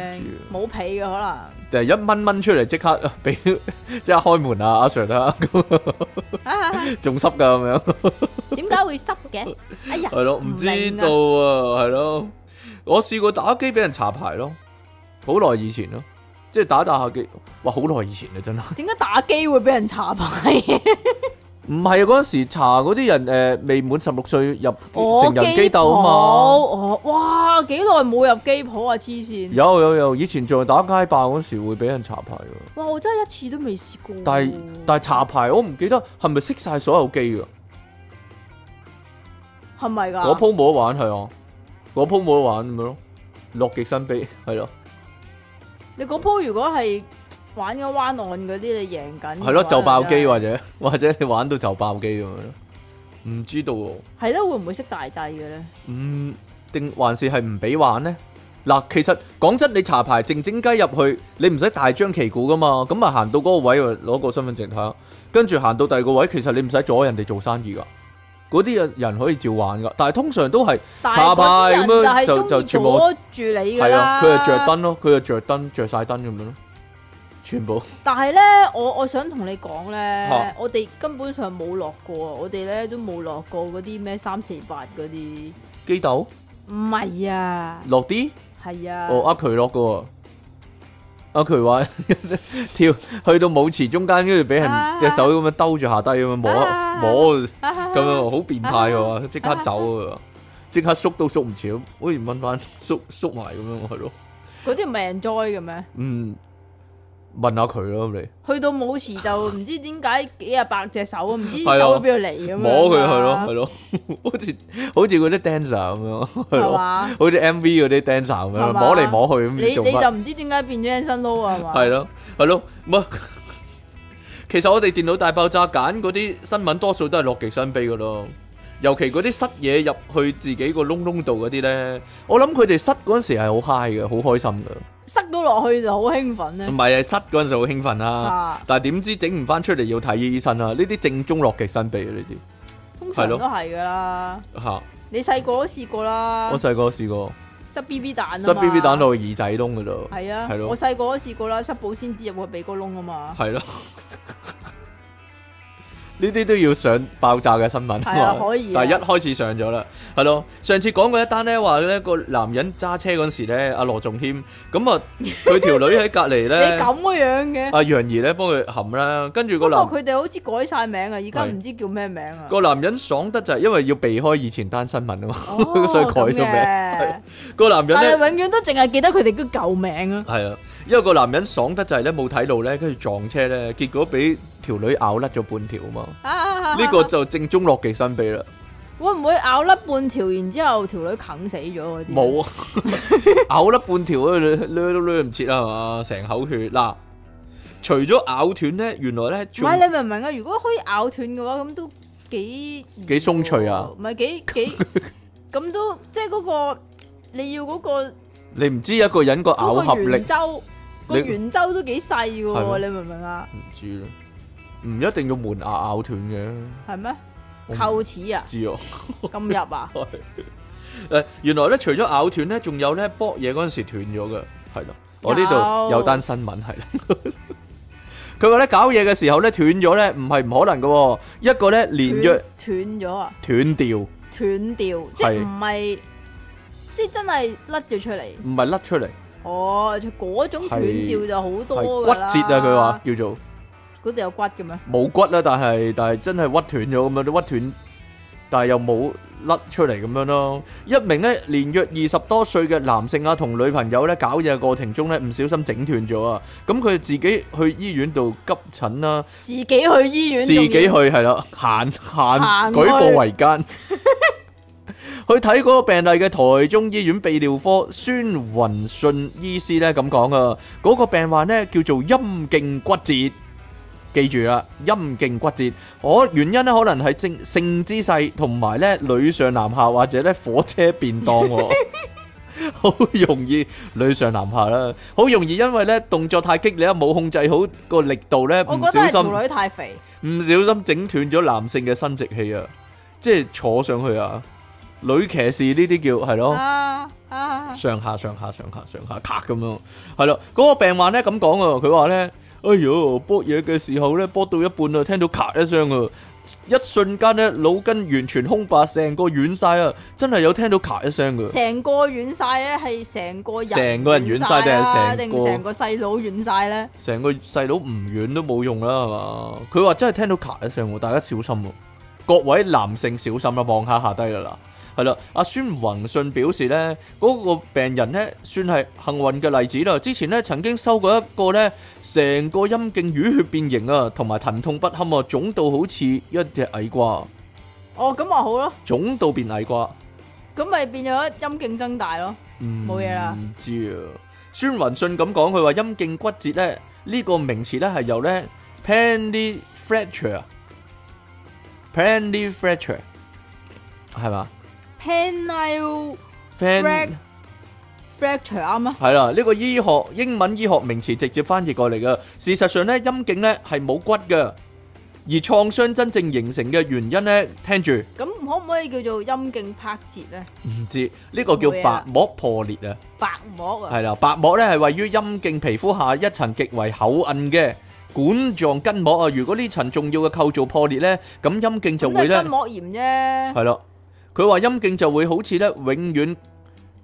A: 啊
B: 冇被嘅 可能啊
A: 就係一掹掹出嚟，即刻 俾即刻開門啊，阿 Sir 啦，咁
B: 啊，
A: 仲濕噶咁樣。
B: 點解會濕 嘅？哎呀，
A: 系咯，唔知
B: 明啊
A: 道啊，係咯。我試過打機俾人查牌咯，好耐以前咯，即係打打下機，哇，好耐以前啊，真係。
B: 點解打機會俾人查牌？
A: 唔係啊，嗰阵时查嗰啲人诶、誒未滿十六歲入
B: 我
A: 成人機
B: 機
A: 鬥
B: 鋪，
A: 啊嘛。
B: 我哇幾耐冇入機鋪啊黐 線！
A: 有有有，以前仲係打街霸嗰時會俾人查牌嘅，
B: 哇，我真係一次都未試過喎。
A: 但係
B: 嗯
A: 但係查牌我唔記得係咪熄晒所有機噶，
B: 係咪㗎？
A: 嗰鋪冇得玩係啊，嗰鋪冇得玩咁樣咯，樂極生悲，係咯，
B: 你嗰鋪如果係玩緊灣岸嗰啲，你贏緊嘅話
A: 係咯，就爆機
B: 真係
A: 或者 或者你玩到就爆機咁樣咯，唔知道喎。
B: 係咯，會唔會識大掣嘅咧？
A: 嗯，定還是係唔俾玩呢？嗱，其實講真，你查牌靜靜雞入去，你唔使大張旗鼓噶嘛，咁啊行到嗰個位就攞個身份證睇下，跟住行到第二個位，其實你唔使阻人哋做生意噶，嗰啲人可以照玩噶，但係通常都係
B: 但
A: 查
B: 係嗰
A: 牌咁
B: 啲
A: 樣
B: 人就
A: 就
B: 係中
A: 就
B: 意
A: 全
B: 阻
A: 部
B: 住你㗎
A: 係
B: 啦。
A: 啊，佢就着燈咯，佢就着燈，着晒燈咁樣咯，全部
B: 但係咧，我我想同你講
A: 嚇
B: 咧，我哋根本上冇落過啊，我哋咧都冇落過嗰啲咩三四八嗰啲，
A: 機豆
B: 唔係啊，
A: 落啲。
B: 係啊，
A: 哦，呃佢落噶喎，呃佢話 跳去到舞池中間，跟住俾人
B: 啊
A: 隻手咁樣兜住下低咁樣摸
B: 啊
A: 摸
B: 咁
A: 咁樣，好變態
B: 啊
A: 喎！即刻走喎，即刻縮都縮唔切，好似掹翻縮縮埋咁樣係咯。
B: 嗰啲唔係 enjoy 嘅咩？
A: 嗯，問下佢咯，你
B: 去到舞池就唔知點解幾廿百隻手，唔知
A: 係啊
B: 啲手喺邊度嚟咁樣啊
A: 摸佢係咯 係咯，好似好似嗰啲 dancer 咁樣係
B: 係
A: 咯，
B: 嘛？
A: 好似 MV 嗰啲 dancer 咁樣
B: 係嘛
A: 摸嚟摸去咁，唔
B: 你
A: 知
B: 你
A: 做乜。
B: 就唔知點解變咗 Anson Lo 啊係嘛？
A: 系咯，系咯，唔係 其實我哋電腦大爆炸揀嗰啲新聞，多數都係樂極生悲噶咯。尤其嗰啲塞嘢入去自己個窿窿度嗰啲咧，我諗佢哋塞嗰阵时系好 high 嘅，好開心噶。
B: 塞到落去就好興奮
A: 唔
B: 咧。
A: 係啊，塞嗰阵时好興奮啦，
B: 嗯啊，
A: 但系点知整唔翻出嚟要睇醫生啊？呢啲正宗樂極生悲啊，呢啲
B: 通
A: 係
B: 常
A: 咯
B: 都係噶啦。
A: 吓，
B: 你細個都試過啦
A: 我，細個試過
B: 塞 B B 蛋啊
A: 塞
B: 嘛
A: BB 蛋落去耳仔窿噶咯，
B: 係啊
A: 係，咯
B: 我細個都試過啦，塞保鮮紙入個鼻哥窿啊嘛。
A: 係咯， 呢啲都要上爆炸嘅新聞。
B: 係啊，可以啊。
A: 但係一開始上咗啦，係咯。上次講過一單咧，話咧個男人揸車嗰陣時咧，阿羅仲謙 咁啊，佢條女喺隔離
B: 你
A: 咧，
B: 咁嘅樣嘅，
A: 阿楊怡咧幫佢含啦，跟住
B: 不
A: 個
B: 過
A: 男
B: 佢哋好似改晒名啊，而家
A: 係
B: 唔知叫咩名啊。
A: 個男人爽得就係因為要避開以前單新聞啊嘛，
B: 哦
A: 所以改咗名
B: 咁嘅
A: 係個男人
B: 但
A: 咧
B: 係永遠都淨係記得佢哋嘅舊名啊。
A: 係啊，因為個男人爽得就係咧冇睇路咧，跟住撞車咧，結果俾條女咬甩咗半條啊嘛，
B: 啊
A: 呢個就正宗樂極生悲啦。
B: 會唔會咬甩半條，然之後條女啃死咗嗰啲？
A: 冇啊，咬甩半條啊，掠掠都掠唔切啊嘛，成口血嗱。除咗咬斷咧，原來咧
B: 唔
A: 仲
B: 係你明唔明啊？如果可以咬斷嘅話，咁都 幾
A: 幾鬆脆啊
B: 唔係幾幾咁都即係嗰個你要嗰個
A: 你唔知一個人個咬
B: 嗰個
A: 合力
B: 圓周個
A: 你
B: 圓周都幾細嘅
A: 係
B: 喎，
A: 咩
B: 你明唔明啊？
A: 唔知啦，唔一定要門牙咬斷嘅，
B: 係咩？
A: 我唔
B: 扣齒 啊，
A: 知啊。
B: 咁入啊？
A: 誒，原來咧除咗咬斷咧，仲有咧剝嘢嗰陣時斷咗嘅，係咯。我呢度
B: 有
A: 有單新聞係啦。 佢話咧搞嘢嘅時候咧斷咗咧，唔係唔可能嘅喎。一個咧連約
B: 斷咗啊，
A: 斷掉，唔
B: 斷掉，即係
A: 係
B: 唔係即係真係甩咗出嚟？
A: 係甩出嚟，
B: 哦，嗰種斷掉就好
A: 係
B: 多
A: 骨
B: 㗎啦
A: 折啊！佢話叫做。
B: 嗰度有骨嘅咩？
A: 冇骨啦，但係但係真係屈斷咗咁樣，都屈斷，但係又冇甩出嚟咁樣咯。一名咧年約二十多歲嘅男性啊，同女朋友咧搞嘢嘅過程中咧，唔小心整斷咗啊。咁佢自己去醫院度急診啦，
B: 自己去醫院，
A: 自己去
B: 仲要
A: 係啦，行行
B: 行
A: 舉步
B: 去
A: 維艱。 去睇嗰個病例嘅台中醫院泌尿科孫雲信醫師咧咁講啊，嗰、個病患咧叫做陰莖骨折。記住啦，陰莖骨折，可原因咧可能係性性姿勢同埋咧女上男下或者咧火車便當 喎，好容易女上男下啦，好容易因為咧動作太激烈啊，冇控制好個力度咧，
B: 我
A: 唔
B: 覺得
A: 小
B: 係
A: 心。
B: 條女太肥，
A: 唔小心整斷咗男性嘅生殖器啊，即係坐上去啊，女騎士呢啲叫係咯。
B: 啊啊，
A: 上下上下上下上下咔咁樣，係咯。嗰、個病患咧咁講啊，佢話咧：哎呦，剝嘢嘅時候咧，剝到一半啊，聽到咔一聲啊，一瞬間咧腦筋完全空白，成個軟晒啊，真係有聽到咔一聲噶。啊
B: 成個軟晒咧，係成個人
A: 成個人軟晒定係
B: 啊
A: 成個
B: 定成個細佬軟晒咧？
A: 成個細佬唔遠都冇用啦，係嘛？佢話真係聽到咔一聲喎，大家小心喎！各位男性小心啦，望下下低啦嗱，係啦。阿孫宏信表示呢，嗰、個病人呢，算係幸運嘅例子啦。之前呢，曾經收過一個呢，成個陰莖淤血變形啊，同埋疼痛不堪啊，腫到好似一隻矮瓜，
B: 哦，咁咪好咯，
A: 腫到變矮瓜。
B: 咁咪變咗陰莖增大咯，冇嘢啦
A: 唔知啊，孫雲信咁講，佢話陰莖骨折咧，呢、個名詞咧係由咧 pendy fracture、pendy fracture 係嘛
B: penile
A: ？pen
B: Frac- fracture 啱啦，
A: 係啦，呢個醫學英文醫學名詞直接翻譯過嚟嘅。事實上咧，陰莖咧係冇骨嘅，而創傷真正形成嘅原因咧，聽住
B: 咁可唔可以叫做陰莖拍折咧？
A: 唔知呢、個叫
B: 冇嘢啦
A: 白膜破裂啊。
B: 白膜啊，
A: 系啦，白膜咧係位於陰莖皮膚下一層極為厚韌嘅管狀筋膜啊。如果呢層重要嘅構造破裂咧， 咁陰莖就
B: 咁都
A: 會咧
B: 係筋膜炎啫。
A: 係啦。佢話陰莖就會好似咧永遠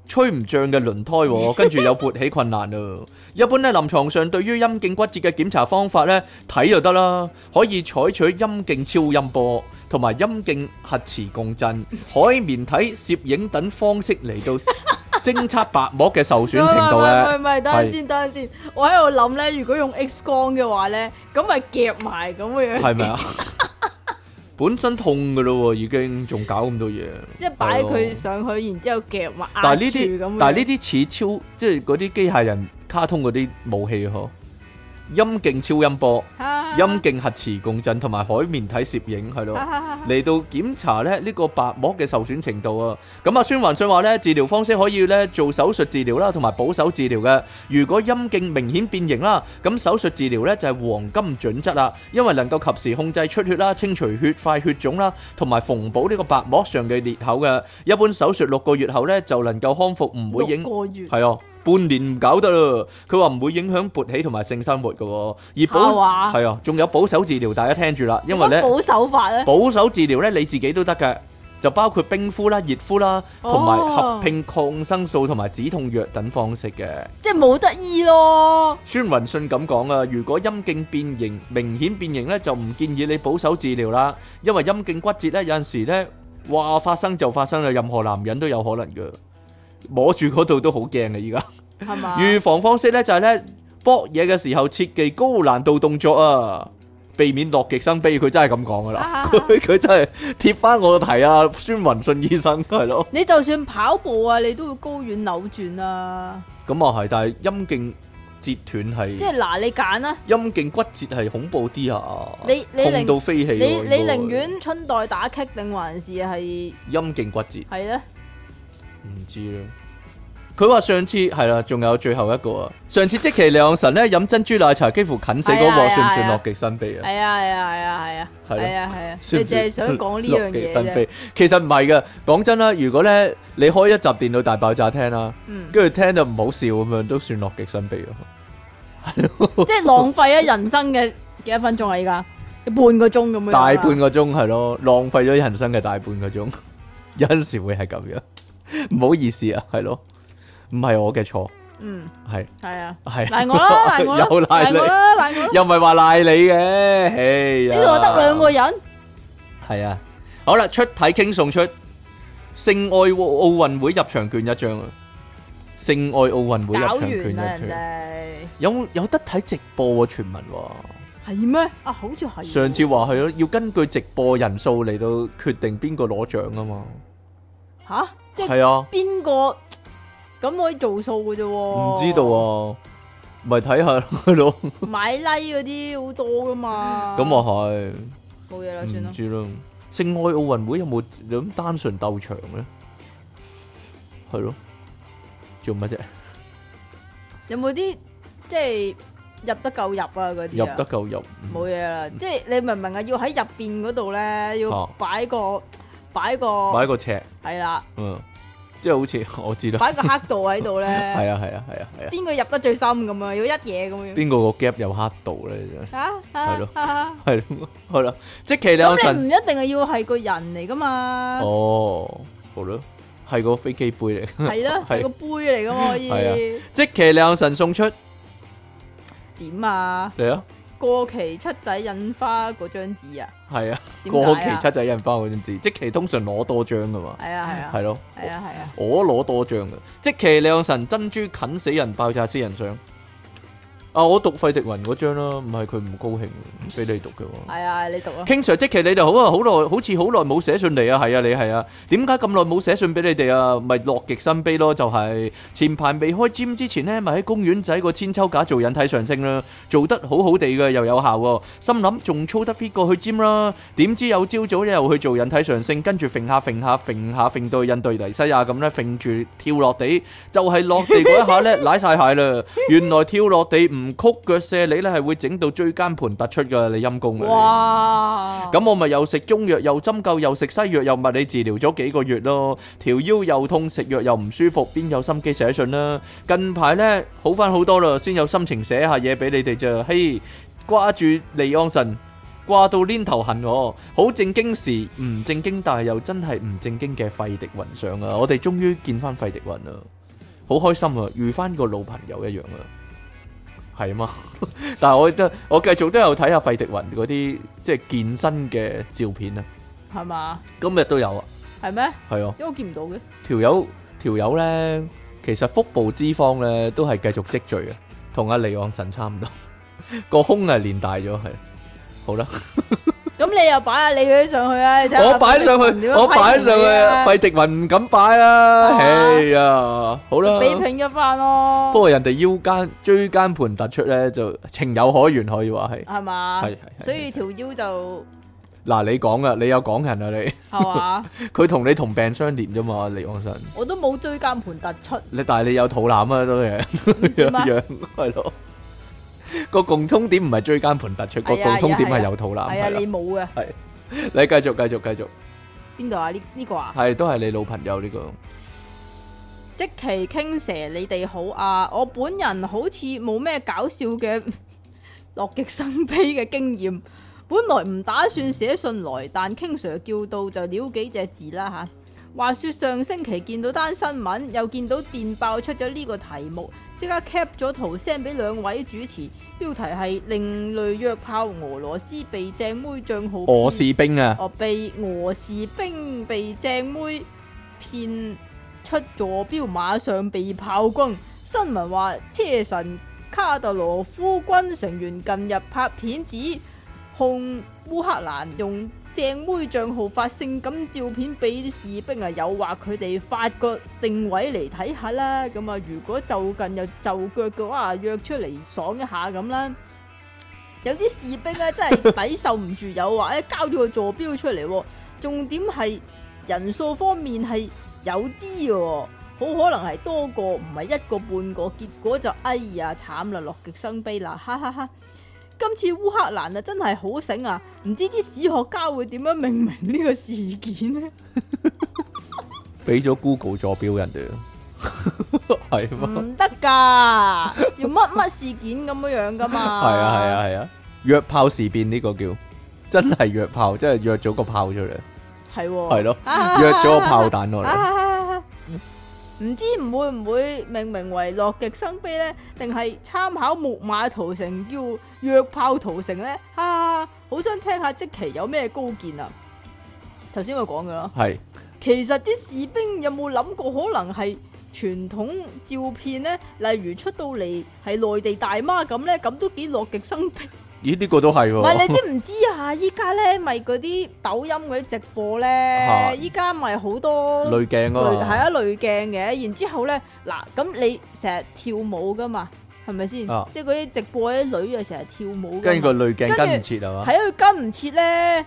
A: 吹唔脹嘅輪胎 喎，跟住有勃起困難啊。一般咧臨床上對於陰莖骨折嘅檢查方法咧，睇就得啦，可以採取陰莖超音波同埋陰莖核磁共 振、海綿體攝影等方式嚟到偵測白膜嘅受損 程度咧。
B: 喂喂喂喂，等下
A: 係
B: 先，等下先，我喺度諗咧，如果用 X 光嘅話咧，咁咪夾埋咁嘅樣，
A: 系咪啊？本身痛噶咯喎，已經仲搞咁多嘢。
B: 即係擺
A: 係
B: 佢
A: 咯
B: 上去，然之後夾埋壓
A: 但
B: 住
A: 係呢
B: 咁樣
A: 啲，。但係呢啲似超，即係嗰啲機械人卡通嗰啲武器嗬，陰莖超音波、
B: 啊
A: 陰莖核磁共振同埋海綿體攝影係咯。嚟到檢查咧呢個白膜嘅受損程度啊。咁啊，孫雲信話咧，治療方式可以咧做手術治療啦，同埋保守治療嘅。如果陰莖明顯變形啦，咁手術治療咧就係黃金準則啦，因為能夠及時控制出血啦、清除血塊、血腫啦，同埋縫補呢個白膜上嘅裂口嘅。一般手術六個月後咧就能夠康復，唔會影
B: 六個月
A: 係啊。半年唔搞得啦，佢話唔會影響勃起同埋性生活嘅喎，而
B: 嚇
A: 保
B: 話，
A: 係啊，仲有保守治療，大家聽住啦，因為咧
B: 點。解保守法 咧，
A: 保守治療咧，你自己都得嘅，就包括冰敷啦、熱敷啦，同埋合
B: 哦
A: 併抗生素同埋止痛藥等方式嘅。
B: 即係冇得醫咯。
A: 孫雲信咁講啊，如果陰莖變形，明顯變形咧，就唔建議你保守治療啦，因為陰莖骨折咧，有陣時咧，哇發生就發生啦，任何男人都有可能嘅，摸住嗰度都好驚啊！依家。
B: 係嘛？
A: 預防方式咧就係咧搏嘢嘅時候切忌高難度動作啊，避免樂極生悲。佢真係咁講噶 啦，佢佢真係貼翻我個題啊，孫雲信醫生係咯。
B: 你就算跑步啊，你都會高遠扭轉啊。
A: 咁啊係，但係陰莖截斷
B: 即
A: 係
B: 係嗱，你揀啦，
A: 陰莖骨折係恐怖啲啊，
B: 你你
A: 痛
B: 寧
A: 到飛起喎。
B: 你你
A: 應該
B: 寧願春代打棘定還是係
A: 陰莖骨折。
B: 係咧？
A: 唔知啦。佢話上次係啦，仲有最後一個啊。上次即其兩神咧飲珍珠奶茶，幾乎近死嗰
B: 係
A: 個，
B: 啊
A: 算唔算
B: 係啊
A: 樂極生悲啊？
B: 係啊係啊係啊係啊
A: 係咯
B: 係啊 係啊！
A: 算
B: 你
A: 唔算
B: 淨係想講 呢樣
A: 樂極
B: 嘢
A: 生
B: 啫。
A: 悲。其實唔係嘅，講真啦，如果咧你開一集電腦大爆炸聽啦，
B: 嗯，
A: 跟住聽到唔好笑咁樣，都算樂極生悲咯。
B: 即係浪費咗人生嘅幾多分鐘啊？依家半個鐘咁樣啊。
A: 大半個鐘係咯，浪費咗人生嘅大半個鐘， 有陣時會係咁樣。唔好意思啊，係咯，唔係我嘅錯，
B: 嗯
A: 係
B: 係 啊，
A: 係。
B: 賴我啦，賴我啦，
A: 又賴你
B: 賴我，啦，賴 我啦。
A: 又唔係話賴你嘅，唉呀
B: 呢度得兩個人，
A: 系啊，好啦，出體傾送出性愛奧運會入場券一張啊，性愛奧運會
B: 搞
A: 入場券
B: 完
A: 一
B: 啦
A: 張，
B: 人
A: 有有得睇直播喎、傳聞話，
B: 哋係咩？啊，好似係喎
A: 上次話係咯，要根據直播人數嚟到決定邊個攞獎啊嘛，
B: 吓，即係
A: 係啊，
B: 邊個咁可以做數嘅啫
A: 唔
B: 喎？
A: 知道啊，咪睇下咯，
B: 買 like 嗰啲好多噶嘛。
A: 咁啊係。
B: 冇嘢啦，哦算
A: 唔
B: 啦。
A: 知啦。性愛奧運會有冇咁單純鬥場咧？係咯，做乜
B: 啊
A: 啫？
B: 有冇啲即係入得夠入啊嗰啲
A: 入
B: 啊
A: 得夠入，
B: 冇嘢啦，即係你明唔明啊？要喺入邊嗰度咧，要
A: 啊
B: 擺個擺個
A: 擺個尺，
B: 係啦，
A: 嗯，即係好似 我知啦，
B: 擺個黑度喺度咧，
A: 係啊係啊係啊係啊，
B: 邊個入得最深咁啊？要一嘢咁樣
A: 邊個個 gap 有黑度咧？真係
B: 啊
A: 係咯
B: 啊啊！
A: 係咯，好啦，即其兩
B: 咁你唔
A: 神
B: 一定係要係個人嚟噶嘛，
A: 哦，好啦，係個飛機杯嚟，
B: 係啦，
A: 係
B: 係個杯嚟噶嘛，可以
A: 係即其兩神送出
B: 點啊？
A: 嚟啊，
B: 過期七仔印花嗰張紙啊，
A: 係啊，
B: 點
A: 過期
B: 解啊
A: 七仔印花嗰陣字，即其通常攞多張噶嘛，
B: 係啊係啊
A: 係咯，
B: 係啊係啊，
A: 我攞多張嘅，即其兩神珍珠近死人爆炸私人相啊，我讀費迪雲嗰張啦，唔係佢唔高興，俾你讀嘅喎。
B: 系啊，你讀 啊。
A: King Sir，即期你哋好啊，好耐，好似好耐冇寫信嚟啊，係啊，你係啊，點解咁耐冇寫信俾你哋啊？咪樂極生悲咯，就係、前排未開 gym 之前呢，咪喺公園仔個千秋架做引體上升啦，做得好好地嘅，又有效喎、心諗仲操得 fit 過去 gym 啦，點知有朝早又去做引體上升，跟住揈下揈下揈下揈到印度尼西亞咁咧，揈住跳落地，就係落地嗰一下咧，舐晒蟹啦！原來跳落地唔曲腳卸你咧，係會整到椎間盤突出㗎，你陰公啊！你
B: 哇！
A: 咁我咪又食中藥，又針灸，又食西藥，又物理治療咗幾個月咯。條腰又痛，食藥又唔舒服，邊有心機寫信啦？近排呢，好翻好多啦，先有心情寫下嘢俾你哋啫。嘿，掛住利安神，掛到黏頭痕我，好正經時唔正經，但係又真係唔正經嘅費迪雲上啊！我哋終於見翻費迪雲啦，好開心啊！遇翻個老朋友一樣啊！係啊嘛，但係我都我繼續都有睇下費迪雲嗰啲即係健身嘅照片啊，
B: 係嘛？
A: 今日都有啊，
B: 係咩？
A: 係啊，
B: 點解我見唔到嘅？
A: 條友條友咧，其實腹部脂肪咧都係繼續積聚啊，同阿離岸神差唔多， 個胸係連大咗係，好啦，
B: 咁你又擺下你嗰啲上去啊！你睇下
A: 我擺上
B: 菲律賓
A: 去，
B: 點樣
A: 我擺上去啊，
B: 批評
A: 費迪雲唔敢擺啦，
B: 係嘛
A: 哎呀，好
B: 你
A: 啦
B: 啊，，比拼一番咯，
A: 不過人哋腰間椎間盤突出咧就情有可原可以話係，
B: 係嘛？
A: 係係係
B: 所以條腰就
A: 嗱你講啊，你有港人啊你。
B: 係嘛？
A: 佢同你同病相憐啫嘛，離岸神。
B: 我都冇椎間盤突出，
A: 你但係你有肚腩啊，都係 一
B: 點啊
A: 樣係咯。個共通點唔係椎間盤突出，個
B: 係啊
A: 共通點
B: 係啊
A: 係有肚腩。
B: 係啊，
A: 係啦
B: 你冇嘅
A: 你繼續繼續繼續，
B: 邊度啊？呢呢個啊？
A: 係都係你老朋友呢個。
B: 即其傾蛇，你哋好啊！我本人好似冇咩搞笑嘅嗯樂極生悲嘅經驗，本來唔打算寫信來，但傾 Sir 叫到就了幾隻字啦吓。話說上星期見到單新聞，又見到電爆出咗呢個題目，即刻 cap 咗圖 send 俾兩位主持，標題係另類約炮俄羅斯被正妹帳號
A: 俄
B: 騙
A: 士兵啊，
B: 哦，被俄士兵被正妹騙出座標，馬上被炮轟。新聞話，車臣卡特羅夫軍成員近日拍片指控烏克蘭用正妹帳號發性感照片俾啲士兵啊，誘惑佢哋發個定位嚟睇下啦。咁啊，如果就近又就腳嘅話，約出嚟爽一下咁啦。有啲士兵咧真 係抵受唔住誘惑咧，交咗個坐標出嚟喎。重點係人數方面係有啲嘅喎，好可能係多個，唔係一個半個。結果就哎呀慘啦，樂極生悲啦，哈哈哈！今次烏克蘭啊真係好醒啊，唔知啲史學家會點樣命名呢個事 件呢？
A: 俾咗 Google 坐標人哋， 係嘛？
B: 唔得噶，要乜乜事件咁樣樣噶
A: 係
B: 嘛？
A: 啊係啊係啊，約炮事變呢個叫真係約炮，真係約咗個炮出嚟，
B: 係喎，
A: 係咯，
B: 啊
A: 約咗個炮彈落嚟，
B: 啊唔知唔會唔會命名為樂極生悲呢？定係參考木馬屠城叫約炮屠城呢？啊，好想聽下即期有咩高見啊！頭先我講噶啦，
A: 係
B: 其實啲士兵有冇諗過可能係傳統照片呢？例如出到嚟係內地大媽咁呢，咁都幾樂極生悲。
A: 咦呢個都係
B: 唔係你
A: 喎，
B: 知唔知啊？依家呢咪嗰啲抖音嗰啲直播
A: 嚇
B: 呢，依家咪好 多
A: 濾鏡
B: 濾係
A: 啊
B: 啊濾鏡嘅，然之後咧嗱，咁你成日跳舞噶嘛，係咪先？
A: 啊
B: 即係嗰啲直播啲女啊，成日跳舞
A: 嘛，
B: 㗎
A: 跟住
B: 嘛
A: 個濾鏡跟
B: 跟
A: 唔切係嘛？
B: 係啊，佢跟唔切咧，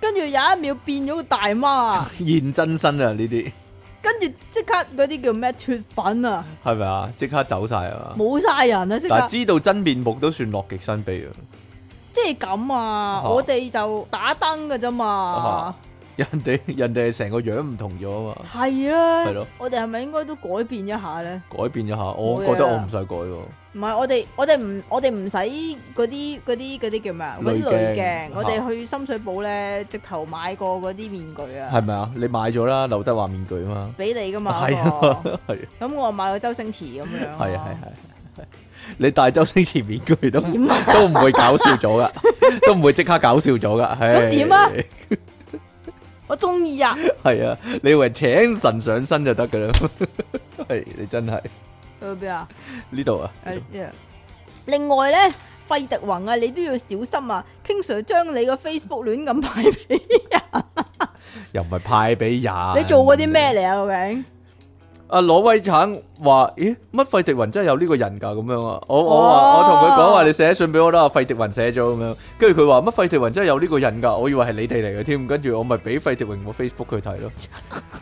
B: 跟住有一秒變咗個大媽 啊，
A: 現真身啊！呢啲
B: 跟住即刻嗰啲叫咩脱粉啊，
A: 係咪啊？即刻走晒啊！嘛！
B: 冇晒人啊，即
A: 但係
B: 刻
A: 知道真面目都算樂極生悲啊！
B: 即係咁啊！
A: 嚇
B: 我哋就打燈㗎啫
A: 哦
B: 嘛，
A: 人哋人哋係成個樣唔同咗啊嘛，
B: 係
A: 係
B: 啦
A: 咯，
B: 我哋係咪應該都改變一下咧？
A: 改變咗下，我
B: 冇嘢啦
A: 覺得我唔使改喎。
B: 唔係，我哋我哋唔我哋唔使嗰啲嗰啲嗰啲叫咩啊？嗰
A: 濾
B: 啲濾
A: 鏡啊
B: 鏡，我哋去深水埗咧，直頭買過嗰啲面具啊，
A: 係咪啊？你買咗啦，劉德華面具啊嘛，
B: 俾你噶嘛。
A: 係
B: 嗰
A: 啊
B: 個，
A: 係
B: 咁我買個周星馳咁樣啊。
A: 係係係，你戴周星馳面具都
B: 點啊
A: 都唔會搞笑咗噶，都唔會即刻搞笑咗噶。
B: 咁點啊我中意 啊！
A: 係啊，你以為請神上身就 得噶啦？係你真係
B: 去邊啊？
A: 呢度啊，
B: 誒，另外咧，費迪雲啊，你都要小心啊！King Sir 將你個 Facebook 亂咁派俾
A: 又唔係派俾人。
B: 你做過啲咩嚟啊？究竟？
A: 阿挪威橙話：咦，乜費迪雲真係有呢個人㗎？咁樣啊，我我
B: 哦
A: 話我同佢講話，你寫信俾我啦，費迪雲寫咗咁樣。跟住佢話乜費迪雲真係有呢個人㗎？我以為係你哋嚟嘅添。跟住我咪俾費迪雲個 Facebook 佢睇 咯。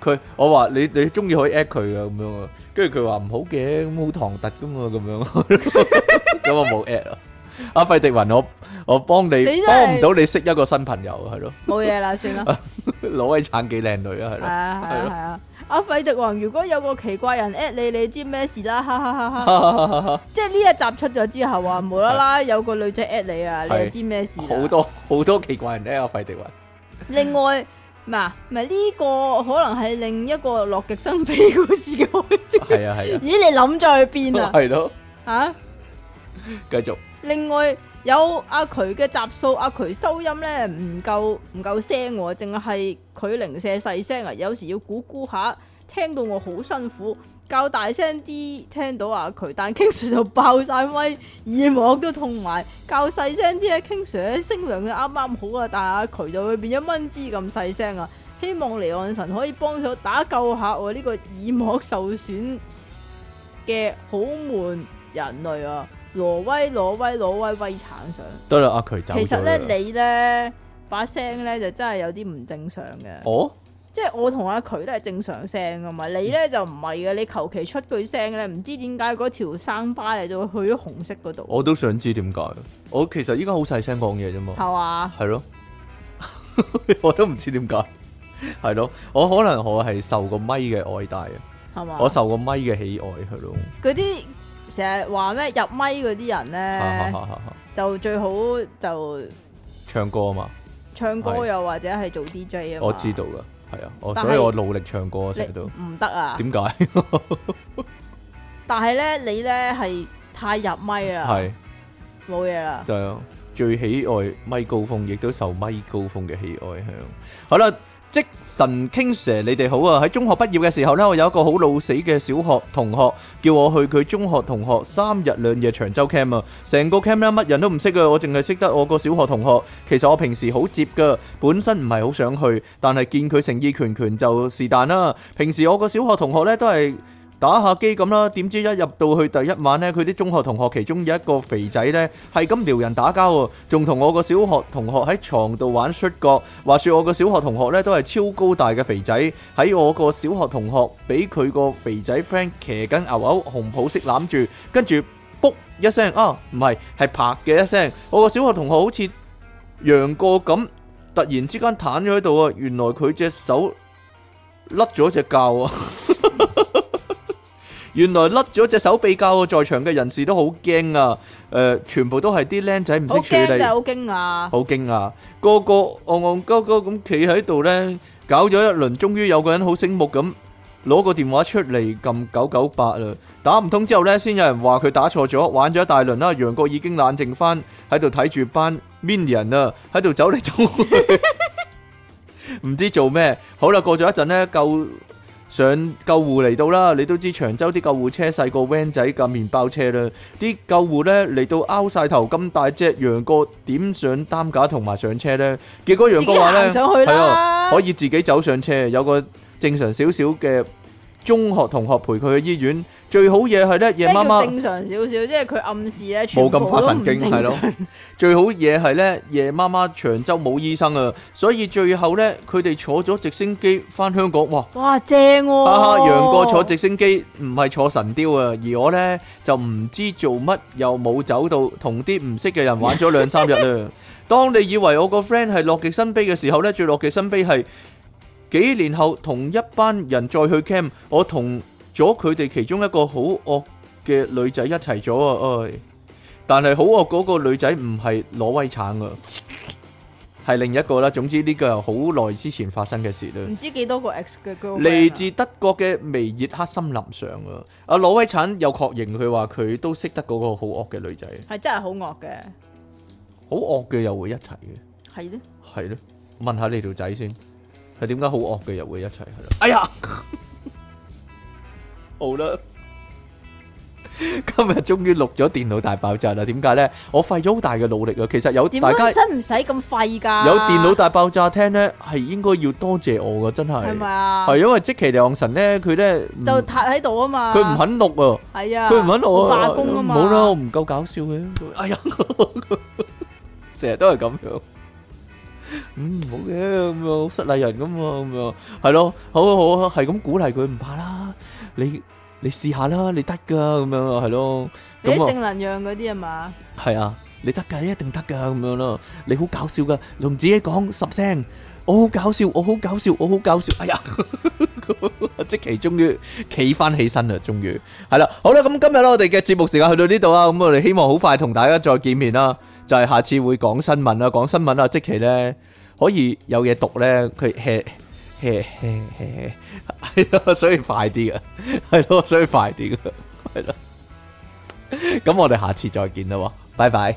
A: 佢我話你你中意可以 at 佢㗎咁樣啊。跟住佢話唔好嘅，咁好唐突㗎嘛咁樣。 咁我冇 at 啊。阿費迪雲，我我幫你
B: 你真係
A: 幫唔到你識一個新朋友係咯。
B: 冇嘢啦，算啦。
A: 挪威橙幾靚女啊 係
B: 係
A: 咯。
B: 啊係
A: 係
B: 啊
A: 咯
B: 係啊！阿費迪雲，如果有個奇怪人 at 你，你知咩事啦？哈哈哈 哈！即係呢一集出咗之後啊，無啦啦有個女仔 at 你啊，你
A: 係
B: 又知咩事啦
A: 好多好多奇怪人 at 阿費迪雲。
B: 另外，嗱，啊，咪呢個可能係另一個樂極生悲故事嘅 開端。
A: 係啊係
B: 咦，你諗咗去邊
A: 啊，
B: 啊？
A: 係咯，
B: 啊！
A: 繼續
B: 另外有阿渠嘅集數，阿渠收音咧唔夠唔夠聲喎，淨係佢零舍細聲啊，有時要估估下，聽到我好辛苦。較大聲啲聽到阿渠，但 King Sir 就爆晒咪，耳膜都痛埋。較細聲啲咧，King Sir 聲量就啱啱好啊，但係阿渠就會變咗蚊枝咁細聲啊。希望離岸神可以幫手打救下我呢個耳膜受損嘅好悶人類啊！挪威挪威挪威威橙上，
A: 得啦，阿渠走咗啦
B: 其實咧你咧把聲咧就真係有啲唔正常嘅，
A: 哦，
B: 即係我同阿佢咧係正常聲噶嘛，你咧就唔係嘅，你求其出句聲咧，唔知點解嗰條生巴咧就會去咗紅色嗰度，
A: 我都想知點解。我其實依家好細聲講嘢啫嘛，
B: 係嘛？
A: 係咯， 我都唔知點解。係咯，我可能我係受個咪嘅愛戴啊，
B: 係嘛？
A: 我受個咪嘅喜愛係咯，
B: 嗰啲成日話咩入咪嗰啲人
A: 哈哈
B: 咧，
A: 哈哈哈
B: 就最好就
A: 唱歌啊嘛，
B: 唱歌
A: 係
B: 又或者係做 DJ 啊嘛
A: 我知道噶，係啊，我
B: 但係
A: 所以我努力唱歌啊
B: 你
A: 成日都。
B: 唔得啊！
A: 點解？
B: 但係咧你咧係太入咪啦，
A: 係
B: 冇嘢啦。
A: 就係啊最喜愛咪高峰，亦都受咪高峰嘅喜愛係啊好啦，即神傾蛇，你哋好啊！喺中學畢業嘅時候呢，我有一個好老死嘅小學同學，叫我去佢中學同學三日兩夜長洲 camp 啊！成個 camp 呢，乜人都唔識嘅，我淨係識得我個小學同學。其實我平時好接噶，本身唔係好想去，但係見佢誠意拳拳就是但啦。平時我個小學同學呢，都係。打下機咁啦，點知一入到去第一晚呢，佢啲中學同學其中有一個肥仔呢，係咁撩人打交喎，仲同我個小學同學喺床度玩摔角。話說我個小學同學呢，都係超高大嘅肥仔，喺我個小學同學俾佢個肥仔 friend 騎緊牛牛紅抱式攬住，跟住卜一聲啊，唔係係啪嘅一聲，啊我個小學同學好似楊過咁，突然之間攤咗喺度啊！原來佢隻手甩咗隻臼啊！ 原來甩咗隻手臂臼啊！在場嘅人士都好驚啊！誒、全部都係啲僆仔唔識
B: 好
A: 處
B: 驚
A: 理
B: 就。好驚啊！
A: 好驚訝，個個戇戇鳩鳩咁企喺度咧，搞咗一輪，終於有個人好醒目咁攞個電話出嚟撳九九八啦，打唔通之後咧，先有人話佢打錯咗，玩咗一大輪啦，楊過已經冷靜翻，喺度睇住班 minion 啊，喺度走嚟走去，唔知做咩。好啦，過咗一陣咧，救。上救護嚟到啦，你都知長洲啲救護車細過 van 仔架麵包車啦，啲救護呢嚟到拗晒頭咁大隻楊過點上擔架同埋上車呢？結果
B: 自
A: 楊
B: 己
A: 過話
B: 行
A: 呢，
B: 上去
A: 係
B: 啦
A: 啊，可，以自己走上車，有個正常少少嘅中學同學陪佢去醫院，最好嘢係呢，夜
B: 咩
A: 媽
B: 叫
A: 媽。
B: 正常少少？即係佢暗示咧，全
A: 冇
B: 部
A: 咁
B: 都
A: 發
B: 唔
A: 神經，
B: 正
A: 係咯
B: 常。。
A: 最好嘢係呢，夜媽媽長洲冇醫生啊，所以最後呢，佢哋坐咗直升機翻香港，哇！
B: 哇，正喎！
A: 哈哈，楊過坐直升機唔係坐神雕啊，而我呢，就唔知做乜，又冇走到，同啲唔識嘅人玩咗兩三日啦。 當你以為我個 friend 係樂極生悲嘅時候呢，最樂極生悲係幾年後同一班人再去 camp，我同咗佢哋其中一個好惡嘅女仔一齊咗啊！唉，但係好惡嗰個女仔唔係挪威橙啊，係另一個啦。總之呢個係好耐之前發生嘅事啦。
B: 唔知幾多個 X 嘅啊 girl
A: 嚟自德國嘅微熱黑森林上啊！阿挪威產又確認佢話佢都識得嗰個好惡嘅女仔，
B: 係真係好惡嘅，
A: 好惡嘅又會一齊嘅，
B: 係咧。
A: 係咯？問下你條仔先，佢點解好惡嘅又 會一齊係咯？哎呀，好啦，今日終於錄咗電腦大爆炸啦！點解呢？我費咗好大嘅努力啊！其實有
B: 點
A: 大
B: 解
A: 家
B: 使唔使咁廢㗎？
A: 有電腦大爆炸聽呢，係應該要多謝我噶，真
B: 係
A: 係
B: 咪啊？
A: 係因為即其梁神呢，佢呢，唔
B: 就攤喺度啊嘛。
A: 佢唔肯錄啊，
B: 係啊，
A: 佢唔肯錄啊，
B: 罷工啊嘛。
A: 唔好啦，我唔夠搞笑嘅，哎呀， 成日都係咁樣。嗯，唔好嘅咁樣，好失禮人咁啊，咁樣係咯，好啊好啊，係咁鼓勵佢唔怕啦，你你試下啦，你得噶咁樣啊，係咯，
B: 你
A: 咁
B: 啲
A: 啊。
B: 正能量嗰啲啊嘛，
A: 係啊，你得噶，一定得噶咁樣咯。你好搞笑噶，同自己講十聲，我好搞笑，我好搞笑，我好搞笑。 哎呀，即期終於企翻起身啦，終於係啦。好啦，咁今日咧我哋嘅節目時間去到呢度啊，咁我哋希望好快同大家再見面啦。就係下次會講新聞啦，講新聞啊，即期咧可以有嘢讀咧，佢 hea hea hea hea 係 咯，所以快啲嘅，係咯，所以快啲嘅，係咯。咁我哋下次再見啦喎，拜拜。